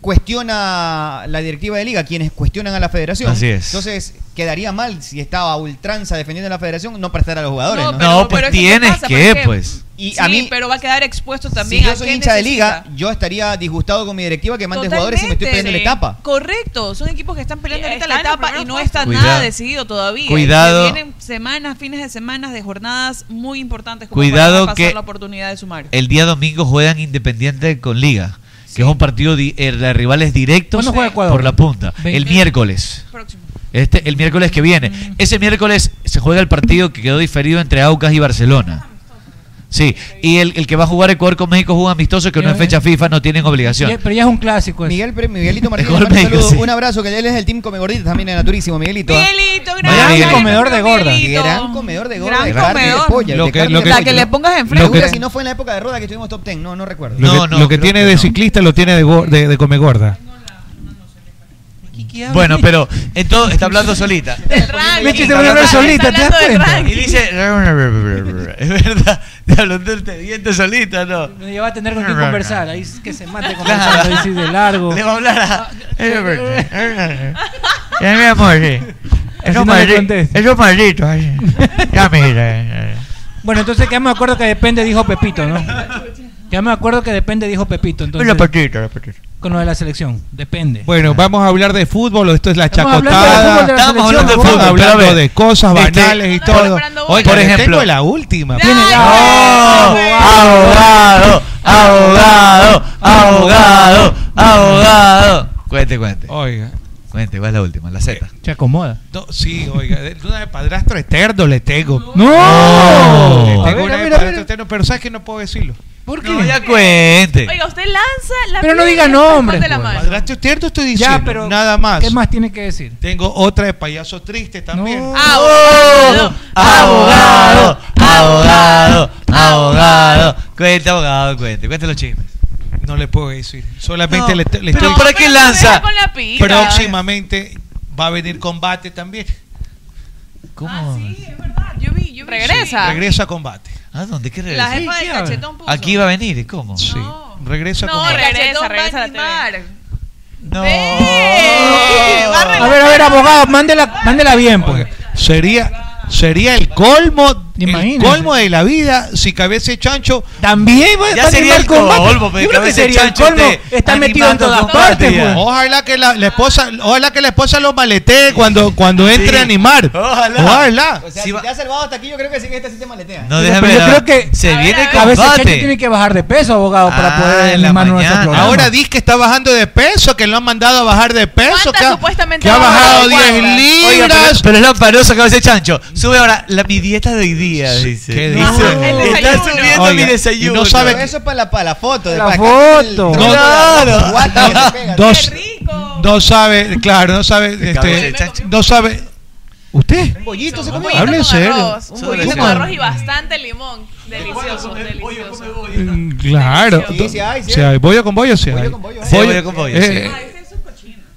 cuestiona la directiva de liga, quienes cuestionan a la federación.
Así es.
Entonces, quedaría mal si estaba a ultranza defendiendo a la federación no prestar a los jugadores. No,
No, pero- No, pues, pero eso tienes pasa, que, porque- pues.
Y
Sí,
a mí,
pero va a quedar expuesto
si
también a
yo soy
qué
hincha de
necesita.
liga, yo estaría disgustado con mi directiva que mande jugadores si me estoy perdiendo
Totalmente.
la etapa.
Correcto, son equipos que están peleando ahorita la
están en
etapa
los
y no
primeros
está
puestos.
nada
Cuidado.
decidido todavía.
Cuidado.
Y se vienen semanas, fines de semanas de jornadas muy importantes como para
Cuidado
pasar
que
la oportunidad de sumar.
el día domingo juegan Independiente con Liga, que es un partido di- eh, de rivales directos
¿Cuándo juega Ecuador?
por la punta.
Veinte. Mm.
El miércoles. Este, el miércoles que viene. Ese miércoles se juega el partido que quedó diferido entre Aucas y Barcelona. Sí, y el, el que va a jugar Ecuador con México juega amistoso que no es fecha FIFA, no tienen obligación.
Pero ya es un clásico.
Miguel, Pre- Miguelito Martínez,
Gol
le mando un
México,
saludo.
sí.
un abrazo, que él es el team come gorditas también era naturísimo, Miguelito. ¿ah?
Miguelito,
Gran
Miguel.
comedor
de
gorda.
Miguelito.
Gran comedor de gorda.
Gran
de carne,
comedor.
de pollo,
Lo
de
que-
carne
lo
de
que-
pollo.
La que le
pongas en
frente.
Seguro si no fue en la época de Roda que tuvimos top 10. No, no recuerdo.
Lo que, lo que tiene de ciclista lo tiene de, go- de, de come gorda.
Bueno, pero en todo- está hablando solita.
Michi, te va a hablar solita, ¿te das Está hablando del cuenta?
Y dice, es verdad, te habló del teniente solita, ¿no?
No lleva a tener con quién conversar. Ahí es que se mate
Claro.
conversando. Ahí sí de largo.
Le va a hablar a- Eh, Ya, mi amor, sí. Esos
Así no le
maldi-
contesta.
esos malditos, así. Ya, mira.
Bueno, entonces quedamos de acuerdo que depende, dijo Pepito, ¿no? Quedamos de acuerdo que depende, dijo Pepito. Entonces,
Bueno, Pepito, Pepito.
Con lo de la selección, depende.
Bueno, vamos a hablar de fútbol. Esto es la
Estamos hablando de
chacotada.
fútbol de la Estamos selección, hablando de
Estamos
fútbol,
hablando
pero a ver.
de cosas
Este,
banales y todo. Oiga,
por
le
ejemplo-
tengo la última.
Abogado, abogado, abogado, abogado. Cuente, cuente.
Oiga.
Cuente, ¿cuál es la última? La Z.
Se acomoda.
No, sí, oiga, de- una de padrastro eterno le tengo.
¡No!
Le tengo
A ver,
una
a
de
ver, a
padrastro
ver.
eterno, pero sabes que no puedo decirlo.
¿Por
qué?
ya cuente.
Oiga, usted lanza la
Pero no diga
piedra y después
nombres,
de la
pues.
mano.
Padrastro eterno estoy diciendo.
Ya, pero
nada más.
¿Qué más tiene que decir?
Tengo otra de payaso triste también.
Abogado,
abogado, abogado, abogado. Cuente, abogado, cuente. Cuente los chismes.
No le puedo decir. Solamente
No,
le, le
pero
estoy
¿para qué Pero lanza? me deja con la
pica.
Próximamente va a venir combate también.
¿Cómo?
Yo vi, yo vi. Regresa.
Regresa a combate.
Ah,
¿A dónde? ¿Qué
La
regresa?
jefa del cachetón puso.
Aquí va a venir, ¿cómo?
Sí. Regresa
No,
a combate.
regresa,
Cachetón
regresa a la TV.
No.
A ver, a ver, abogado, mándela, mándela bien, pues.
Sería, sería el colmo, el
Imagínense.
colmo de la vida si cabece chancho.
También va- va a animar el pues, combate. Yo creo que sería el colmo. Está metido en todas partes, pues.
Ojalá que la, la esposa, ojalá que la esposa lo maletee cuando, cuando entre a animar.
Ojalá.
Ojalá.
O sea, si te has salvado hasta aquí, yo creo que sí que este sí te maletea.
No,
Pero
déjame
yo
ver.
creo que
Se viene
a veces
combate. Ah,
Checho tiene que bajar de peso, abogado, para poder animar nuestro programa.
Ahora dice que está bajando de peso, que lo han mandado a bajar de peso, que ha,
supuestamente
que ha
va a bajar
bajado
de
10
cuadras?
Oiga, pero,
libras.
pero es lamparoso que va a ser chancho. Sube ahora la, mi dieta de hoy día, dice.
¿Qué
Dice,
dice? El
Está
desayuno.
subiendo
Oiga,
mi
y no
desayuno.
sabe-
Eso es para la, para la foto. de
La
para acá, el
foto.
tronco de la-
Claro.
la guata que le pega.
Dos- No sabe, claro, no sabe,
cabeza de
este, no sabe. ¿Usted?
Un bollito se
Un
comió.
bollito
Hable en
con
serio.
arroz, Un bollito
¿Cómo?
con arroz y bastante limón. Delicioso, delicioso.
Mm, Claro.
Sí, sí hay, sí
Sí hay. ¿Bollo con bollo? Sí
Bollo
hay.
con bollo. Ah,
Sí, bollo con bollo, sí.
Eh,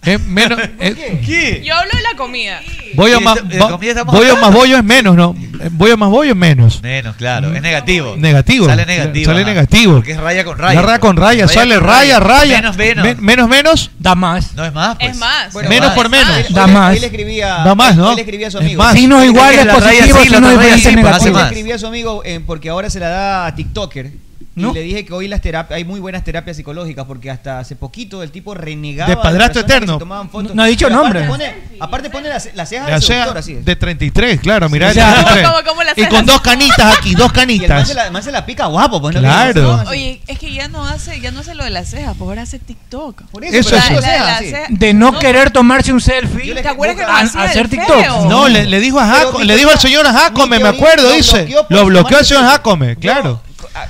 eh, menos, eh,
Yo hablo de la comida.
bollo
Sí,
más,
de- de
bo-
comida estamos
eh, bollo
hablando.
más bollo es menos, ¿no? Eh, Bollo más bollo es menos.
Menos, claro. Es negativo.
Negativo.
Sale negativo.
Sale
ajá.
negativo.
Porque es raya con raya.
La raya con raya, sale
con
raya, raya.
Menos, menos.
Men- menos, menos.
Da más.
No es más. Pues. Es más.
menos por menos.
Da más. Hoy le escribía,
Da más, ¿no?
Hoy le escribía a su
Es
amigo.
más. Signos
Hoy le-
iguales,
la raya
positivos,
sí, la
signos
otra raya
iguales,
sí,
negativos.
pues,
Hace
Hoy le
más.
escribía a su amigo eh, porque ahora se la da a TikToker. Y le dije que hoy las terapias, hay muy buenas terapias psicológicas, porque hasta hace poquito el tipo renegaba.
De padrastro
personas que
eterno.
se tomaban fotos.
No ha dicho
Y aparte
nombre.
pone- aparte pone las, las cejas
Ya
del
sea
seductor, así.
de 33, claro, mira, de
O sea,
33.
¿cómo- cómo la
y
cejas?
con dos canitas aquí, dos
Y el man
canitas.
se, la, man se la pica guapo. Pues, ¿no?
Claro.
Oye, es que ya no hace, ya no hace lo de las cejas, pues ahora hace TikTok. Por
Eso es.
De no, querer tomarse un selfie.
¿Te acuerdas que lo
a-
hacía
hacer
el
TikTok?
feo?
No, le, le dijo a Jaco, le dijo al señor a Jacome, me acuerdo, dice. Lo bloqueó el señor Jacome, claro.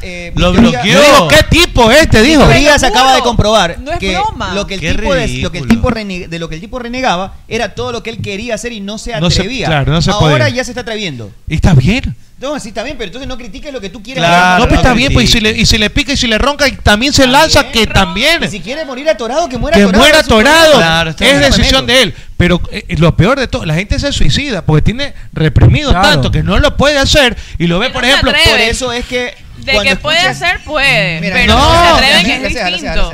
eh,
Lo bloqueó. Yo digo, ¿qué tipo este? Dijo.
Díaz acaba de comprobar
No es
que
broma.
lo que el
Qué
tipo, de, lo que el
ridículo.
tipo rene- de lo que el tipo renegaba era todo lo que él quería hacer y no se
No se-
atrevía.
claro, no se
Ahora
podía.
ya se está atreviendo.
Y está bien.
No, sí está bien, pero entonces no critiques lo que tú quieres.
Claro, no,
hacer.
pues está bien, pues y si, le, y si le pica y si le ronca y también se lanza, que también.
Y si quiere morir atorado, que muera
que
atorado.
muera
es su problema.
atorado. es decisión de él. Pero eh, lo peor de todo, la gente se suicida porque tiene reprimido tanto que no lo puede hacer y lo ve, por
se
ejemplo,
atreve.
por
eso es que.
De que puede hacer, puede.
Mira,
pero
no.
no, se atreven
Mira,
es
gracias,
distinto.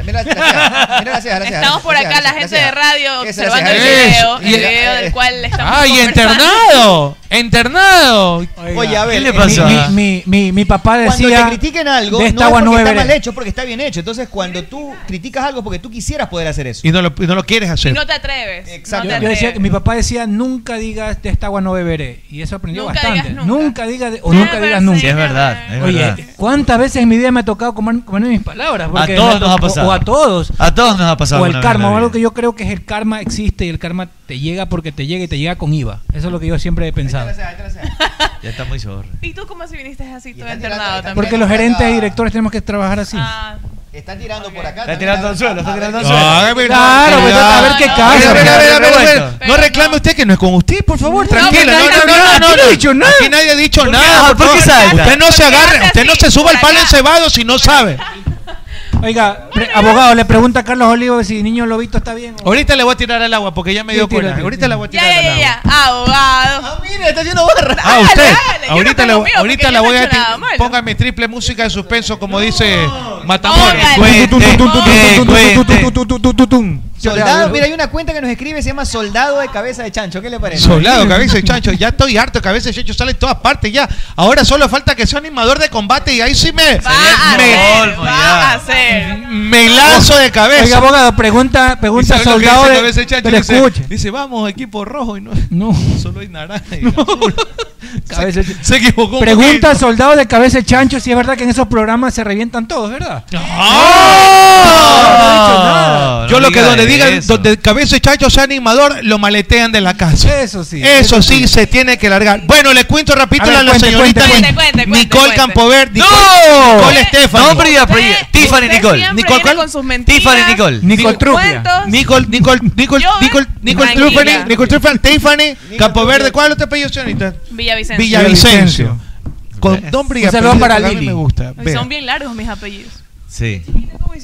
Estamos por acá, la ¿eh? gente de radio
Gracias,
observando el
gracias.
video,
Eso,
el
y-
video del cual estamos
¡Ay,
conversando.
internado! ¡Internado!
Oye, a ver,
¿qué le
eh,
pasa?
mi-
Mi, mi, mi papá
Cuando te
decía.
critiquen algo, no
de
es
esta agua
porque
no
está
beberé.
mal hecho, es porque está bien hecho. Entonces, cuando tú criticas algo es porque tú quisieras poder hacer eso.
Y no lo, y no lo quieres hacer.
No te atreves.
Exacto.
No te
Yo decía
atreves.
que mi papá decía nunca digas de esta agua no beberé y eso aprendió
Nunca
bastante.
digas
nunca. digas de- o nunca digas nunca.
Sí, es verdad. es
Oye,
verdad.
¿cuántas veces en mi vida me ha tocado comer, comer mis palabras?
a
Porque
todos
me-
nos ha
o-
pasado.
O a todos.
A todos nos ha pasado.
O el
alguna vez en la
karma, o
vida.
algo que yo creo que es el karma existe y el karma te llega porque te llega y te llega con IVA. Eso es lo que yo siempre he pensado.
Ya está muy zorro.
¿Y tú cómo si viniste así todo internado también?
Porque los gerentes y directores tenemos que trabajar así.
Está tirando por acá.
Está tirando al suelo, está tirando al
No,
suelo.
a ver,
Claro,
no,
pues,
no,
a ver qué
no,
causa.
a ver, a ver, a ver, a ver,
Pero
a ver. No reclame usted que no es con usted, por favor,
pero
tranquila.
nadie
No, no,
ha
no,
hablado,
no,
aquí
no.
no he dicho nada.
Aquí nadie ha dicho
¿Por qué?
nada.
Ah, ¿por
favor.
qué salta?
Usted no se
Porque
agarre,
hace
usted no
así,
se suba
por
al palo
acá.
encebado si no sabe.
Oiga, pre- abogado, le pregunta a Carlos Olivo si Niño Lobito está bien.
Ahorita le voy a tirar al agua porque ya me dio
Sí, tírate,
cuenta. Ahorita le voy a
Ya,
tirar
ya,
al
ya,
agua.
ya. Abogado.
Ah, mire, está haciendo barra.
Ah, usted. Ahorita le,
tengo miedo,
ahorita
porque
la
yo no
voy
he
a
hecho nada
tirar.
malo.
Póngame triple música de suspenso, como dice Matamoros.
Póngale.
Cuente, cuente.
Soldado, mira, hay una cuenta que nos escribe, se llama Soldado de Cabeza de Chancho. ¿Qué le parece?
Soldado, cabeza de chancho. Ya estoy harto, cabeza de chancho sale en todas partes ya. Ahora solo falta que sea animador de combate y ahí sí me. me,
Va a hacer.
me lazo de cabeza.
Oiga, abogado, pregunta, pregunta
¿Sabe lo que
soldado
dice
de.
Cabeza de Chancho?
Pero
dice,
escuche.
dice, vamos, equipo rojo. Y no,
no.
Solo hay naranja. y azul".
Cabeza
se, se equivocó. un
Pregunta soldado de cabeza de chancho si es verdad que en esos programas se revientan todos, ¿verdad?
¡Ah! poquito. Yo lo que donde digan, donde cabeza de chancho sea animador, lo maletean de la casa.
Eso sí.
Eso, sí, se tiene que largar. Bueno, le cuento rapidito
A
a,
ver,
la
cuente,
señorita
cuente,
Ni-
cuente, cuente,
Nicole
cuente.
Campover. Nicole,
¡No!
Nicole Estefani.
No, pero ya, pero ya. Tiffany
usted
Nicole.
siempre
Nicole,
viene
¿cuál?
con sus mentiras.
Tiffany Nicole.
Sus cuentos.
Nicole, Nicole, Nicole, Nicole, Nicole
Tranquila.
Trufani, Nicole Trufani, Tiffany, Campoverde, ¿cuál es tu apellido, señorita?
Villavicencio.
Villavicencio. Con nombre y
Un saludo
apellido,
para
porque a mí
Lili.
me gusta.
Ay,
Vea.
Son bien largos mis apellidos.
Sí.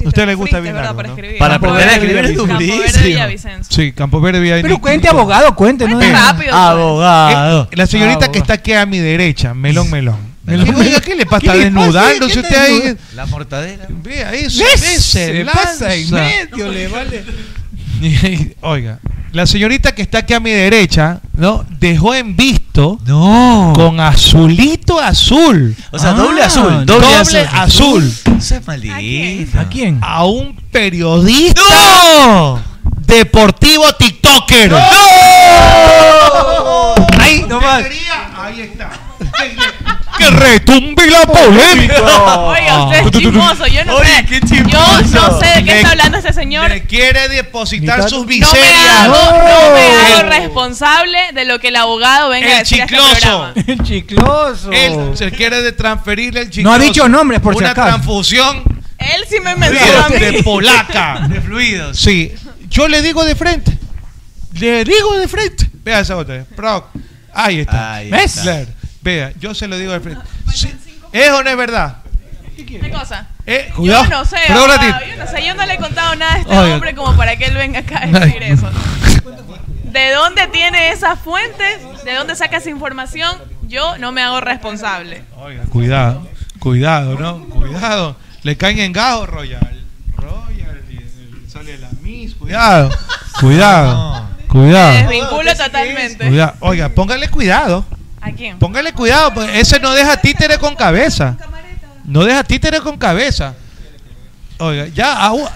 usted le gusta bien
¿verdad?
largo,
Para
¿no?
escribir. Para
poder escribir es
Campoverde, Villavicencio.
Sí, Campoverde, Villavicencio.
Pero cuente, abogado, cuente. ¿no?
Vea.
rápido,
Abogado.
Eh, la señorita que está aquí a mi derecha, Melón Melón. Melón, Oiga, ¿qué le pasa?
¿Qué
¿Está
le pasa?
desnudándose
¿Qué
usted ahí?
desnuda? La mortadela.
Vea eso.
¿Ves?
ve, Se,
Se
lanza.
pasa en medio, le vale.
Oiga, la señorita que está aquí a mi derecha, ¿no? Dejó en visto
no.
con azulito azul. Ah,
O sea, doble azul, doble azul.
azul.
Esa es maldita.
¿A quién?
A un periodista deportivo TikToker.
Ahí nomás.
¡Oh! Ahí está. ¡Que retumbe la polémica!
Oiga, usted
Ah.
es chismoso. Yo no sé. Yo no sé de qué está hablando este señor.
Le quiere depositar sus
No me
miserias.
hago, no me hago
¡Oh! El-
responsable de lo que el abogado venga a
El
decir a este
chicloso.
programa.
El chicloso.
Él se quiere de transferirle el
No
chicloso.
ha dicho nombres, por si
Una
acaso.
transfusión
Él sí me inventó a mí.
de, de polaca. De fluidos. Sí. Yo le digo de frente. Le digo de frente. Vea esa otra. Proc. Ahí está.
Ahí
¿Ves?
está.
Claro. Vea, yo se lo digo de frente. Sí. ¿Es o no es verdad?
¿Qué cosa?
Eh,
Yo
cuidado.
no sé,
Pero ahora
abogado,
ti-
yo no sé, yo no le he contado nada a este
Oiga.
hombre como para que él venga acá a decir eso. ¿De dónde tiene esas fuentes? ¿De dónde saca esa información? Yo no me hago responsable.
Cuidado, cuidado, ¿no? Cuidado. Le caen en gajo, Royal. Royal, y sale la Miss. Cuidado, cuidado,
Me
cuidado.
desvinculo
Este.
totalmente.
Cuidado. Oiga, póngale cuidado.
¿A quién?
Póngale cuidado, pues, ese no deja títere con cabeza. No deja títere con cabeza. Oiga, ya a u-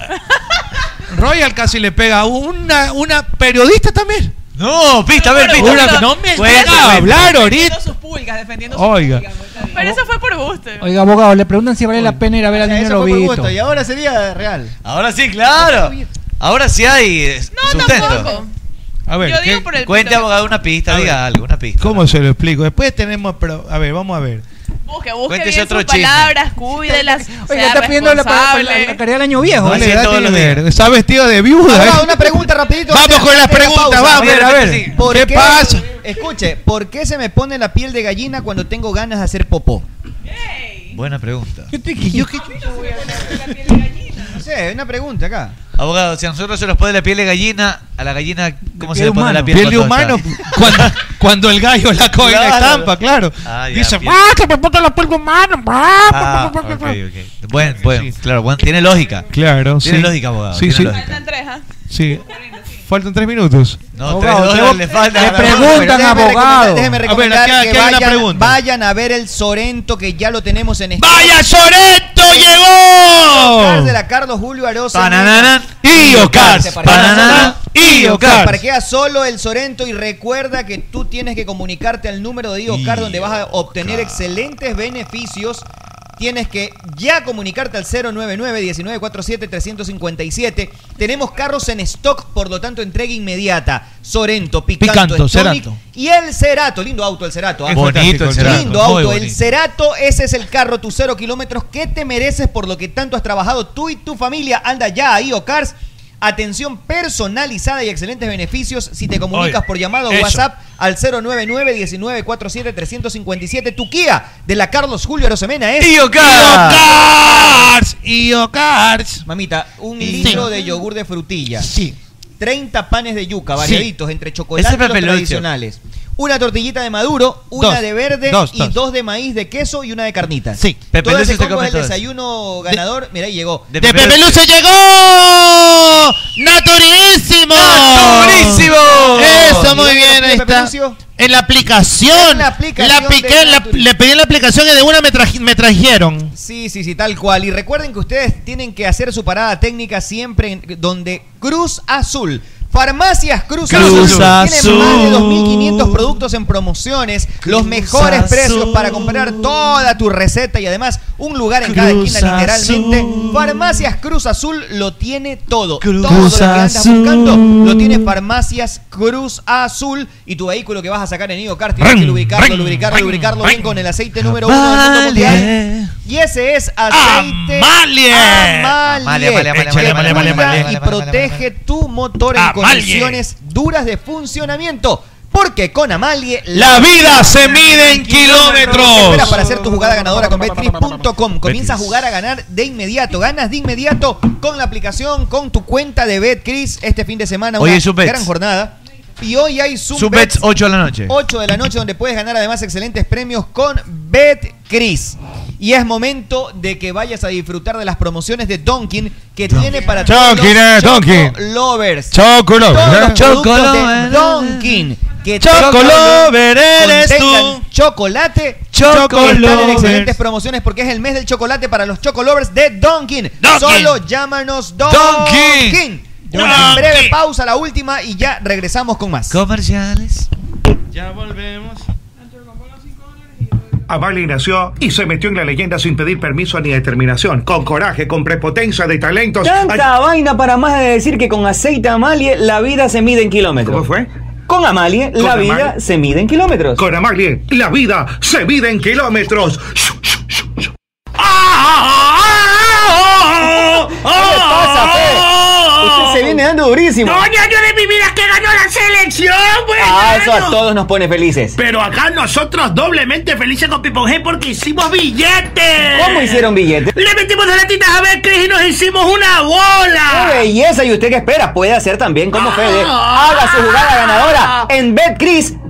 Royal casi le pega a una, una periodista también.
No, pista, pues, a ver,
pista. no me haga hablar ahorita.
Defendiendo sus pulgas, defendiendo
Oiga.
sus pulgas. pues, está bien. Pero eso fue por gusto.
Oiga, abogado, le preguntan si vale la pena ir a ver al niño
Eso fue por
Lobito.
gusto. Y ahora sería real.
Ahora sí, claro. Ahora sí hay eh, sustento.
Tampoco.
A ver,
Yo digo
¿qué-
por el
Cuente,
pito.
abogado, una pista, diga algo, una pista.
¿Cómo se lo explico? Después tenemos, pero, a ver, vamos a ver.
Busque, busque
Cuéntese
bien
otro
sus
chisme.
palabras, cuídelas.
Oiga, está pidiendo la para
responsable.
la tarea del año viejo.
No le
Oiga,
da
tiene-
ni ver. Está vestido de viuda.
Ahora,
¿eh?
una pregunta rapidito.
Vamos con las preguntas, vamos, a ver, a ver.
¿Por
¿Qué pasa?
Escuche, ¿por qué se me pone la piel de gallina cuando tengo ganas de hacer popó?
Buena pregunta.
No sé, una pregunta acá.
Abogado, si a nosotros se nos pone la piel de gallina, a la gallina, ¿cómo se
piel
le pone
humano.
la piel
Piel de
cuando
humano, cuando, cuando el gallo la coge y la
Claro.
estampa, claro.
Ah, ya,
Dice,
piel-
¡Ah, que me ponte la piel humana! ¡Ah!
Ah, ok, ok. Buen, buen, claro, buen- tiene lógica.
Claro,
Tiene
sí.
lógica, abogado.
Sí,
tiene
sí.
lógica.
Sí. Faltan tres minutos.
No, tres dólares le faltan.
Pero déjeme recomendar- Déjeme recomendar
a ver, Ah, aquí, aquí
que
hay una
vayan,
pregunta.
vayan a ver el Sorento que ya lo tenemos en este España.
¡Vaya Sorento llegó!
Cárcel Carlos Julio Arosa.
Pananana.
Y Ocars.
Se parquea
Pananana.
solo-
Y Ocars.
Se Parquea solo el Sorento y recuerda que tú tienes que comunicarte al número de IOCAR donde vas a obtener excelentes beneficios. Tienes que ya comunicarte al 099-1947-357. Tenemos carros en stock, por lo tanto, entrega inmediata. Sorento, Picanto,
Picanto,
Stonic
Cerato.
y el Cerato. Lindo auto el Cerato. ¿ah?
Es Bonito el Cerato,
Lindo
muy
auto.
bonito.
El Cerato, ese es el carro, tus cero kilómetros que te mereces por lo que tanto has trabajado tú y tu familia. Anda ya a IOCARS. Atención personalizada y excelentes beneficios si te comunicas
Oye,
por llamado o
eso.
WhatsApp al 099 1947 357 Tu Kia de la Carlos Julio Arosemena es
IOCARS.
IOCARS.
IOCARS.
Mamita, un litro de yogur de frutilla. Sí. 30 panes de yuca,
Sí.
variaditos, entre
Ese
chocolates
es
y los
Pepe Lucio.
tradicionales. Una tortillita de maduro, una
Dos.
de verde
Dos,
y
dos.
dos. de maíz de queso y una de carnitas.
Sí. Pepe
Todo ese
Lucio se
combo
come
es el
todas.
desayuno ganador. Mira, ahí llegó.
De Pepe Pepe Lucio.
Luce llegó! ¡Naturísimo!
¡Naturísimo!
Eso, muy
Dígame,
bien, ahí
Pepe
está.
Lucio.
En la aplicación.
En la aplicación
La piqué,
de
la-
Naturísimo.
le pedí en la aplicación y de una me, traji- me trajeron.
Sí, sí, sí, tal cual. Y recuerden que ustedes tienen que hacer su parada técnica siempre en- donde Cruz Azul. Farmacias Cruz,
Cruz
Azul.
Azul.
Tienen más de 2.500 productos en promociones, los mejores
Azul.
precios para comprar toda tu receta y además un lugar en cada
Cruz
esquina literalmente. Farmacias Cruz Azul lo tiene todo. todo lo que andas
Azul.
buscando lo tiene Farmacias Cruz Azul y tu vehículo que vas a sacar en IOCAR tienes que
Ring,
lubricarlo,
ring,
lubricarlo,
ring,
lubricarlo bien con el aceite número uno del mundo mundial.
Vale.
Y ese es aceite
Amalie.
Amalie.
Amalie, Amalie, Amalie,
que
Amalie, Amalie, Amalie,
cuida
Amalie,
y
Amalie,
protege tu motor en
Amalie.
condiciones duras de funcionamiento. Porque con Amalie
La vida se mide en kilómetros.
Espera para hacer tu jugada ganadora con Betcris.com. Comienza a jugar a ganar de inmediato. Ganas de inmediato con la aplicación, con tu cuenta de Betcris. Este fin de semana
Hoy
una
hay Subbets.
gran jornada. Y hoy hay Zoom
Subbets 8 de la noche.
8 de la noche, donde puedes ganar además excelentes premios con BetCris. Y es momento de que vayas a disfrutar de las promociones de Donkin que tiene para todos
Dunkin', eh,
los
Dunkin'.
Choco lovers.
Choco lover,
Todos
eh.
los
Choco
productos de
lover.
Donkin que
Choco
tengan-
lover eres tú.
contengan chocolate.
Choco
que están en
lovers.
excelentes promociones porque es el mes del chocolate para los chocolovers de Donkin.
Dunkin'.
Solo llámanos
Dunkin'.
Donkin. Una breve pausa, la última, y ya regresamos con más.
Comerciales.
Ya volvemos.
Amalie nació y se metió en la leyenda sin pedir permiso ni determinación, con coraje, con prepotencia de talentos.
Tanta vaina para más de decir que con aceite Amalie la vida se mide en kilómetros. ¿Cómo fue? Con Amalie la vida se mide en kilómetros.
Con Amalie, la vida se mide en kilómetros. ¡Ah!
¿Qué le pasa, Fe? Usted se viene dando durísimo.
año ¡Ah! de mi vida que ganó la selección, bueno.
Ah, eso a todos nos pone felices.
Pero acá nosotros doblemente felices con Pipon G porque hicimos billetes.
¿Cómo hicieron billetes?
Le metimos las latitas a ver, Cris, y nos hicimos una bola.
¡Qué belleza! ¿Y usted qué espera? Puede hacer también como
Ah.
Ah.
Fede. Haga su jugada ganadora en BetCris.com.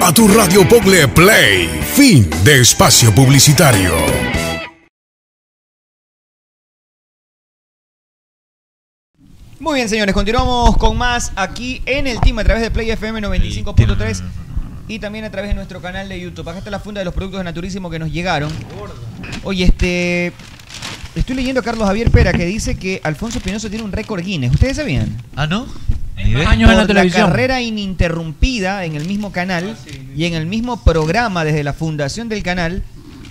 A tu radio Pogle Play, fin de espacio publicitario.
Muy bien, señores, continuamos con más aquí en el team a través de Play FM 95.3 y también a través de nuestro canal de YouTube. Acá está la funda de los productos de Naturísimo que nos llegaron. Oye, este. Estoy leyendo a Carlos Javier Pera que dice que Alfonso Pinozo tiene un récord Guinness. ¿Ustedes sabían?
Ah, ¿no?
Por La carrera ininterrumpida en el mismo canal y en el mismo programa desde la fundación del canal.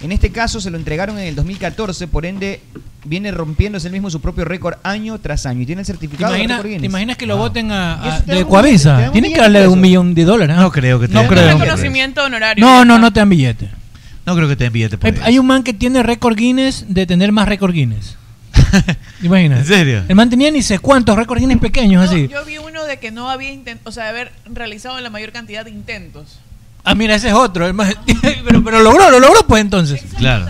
En este caso se lo entregaron en el 2014, por ende viene rompiéndose el mismo su propio récord año tras año y tiene el
¿Te
certificado de
imaginas,
récord Guinness.
te imaginas que lo voten a, a-
Ah. te da
de
un
Coavisa?
millón, te da
Tienen
un
que
millón de
darle un
pesos.
millón de dólares.
No creo que te
No
den.
creo.
Reconocimiento honorario.
No, no, no te dan billete.
No creo que te den billete por
Hay,
eso.
hay un man que tiene récord Guinness de tener más récord Guinness. ¿Te imaginas?
¿En serio?
El man tenía ni sé cuántos récord Guinness pequeños así.
Yo vi uno de que no había intentado, o sea, de haber realizado la mayor cantidad de intentos.
Ah, mira, ese es otro. el man- pero, pero logró, lo logró pues entonces.
Claro.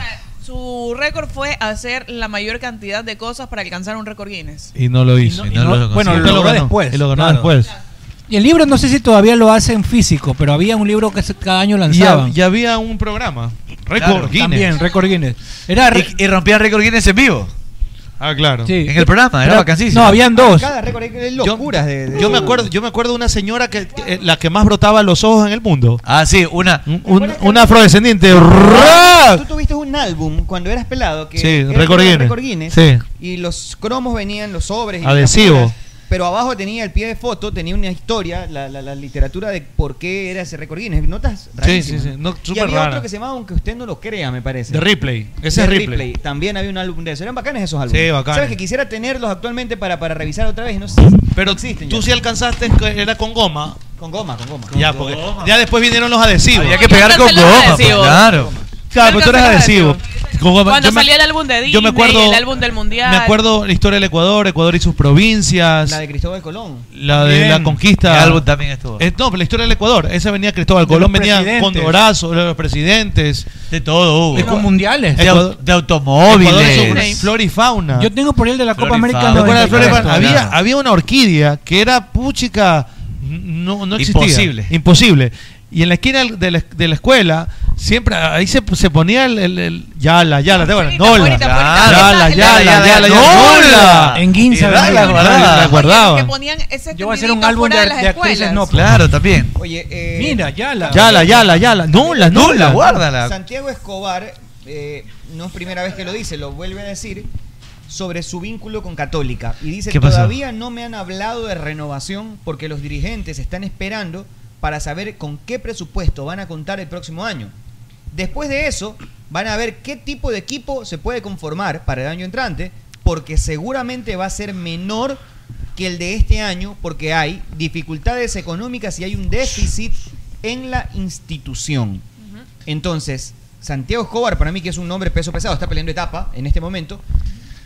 Su récord fue hacer la mayor cantidad de cosas para alcanzar un récord Guinness.
Y no lo hizo.
Y no-
y no lo
bueno,
consiguió.
lo logró después,
Y lo ganó
claro.
después.
Y el libro no sé si todavía lo hacen físico, pero había un libro que se- cada año lanzaban.
Y había un programa. Récord
Claro,
Guinness.
También, récord Guinness. Era
y, rompía récord Guinness en vivo.
Ah, claro.
Sí.
En el programa, era
Pero-
vacancísimo.
no, habían dos.
Cada récord es locuras de, de-
Yo me acuerdo, yo me acuerdo de una señora que, que- eh, la que más brotaba los ojos en el mundo.
Ah, sí, una
un, una afrodescendiente.
Tú tuviste un álbum cuando eras pelado que
Sí,
era
récord
de
Guinness.
récord Guinness,
Sí.
y los cromos venían los sobres y
Adhesivo.
las figuras, pero abajo tenía el pie de foto, tenía una historia, la, la- la literatura de por qué era ese récord Guinness. Notas rarísimas.
sí, sí, no,
y
súper
había
rara.
otro que se llamaba, aunque usted no lo crea, me parece.
The Ripley. Ese
The
es Ripley.
También había un álbum de eso. Eran bacanes esos álbumes.
bacanes.
Sabes que quisiera tenerlos actualmente para, para revisar otra vez y no sé.
Pero tú sí alcanzaste, que era con goma.
Con goma, con goma.
Ya, porque ya después vinieron los adhesivos.
Había que pegar con goma, pues, claro.
Claro, pero tú eres adhesivo. Con goma.
Cuando
Yo me-
salía el álbum de Disney,
yo me acuerdo-
el álbum del Mundial.
Me acuerdo la historia del Ecuador, Ecuador y sus provincias.
La de Cristóbal Colón.
La de
Bien.
la conquista.
El álbum también estuvo.
Eh, no, pero la historia del Ecuador. Esa venía Cristóbal Colón, venía
presidentes.
con Dorazo, de los presidentes.
De todo hubo.
Ecu-
mundiales.
De, au- de automóviles.
Flor y fauna.
Yo tengo por ahí el de la
Flor
Copa
y
América.
fauna.
¿Te acuerdas de Flor y
94?
fauna? Había, había una orquídea que era puchica. No, no existía.
Imposible.
Imposible. Y en la esquina de la, de la escuela, siempre ahí se, se ponía el, el, el- Yala, Yala, ¿te acuerdas? Nola.
bonita,
Yala,
bonita,
Yala,
bonita.
Yala,
Yala,
Yala,
Yala,
Nola.
En Guinza,
Y la-
¿verdad?
la guardaba. La guardaba.
Ah. Que ponían ese
Yo voy a hacer un álbum de,
fuera de las
de actrices
escuelas.
no. pues.
Claro, también.
Oye, eh,
Mira, ya la.
Yala, Yala, Yala. Nola, Nola.
Santiago Escobar, eh, no es primera vez que lo dice, lo vuelve a decir sobre su vínculo con Católica. Y dice,
¿Qué pasó?
todavía no me han hablado de renovación porque los dirigentes están esperando para saber con qué presupuesto van a contar el próximo año. Después de eso, van a ver qué tipo de equipo se puede conformar para el año entrante, porque seguramente va a ser menor que el de este año, porque hay dificultades económicas y hay un déficit en la institución. Entonces, Santiago Escobar, para mí que es un nombre peso pesado, está peleando etapa en este momento.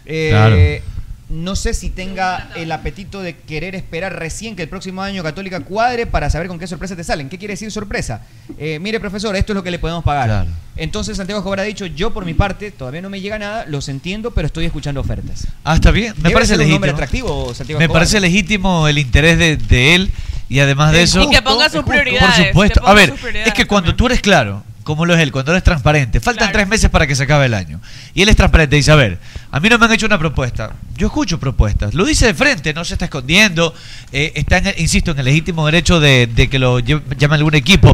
Eh,
Claro.
No sé si tenga el apetito de querer esperar recién que el próximo año Católica cuadre para saber con qué sorpresa te salen. ¿Qué quiere decir sorpresa? Eh, mire, profesor, esto es lo que le podemos pagar.
Claro.
Entonces Santiago Escobar ha dicho, yo por mi parte, todavía no me llega nada, los entiendo, pero estoy escuchando ofertas.
Ah, está bien. Me
Debe
parece
ser un
legítimo.
hombre atractivo, Santiago
Me
Escobar.
parece legítimo el interés de, de él y además de
Es
eso.
justo, Y que ponga sus
Por
prioridades,
supuesto.
que
A
ponga
ver,
sus
es que cuando tú eres claro como lo es él, cuando él es transparente. Faltan tres meses para que se acabe el año. Y él es transparente. Dice, a ver, a mí no me han hecho una propuesta. Yo escucho propuestas. Lo dice de frente, no se está escondiendo. eh, está, en- insisto, en el legítimo derecho de, de que lo lle- llame algún equipo.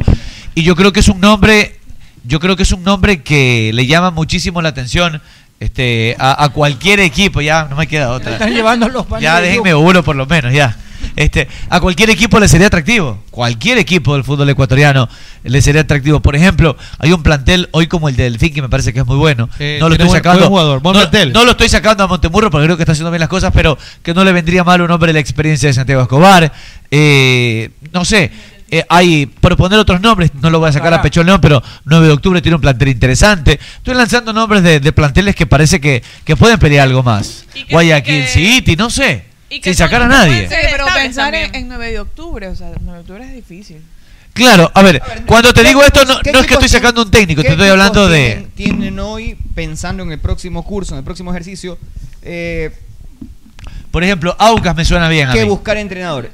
Y yo creo que es un nombre, yo creo que es un nombre que le llama muchísimo la atención. Este, a, a cualquier equipo, ya no me queda otra.
Están llevando los paños
Ya
de
déjenme
Yugo.
uno por lo menos, ya. Este, a cualquier equipo le sería atractivo. Cualquier equipo del fútbol ecuatoriano le sería atractivo. Por ejemplo, hay un plantel hoy como el de Delfín que me parece que es muy bueno.
Eh,
no lo
tiene
estoy
buen-
sacando.
buen jugador, buen
no,
plantel.
no lo estoy sacando a Montemurro porque creo que está haciendo bien las cosas, pero que no le vendría mal un hombre de la experiencia de Santiago Escobar. Eh, no sé. eh, hay proponer otros nombres, no lo voy a sacar a Pechón León, pero 9 de octubre tiene un plantel interesante. Estoy lanzando nombres de, de planteles que parece que, que pueden pelear algo más. Guayaquil City, no sé. Sin sacar a nadie.
Sí, pero
estables
pensar en,
también.
en 9 de octubre, o sea, 9 de octubre es difícil.
Claro, a ver, cuando te
¿qué
digo esto, no,
equipos- qué
no es que estoy
equipos
sacando un técnico,
¿Qué
te estoy
equipos
hablando de.
tienen- Tienen hoy, pensando en el próximo curso, en el próximo ejercicio, eh,
Por ejemplo, Aucas me suena bien a
que
mí.
buscar entrenador.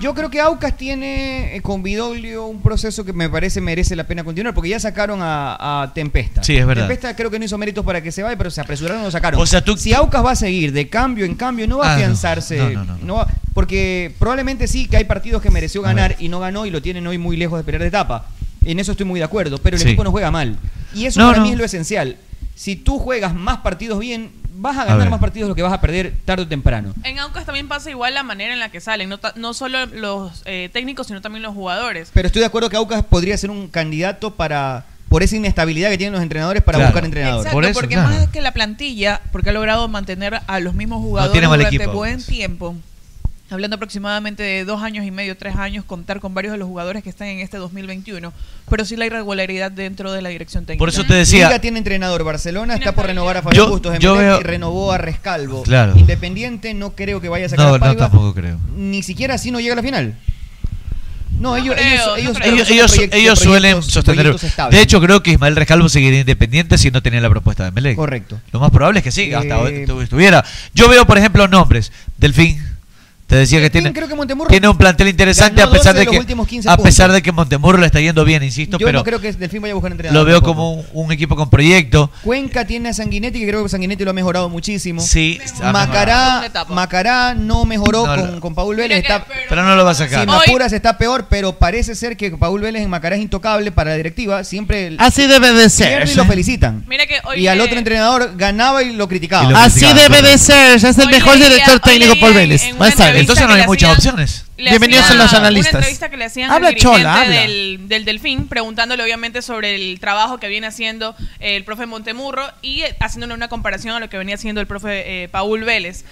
Yo creo que Aucas tiene eh, con Vidoglio un proceso que me parece merece la pena continuar, porque ya sacaron a, a Tempesta.
Sí, es verdad.
Tempesta creo que no hizo méritos para que se vaya, pero se apresuraron y lo sacaron.
O sea, tú-
Si Aucas va a seguir de cambio en cambio, no va
Ah,
a
no.
afianzarse.
No, no, no,
no va- porque probablemente sí que hay partidos que mereció ganar y no ganó y lo tienen hoy muy lejos de pelear de etapa. En eso estoy muy de acuerdo, pero el
Sí.
equipo no juega mal. Y eso
No,
para
no.
mí es lo esencial. Si tú juegas más partidos bien, vas a
A
ganar
ver.
más partidos de lo que vas a perder tarde o temprano.
En Aucas también pasa igual la manera en la que salen, no, ta- no solo los eh, técnicos, sino también los jugadores.
Pero estoy de acuerdo que Aucas podría ser un candidato para por esa inestabilidad que tienen los entrenadores para
Claro.
buscar entrenadores.
Exacto, porque más que la plantilla, porque ha logrado mantener a los mismos jugadores
tiene mal
durante
equipo,
buen tiempo. Hablando aproximadamente de dos años y medio, tres años, contar con varios de los jugadores que están en este 2021, pero sí la irregularidad dentro de la dirección técnica.
Por eso te decía-
Liga tiene entrenador, Barcelona está por renovar a Fabián
Yo-
Bustos,
yo
Emelec
veo-
renovó a Rescalvo.
Claro.
Independiente no creo que vaya a sacar
No,
a
no,
Paiva,
tampoco creo.
ni siquiera así no llega a la final. No, ellos, ellos, ellos,
Ellos,
son
ellos-
proyectos-
ellos suelen
proyectos-
sostener.
proyectos estables.
De hecho, creo que Ismael Rescalvo seguiría independiente si no tenía la propuesta de Melec. Correcto. Lo más probable es que sí, hasta hoy
Eh,
estu- estuviera. Yo veo, por ejemplo, nombres. Delfín. Te decía que tiene,
creo que Montemurro
tiene un plantel interesante a
ganó
pesar
12
de
de los
que
últimos 15
a pesar
puntos.
de que Montemurro le está yendo bien, insisto,
Yo
pero
no creo que Delfín vaya a buscar entrenador.
lo veo
tampoco.
como un, un equipo con proyecto.
Cuenca tiene a Sanguinetti, que creo que Sanguinetti lo ha mejorado muchísimo.
Sí, está
Macará, Macará no mejoró
No,
con,
lo-
con Paul Vélez. Está,
Pero no lo va a
si
sacar.
me apuras está peor, pero parece ser que Paul Vélez en Macará es intocable para la directiva. Siempre el-
Así debe de ser. ¿eh?
pierde Y lo felicitan.
Mira que hoy
Y al
le-
otro entrenador ganaba y lo criticaba.
Así debe de ser. Es el mejor director técnico Paul Vélez. Más tarde.
Entonces no hay muchas opciones.
Le
Bienvenidos
hacían
a los
Una
analistas.
entrevista que le hacían
Habla
al dirigente
chola, habla.
Del, del Delfín, preguntándole obviamente sobre el trabajo que viene haciendo eh, el profe Montemurro y eh, haciéndole una comparación a lo que venía haciendo el profe eh, Paul Vélez.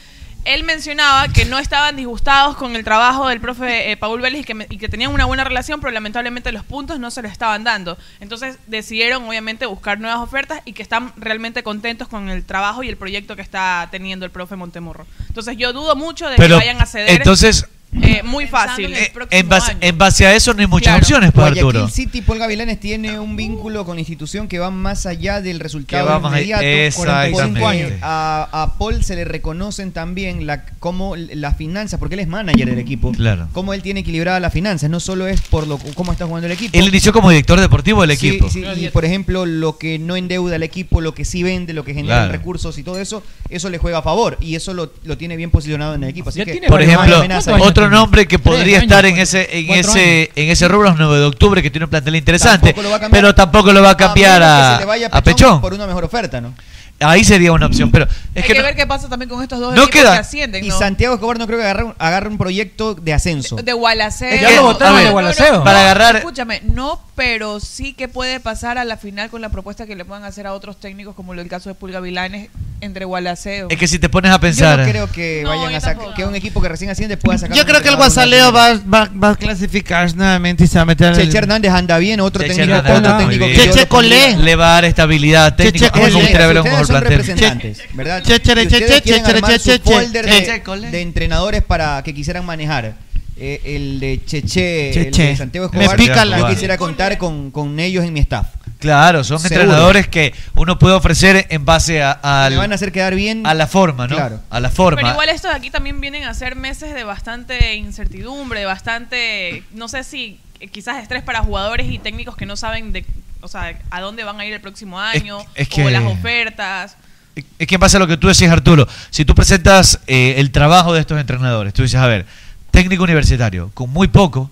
Él mencionaba que no estaban disgustados con el trabajo del profe eh, Paul Vélez y que, me- y que tenían una buena relación, pero lamentablemente los puntos no se los estaban dando. Entonces decidieron obviamente buscar nuevas ofertas y que están realmente contentos con el trabajo y el proyecto que está teniendo el profe Montemurro. Entonces yo dudo mucho de que
Pero,
vayan a ceder.
entonces-
eh, muy fácil.
En base, en base a eso no hay muchas opciones para
Guayaquil
Arturo.
City, Paul Gavilanes tiene un vínculo con la institución que va más allá
Que
del
va
resultado
más allá-
inmediato. 45 años.
Exactamente.
A, a Paul se le reconocen también la, como las finanzas, porque él es manager del equipo.
Claro.
Cómo él tiene equilibrada las finanzas, no solo es por lo cómo está jugando el equipo.
Él inició como director deportivo del
Sí,
equipo.
sí, y por ejemplo, lo que no endeuda el equipo, lo que sí vende, lo que genera
Claro.
recursos y todo eso, eso le juega a favor y eso lo, lo tiene bien posicionado en el equipo. Así que,
por ejemplo,
amenaza ahí.
otro nombre que
Tres
podría
años,
estar en
cuatro-
ese en
cuatro
ese en ese rubro es 9 de octubre que tiene un plantel interesante,
Tampoco lo va a cambiar.
pero tampoco lo va a cambiar
menos que
a,
se le vaya
a Pechón.
por una mejor oferta, ¿no?
Ahí sería una opción, pero es
Hay
que
que,
no-
ver qué pasa también con estos dos
no
equipos
queda-
que ascienden,
Y
¿no?
Santiago Escobar no creo que agarre un, agarre un proyecto de ascenso.
de Gualaceo.
Es que- Ya lo votaron
No,
de
no, no,
Gualaceo.
no,
Para agarrar-
Escúchame, no, pero sí que puede pasar a la final con la propuesta que le puedan hacer a otros técnicos, como lo el caso de Pulga Vilanes entre Gualaceo.
es que si te pones a pensar
Yo no creo que vayan a sacar que un equipo que recién asciende pueda sacar.
Yo creo que el Guasaleo va, va- va a clasificar nuevamente y se va a meter. en el-
Cheche Hernández anda bien, otro
Cheche
técnico,
Hernández,
otro
muy
técnico
bien.
que yo lo pondría.
le va a dar estabilidad técnica.
Cheche
A mí me
Colé.
gustaría ver un
Ustedes
mejor
son
plantel.
representantes, ¿verdad?
Chechere,
Y ustedes
cheche,
quieren
chechere,
armar su
cheche,
folder
Eh.
de-
cheche,
de, entrenadores para que quisieran manejar. Eh, el de Cheche, el
Cheche.
de Santiago
Me
Escobar,
pica la-
yo quisiera contar con, con ellos en mi staff.
Claro, son
Seguro.
entrenadores que uno puede ofrecer en base a, al-
Me van a hacer quedar bien.
a la forma, ¿no?
Claro.
A la forma.
Pero igual estos de aquí también vienen a ser meses de bastante incertidumbre, de bastante, no sé si eh, quizás estrés para jugadores y técnicos que no saben de o sea, a dónde van a ir el próximo año,
es que-
o las ofertas.
Es que en base a lo que tú decías, Arturo, si tú presentas eh, el trabajo de estos entrenadores, tú dices, a ver, técnico universitario, con muy poco,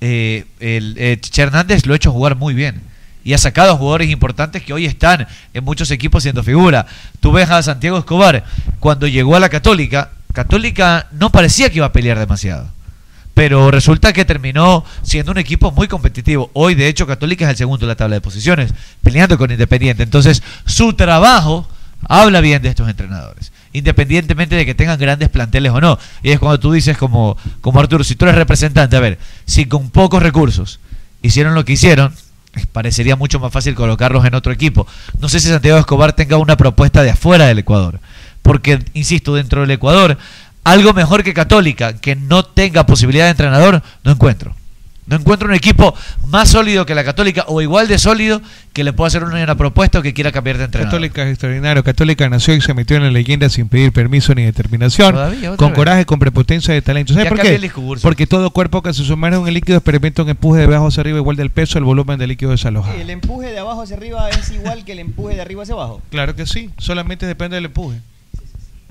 eh, el, eh, Chiche Hernández lo ha hecho jugar muy bien. Y ha sacado a jugadores importantes que hoy están en muchos equipos siendo figura. Tú ves a Santiago Escobar, cuando llegó a la Católica, Católica no parecía que iba a pelear demasiado. Pero resulta que terminó siendo un equipo muy competitivo. Hoy, de hecho, Católica es el segundo en la tabla de posiciones, peleando con Independiente. Entonces, su trabajo habla bien de estos entrenadores, independientemente de que tengan grandes planteles o no. Y es cuando tú dices, como, como Arturo, si tú eres representante, a ver, si con pocos recursos hicieron lo que hicieron, eh, parecería mucho más fácil colocarlos en otro equipo. No sé si Santiago Escobar tenga una propuesta de afuera del Ecuador, porque, insisto, dentro del Ecuador, algo mejor que Católica, que no tenga posibilidad de entrenador, no encuentro. No encuentro un equipo más sólido que la Católica o igual de sólido que le pueda hacer una, una propuesta o que quiera cambiar de entrenador.
Católica es extraordinario. Católica nació y se metió en la leyenda sin pedir permiso ni determinación.
Todavía, otra
con
vez.
coraje, con prepotencia de talento. ¿Sabes
Ya
por
cambia
qué?
el discurso.
Porque todo cuerpo que se sumerge en el líquido experimenta un empuje de abajo hacia arriba igual del peso, el volumen del líquido desalojado.
El empuje de abajo hacia arriba es igual que el empuje de arriba hacia abajo.
Claro que sí, solamente depende del empuje.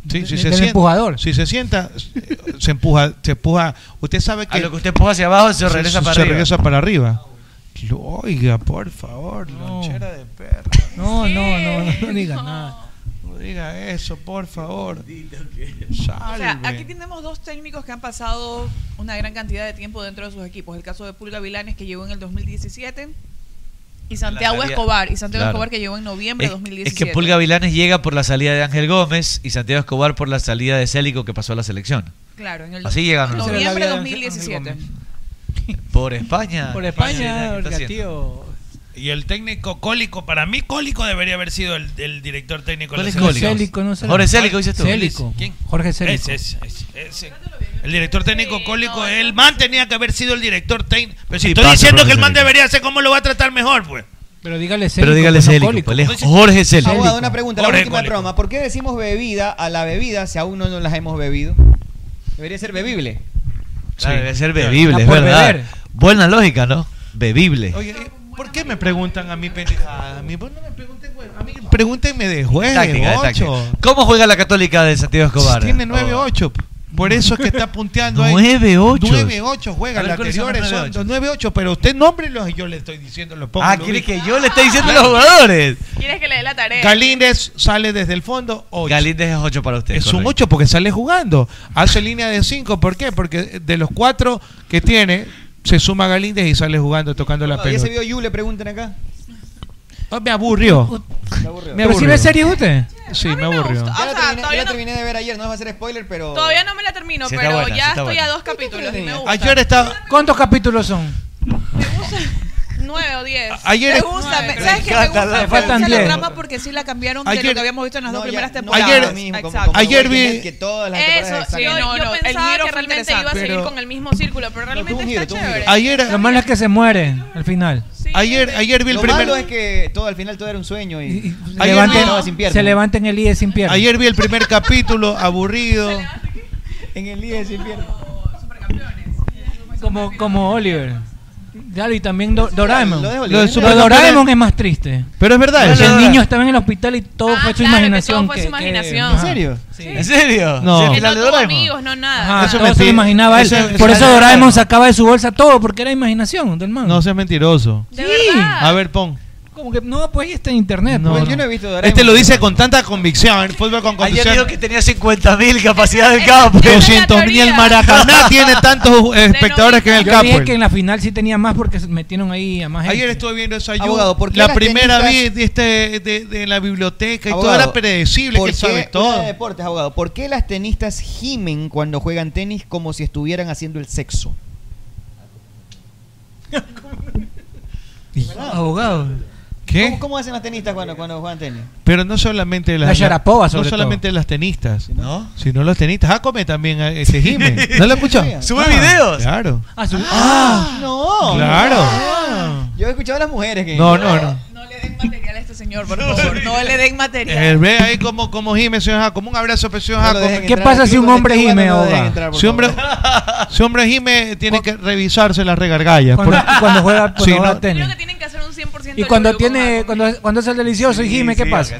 Sí, si se
Del
sienta-
empujador.
Si se sienta, eh, se empuja, se empuja. Usted sabe que.
A lo que usted empuja hacia abajo, se regresa para arriba.
regresa para arriba. Lo- Oiga, por favor, lonchera de perro.
No, no, no, no, no diga nada.
No diga eso, por favor.
O sea,
Salve.
aquí tenemos dos técnicos que han pasado una gran cantidad de tiempo dentro de sus equipos. El caso de Pulga Vilanes, que llegó en el 2017, y Santiago
salida-
Escobar, y Santiago
Claro.
Escobar que llegó en noviembre de
Es
2017.
que Pulga Vilanes llega por la salida de Ángel Gómez y Santiago Escobar por la salida de Célico que pasó a la selección.
Claro, en el
Así llegaron. los
noviembre de
Ángel
2017.
dos. Por España.
Por
España,
España,
¿qué está
Olga,
haciendo?
tío.
Y el técnico Cólico, para mí Cólico debería haber sido el, el director técnico. de
¿Cuál
la
es
selección.
Cólico? Célico, no sé. Jorge Célico, dices tú. Célico.
¿Quién?
Jorge Célico.
Ese, ese, ese, ese. El director técnico Cólico, el man tenía que haber sido el director técnico. Pero si
Sí,
estoy
pasa,
diciendo
profe
que el man
Célico.
debería ser, ¿cómo lo va a tratar mejor, pues?
Pero dígale
Pero dígale Célico, pues, él es Jorge Célico.
Abogado, una pregunta, la
Jorge
última
Cólico.
broma. ¿Por qué decimos bebida a la bebida si aún no nos las hemos bebido? Debería ser bebible.
Claro,
Sí.
debe ser bebible,
Ah,
es
por
verdad.
beber.
Buena lógica, ¿no? Bebible.
Oye,
eh,
¿por qué me preguntan a mí pendejadas? A mí, vos no me pregunten, güey. A mí pregúntenme de juez,
Táctica, de táctica.
ocho.
¿Cómo juega la Católica de Santiago Escobar? Oh.
Tiene 9-8. Por eso es que está punteando ahí.
9-8.
9-8 juega.
A ver,
Las
¿cuáles son los
anteriores son
9-8?
9-8, pero usted nómbrelos y yo le estoy diciendo los pongo.
Ah,
los
quiere
ubico.
que yo le esté diciendo a los jugadores.
¿Quieres que le dé la tarea?
Galíndez sale desde el fondo 8.
Galíndez es 8 para usted.
Es un
correcto.
8 porque sale jugando. Hace línea de 5. ¿Por qué? Porque de los 4 que tiene, se suma Galíndez y sale jugando, tocando la
¿Ya se
pelota.
vio Yu? Le preguntan acá.
Ah, Me aburrió. Me
¿Pero si
aburrió.
ve series usted?
Sí, me aburrió.
Ya la terminé, ya
todavía
la
no-
terminé de ver ayer, no va a ser spoiler, pero.
Todavía no me la termino,
Sí está
pero
buena, sí está
ya estoy
buena.
a dos capítulos y me gusta.
Ayer estaba.
¿Cuántos capítulos son?
Nueve o diez.
Ah, Ayer
me
es-
gusta,
Nueve,
me-
pero
¿sabes qué? Me
encanta
gusta,
la-
me
faltan
gusta la
diez.
trama porque sí la cambiaron de lo
Ayer-
que habíamos visto en las dos primeras temporadas.
ayer,
Exacto.
ayer vi.
que todas las
Eso,
temporadas
sí,
están-
no,
Yo
no,
pensaba
el giro
que
realmente iba a seguir
Pero-
con el mismo círculo, pero realmente está chévere.
Ayer,
lo malo es que se muere al final.
Ayer, ayer vi el
Lo
primer.
malo es que todo al final todo era un sueño y.
Se
Ayer
levanta-
estaba sin pierna.
se levanta en el IE sin pierna.
Ayer vi el primer capítulo, aburrido.
En el líder sin pierna.
Como, como Oliver. Claro, y también Do- Doraemon.
Lo de Oliver.
Lo de Super-
Lo de
Doraemon
Doraemon
es más triste.
Pero es verdad
Porque
eso.
El niño estaba en el hospital y todo fue su imaginación.
todo fue su imaginación.
Ajá.
¿En serio?
Sí.
¿En serio?
No.
¿Sí,
Que
el final de
No tuvo
Doraemon?
amigos, no nada.
Ajá,
Eso
todo
es
se lo
mentira.
imaginaba él.
Eso es-
Por
eso
eso
es
Doraemon
mentira.
sacaba de su bolsa todo, porque era imaginación del man.
No seas mentiroso. A ver, pon.
Como que no, pues ahí está en internet.
No,
pues.
no. Este lo dice con tanta convicción. Fútbol con
Ayer
convicción.
dijo que tenía 50 mil capacidad del campo.
200 mil el Maracaná tiene tantos eh, espectadores que en el
Yo
campo.
dije que en la final sí tenía más porque se metieron ahí a más gente.
Ayer estuve viendo eso. Ayú.
Abogado, ¿por qué
la
las
primera
tenistas-
vez de, este- de- de la biblioteca y todo
Abogado,
era predecible,
¿por
que
qué-
sabe
una
todo.
de deportes, abogado. ¿Por qué las tenistas gimen cuando juegan tenis como si estuvieran haciendo el sexo?
Abogado.
¿Qué?
¿Cómo, cómo hacen las tenistas cuando, cuando juegan tenis?
Pero no solamente las,
La Sharapova, sobre
no
todo.
solamente las tenistas, ¿no? Sino los tenistas. Jacome también eh, se gime. ¿No lo escuchado?
Sube
Ah,
videos.
Claro.
Ah, su-
no.
Claro.
Ah, yo he escuchado a las mujeres que.
No, no, no.
Material a este señor, por favor. No le den material.
Eh, ve ahí como, como gime, señor Jacome. Un abrazo, precioso
No lo
Jacome.
dejen ¿Qué entrar al pasa si club un donde hombre esté jugando, gime, no lo dejen abogado? entrar, por
Si hombre, si hombre gime, tiene que revisarse las regargallas.
Cuando- cuando juega- cuando
Sí,
juega
no-
tenis.
Tienen que hacer un 100%
pues Y cuando tiene, cuando, cuando es el delicioso y gime, ¿qué pasa?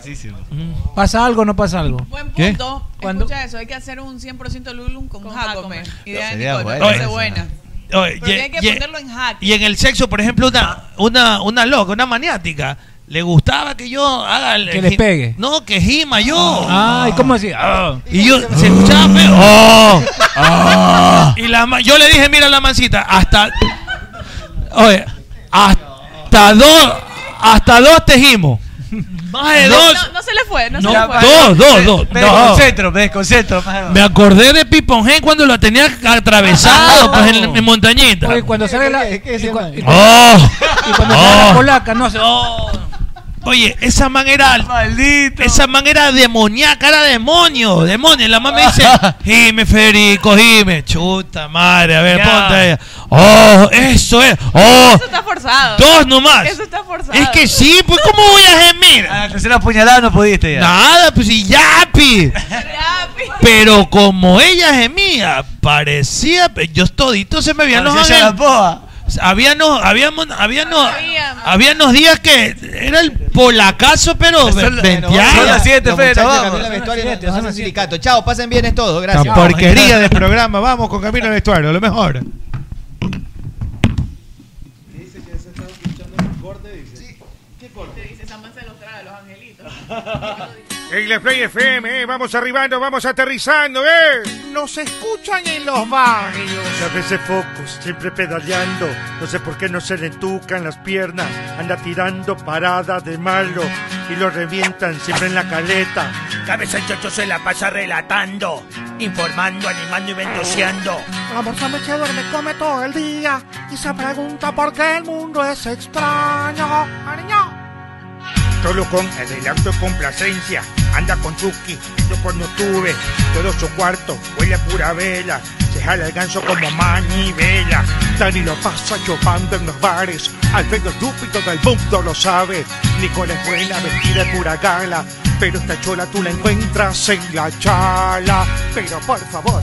¿Pasa algo o no pasa algo?
Buen
¿Eh?
¿Qué?
punto. Escucha eso, hay que hacer un 100% Lulum con, Jacome. Idea de
Sería
Nicole, me
bueno
parece
eso.
buena.
Oye,
Pero
y-
hay que
y-
ponerlo en jaque.
Y en el sexo, por ejemplo, una, una, una loca, una maniática, le gustaba que yo haga el-
Que le
gi-
pegue.
No, que gima yo.
Ah, ¿y cómo hacía?
Ah. Y yo se escuchaba feo. Oh,
Ah.
oh. Y la ma- yo le dije, mira la mancita, hasta Oye, hasta dos hasta dos tejimos. Más de
No,
dos.
No, no se le fue, no,
No,
se le fue.
dos, dos, dos.
Me
no.
desconcentro, me desconcentro. mano.
Me acordé de Pipongen cuando lo tenía atravesado pues, en, en montañita.
Ah. Oye, cuando sale la. y cua- y-
¡Oh!
y cuando sale la
Oh.
polaca, no se.
Oye, esa man era. Esa man era demoníaca, era demonio, demonio. La man me dice, Jime, Federico, Jime. Chuta madre, a ver,
Ya.
ponte ahí. Oh, eso es. Oh,
Eso está forzado.
dos nomás.
Eso está forzado.
Es que sí, pues, ¿cómo voy a gemir?
A la tercera puñalada no pudiste ya.
Nada, pues, y ya, pi. Pero como ella gemía, parecía. Yo todito se me veían los
Parecía
ángeles. Había no, habíamos, había no, había unos días que era el polacazo, pero venteado.
Nos hacen silicato. Chao, pasen bien, es todo. Gracias.
Esta porquería de
programa. Vamos con Camino al Vestuario, lo mejor.
En la Play FM, eh, vamos arribando, vamos aterrizando, ¿eh? Nos escuchan en los barrios.
A veces focos, siempre pedaleando. No sé por qué no se le entucan las piernas. Anda tirando parada de malo y lo revientan siempre en la caleta.
Cabeza el chocho se la pasa relatando, informando, animando y ventoseando.
La morsa me se duerme, come todo el día y se pregunta por qué el mundo es extraño. Ariño.
Solo con el auto complacencia, anda con Chucky, yo cuando tuve, todo su cuarto, huele a pura vela, se jala el ganso como manivela.
Dani lo pasa chupando en los bares, Alfredo estúpido del mundo lo sabe. Nicole es buena, vestida de pura gala, pero esta chola tú la encuentras en la chala. Pero por favor,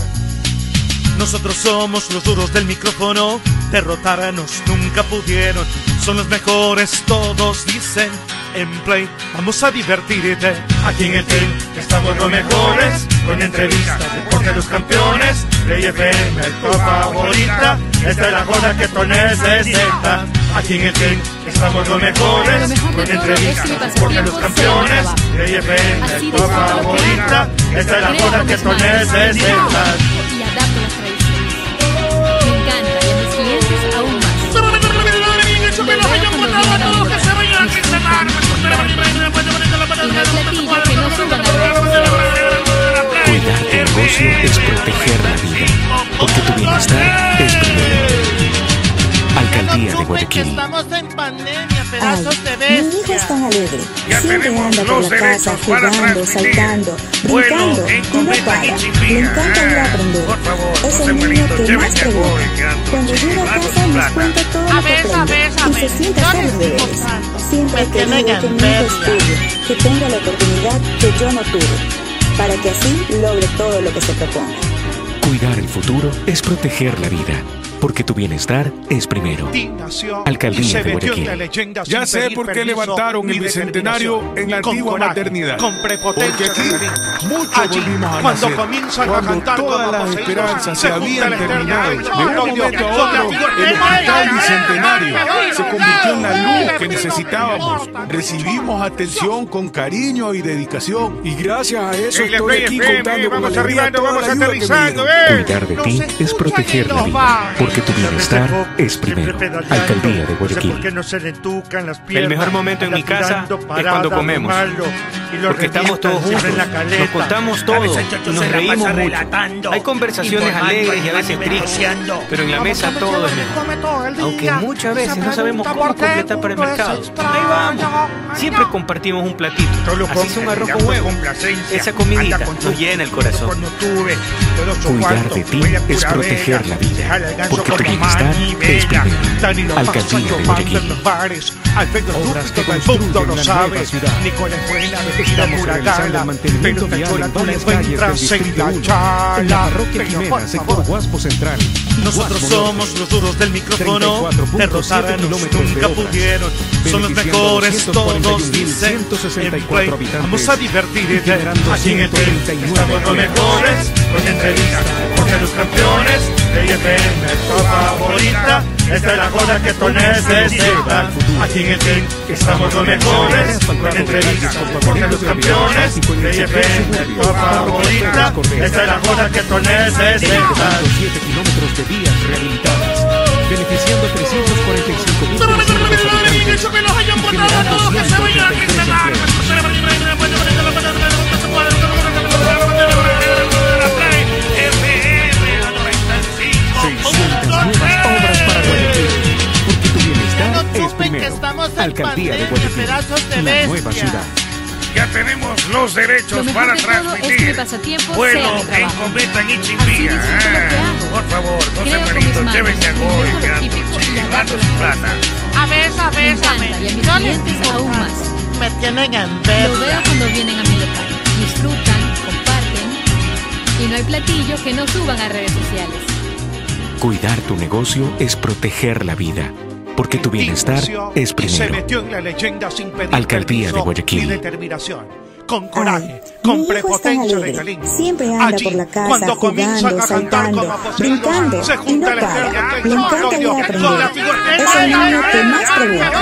Nosotros somos los duros del micrófono, derrotarnos nunca pudieron. Son los mejores, todos dicen. En play, vamos a divertirte. Aquí en el team estamos los mejores, con entrevistas, deporte de los campeones. Play FM, tu favorita, esta es la joda que tú necesitas. Aquí en el team estamos los mejores, con entrevistas, deporte de los campeones. Play FM, tu favorita, esta es la joda que tú necesitas.
Y adapto las tradiciones. Me encanta y a mis clientes aún más.
Cuidar tu negocio es proteger la vida, porque tu bienestar es primero. Alcaldía de Guayaquil.
Estamos en pandemia,
Ay,
pedazos de
mi hija es tan alegre.
Ya
Siempre
tenemos
anda por
los
la casa
derechos para
jugando,
transmitir.
saltando,
Bueno,
brincando
en
y no
Cometa
para.
y Ah,
Le
Chipía.
encanta ir a aprender. es el niño que más pregunta. Cuando llega a casa nos cuenta todo lo que aprende y se siente a hacer los deberes. Siempre he querido que mi hijo estudie, que tenga la oportunidad que yo no tuve, para que así logre todo lo que se proponga.
Cuidar el futuro es proteger la vida, porque tu bienestar es primero.
Ti nació
Alcaldía
y se
de
metió en
Guayaquil.
la leyenda sin
Ya sé
pedir
por qué
permiso
levantaron
ni
el bicentenario
determinación,
en la
con
antigua
coraje,
maternidad.
Con
Porque
prepotencia.
aquí mucho
Allí,
volvimos a
cuando
nacer.
comienzan a
Cuando
cantar
todas
como
las
poseídos,
esperanzas se
se junta
habían
la
terminado. De
eternidad.
un momento a otro, el hospital bicentenario se convirtió en la luz que necesitábamos. Recibimos atención con cariño y dedicación. Y gracias a eso
En la
estoy aquí
FM,
contando con
vamos
alegría
arribando,
toda
vamos
la ayuda que me
aterrizando,
dieron.
Cuidar de ti es proteger la vida, porque tu bienestar es primero. Alcaldía de
No sé por
Guayaquil.
qué no se le entucan las piernas.
El mejor momento en
Anda
mi casa
tirando
es
parada
cuando
de
comemos,
malo, y lo
porque estamos
revientan
todos
siempre en
juntos,
la
nos contamos todo,
A veces el chocho
y nos
se la
reímos
pasa
mucho.
relatando,
Hay conversaciones
informando,
alegres y a veces
animando,
tristes,
negociando.
pero en la mesa
Vamos a
todo es
meterle,
mejor.
come todo el
Aunque
día,
muchas
y se
veces no sabemos
pregunta
cómo
por qué el
completar para el
mundo es
mercado.
extraño.
Ahí vamos. Siempre compartimos un platito, así sea un arroz con huevo. Esa comidita nos llena el corazón.
Cuando tuve todo su
Cuidar
cuarto,
de ti
huele a
es
pura
proteger
vela,
la
se jala el
vida,
ganso
porque tu bienestar es primero. Alcaldía de Guayaquil. Obras que construyen la nueva ciudad. Estamos realizando el mantenimiento vial en varias calles del Distrito 1, en la Parroquia Quimera, sector Guaspo Central.
Nosotros
Guasmo
somos los duros del micrófono.
34.7
Derrotarnos
kilómetros de
nunca
obras,
pudieron. Son los
beneficiando
mejores todos
141.164
dicen. En Play,
habitantes,
Vamos a eh. divertirte.
generando
Aquí en el Play
139
estamos los mejores. Con entrevistas, por ser los campeones. Play FM es tu favorita. Esta es la joda que tú necesitas. Aquí en el Play estamos los mejores. Con entrevistas, por ser los campeones. Play FM es tu favorita. Esta es la joda que tú necesitas.
7 kilómetros de vías rehabilitadas, beneficiando a 345.000
obras para Guayaquil.
Porque tu bienestar es
que
primero.
estamos en
Alcaldía de
pandemia, pedazos de
Guayaquil, la nueva
bestia.
ciudad.
Ya tenemos los
Lo
derechos
mejor
para
de todo es que mi
transmitir.
pasatiempo sea
Bueno,
mi
en
trabajo.
Cometa en Ichimbía. Ah, Por favor, no
Creo
se
con mis
perdido,
manos,
llévense a
mi
gol,
método
quedando
típico y
chivato sin plata.
A ver, a
Me
ver, a
encanta y a mis clientes aún más.
Me tienen en
Lo veo cuando vienen a mi local. Disfrutan, comparten y no hay platillo que no suban a redes sociales.
Cuidar tu negocio es proteger la vida, porque tu bienestar es
Y se
primero.
metió en la leyenda sin pedir
Alcaldía de
permiso
Guayaquil.
ni determinación. Con coraje, con prepotencia de Galín.
Siempre anda
Allí,
por la casa
cuando
jugando,
comienzan a cantar
saltando,
como Poseidón,
brincando
se
y no
junta el
para.
ejército
Le encanta ir a aprender. Es el niño que más pregunta.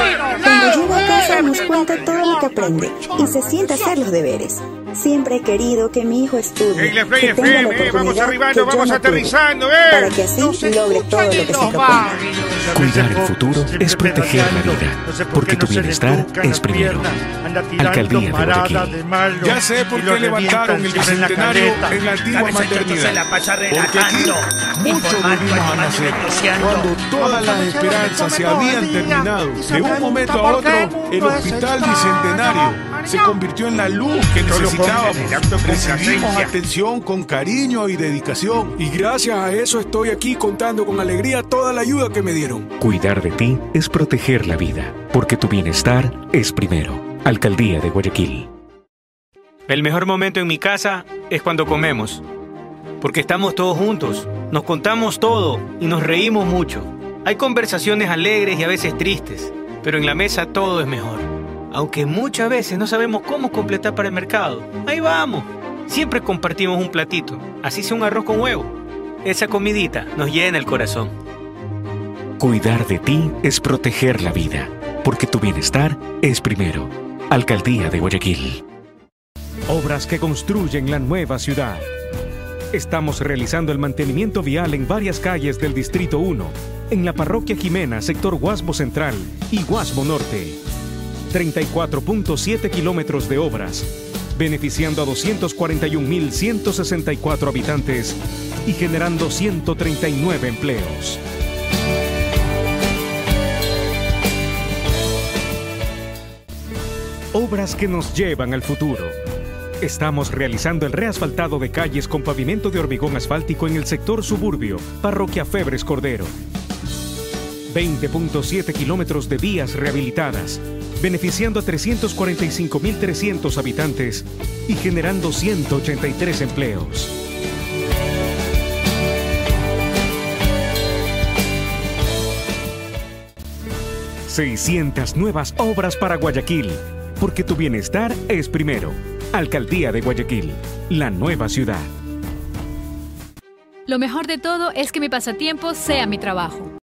Cuando llega a casa nos cuenta todo lo que aprende y se sienta a hacer los deberes. Siempre he querido que mi hijo estudie,
Hey, la Play
que tenga la
FM, eh, vamos
oportunidad
arribando,
que yo
vamos
no tuve,
aterrizando, eh.
para que así logre todo lo que se propone.
Cuidar el futuro es proteger la vida, porque tu bienestar es primero. Alcaldía de Guayaquil.
Ya sé por qué levantaron el bicentenario en la antigua maternidad. Porque aquí mucho volvimos a nacer. Cuando todas las esperanzas se habían terminado, de un momento a otro, el hospital bicentenario se convirtió en la luz que necesitábamos. Recibimos atención con cariño y dedicación. Y gracias a eso estoy aquí contando con alegría toda la ayuda que me dieron.
Cuidar de ti es proteger la vida, porque tu bienestar es primero. Alcaldía de Guayaquil.
El mejor momento en mi casa es cuando comemos, porque estamos todos juntos, nos contamos todo y nos reímos mucho. Hay conversaciones alegres y a veces tristes, pero en la mesa todo es mejor. Aunque muchas veces no sabemos cómo completar para el mercado, ahí vamos. Siempre compartimos un platito, así sea un arroz con huevo. Esa comidita nos llena el corazón.
Cuidar de ti es proteger la vida, porque tu bienestar es primero. Alcaldía de Guayaquil.
Obras que construyen la nueva ciudad. Estamos realizando el mantenimiento vial en varias calles del Distrito 1, en la Parroquia Jimena, sector Guasmo Central y Guasmo Norte. 34.7 kilómetros de obras, beneficiando a 241.164 habitantes y generando 139 empleos. Obras que nos llevan al futuro. Estamos realizando el reasfaltado de calles con pavimento de hormigón asfáltico en el sector suburbio, Parroquia Febres Cordero. 20.7 kilómetros de vías rehabilitadas, beneficiando a 345.300 habitantes y generando 183 empleos. ...600 nuevas obras para Guayaquil... ...porque tu bienestar es primero... ...Alcaldía de Guayaquil... ...la nueva ciudad...
Lo mejor de todo es que mi pasatiempo sea mi trabajo.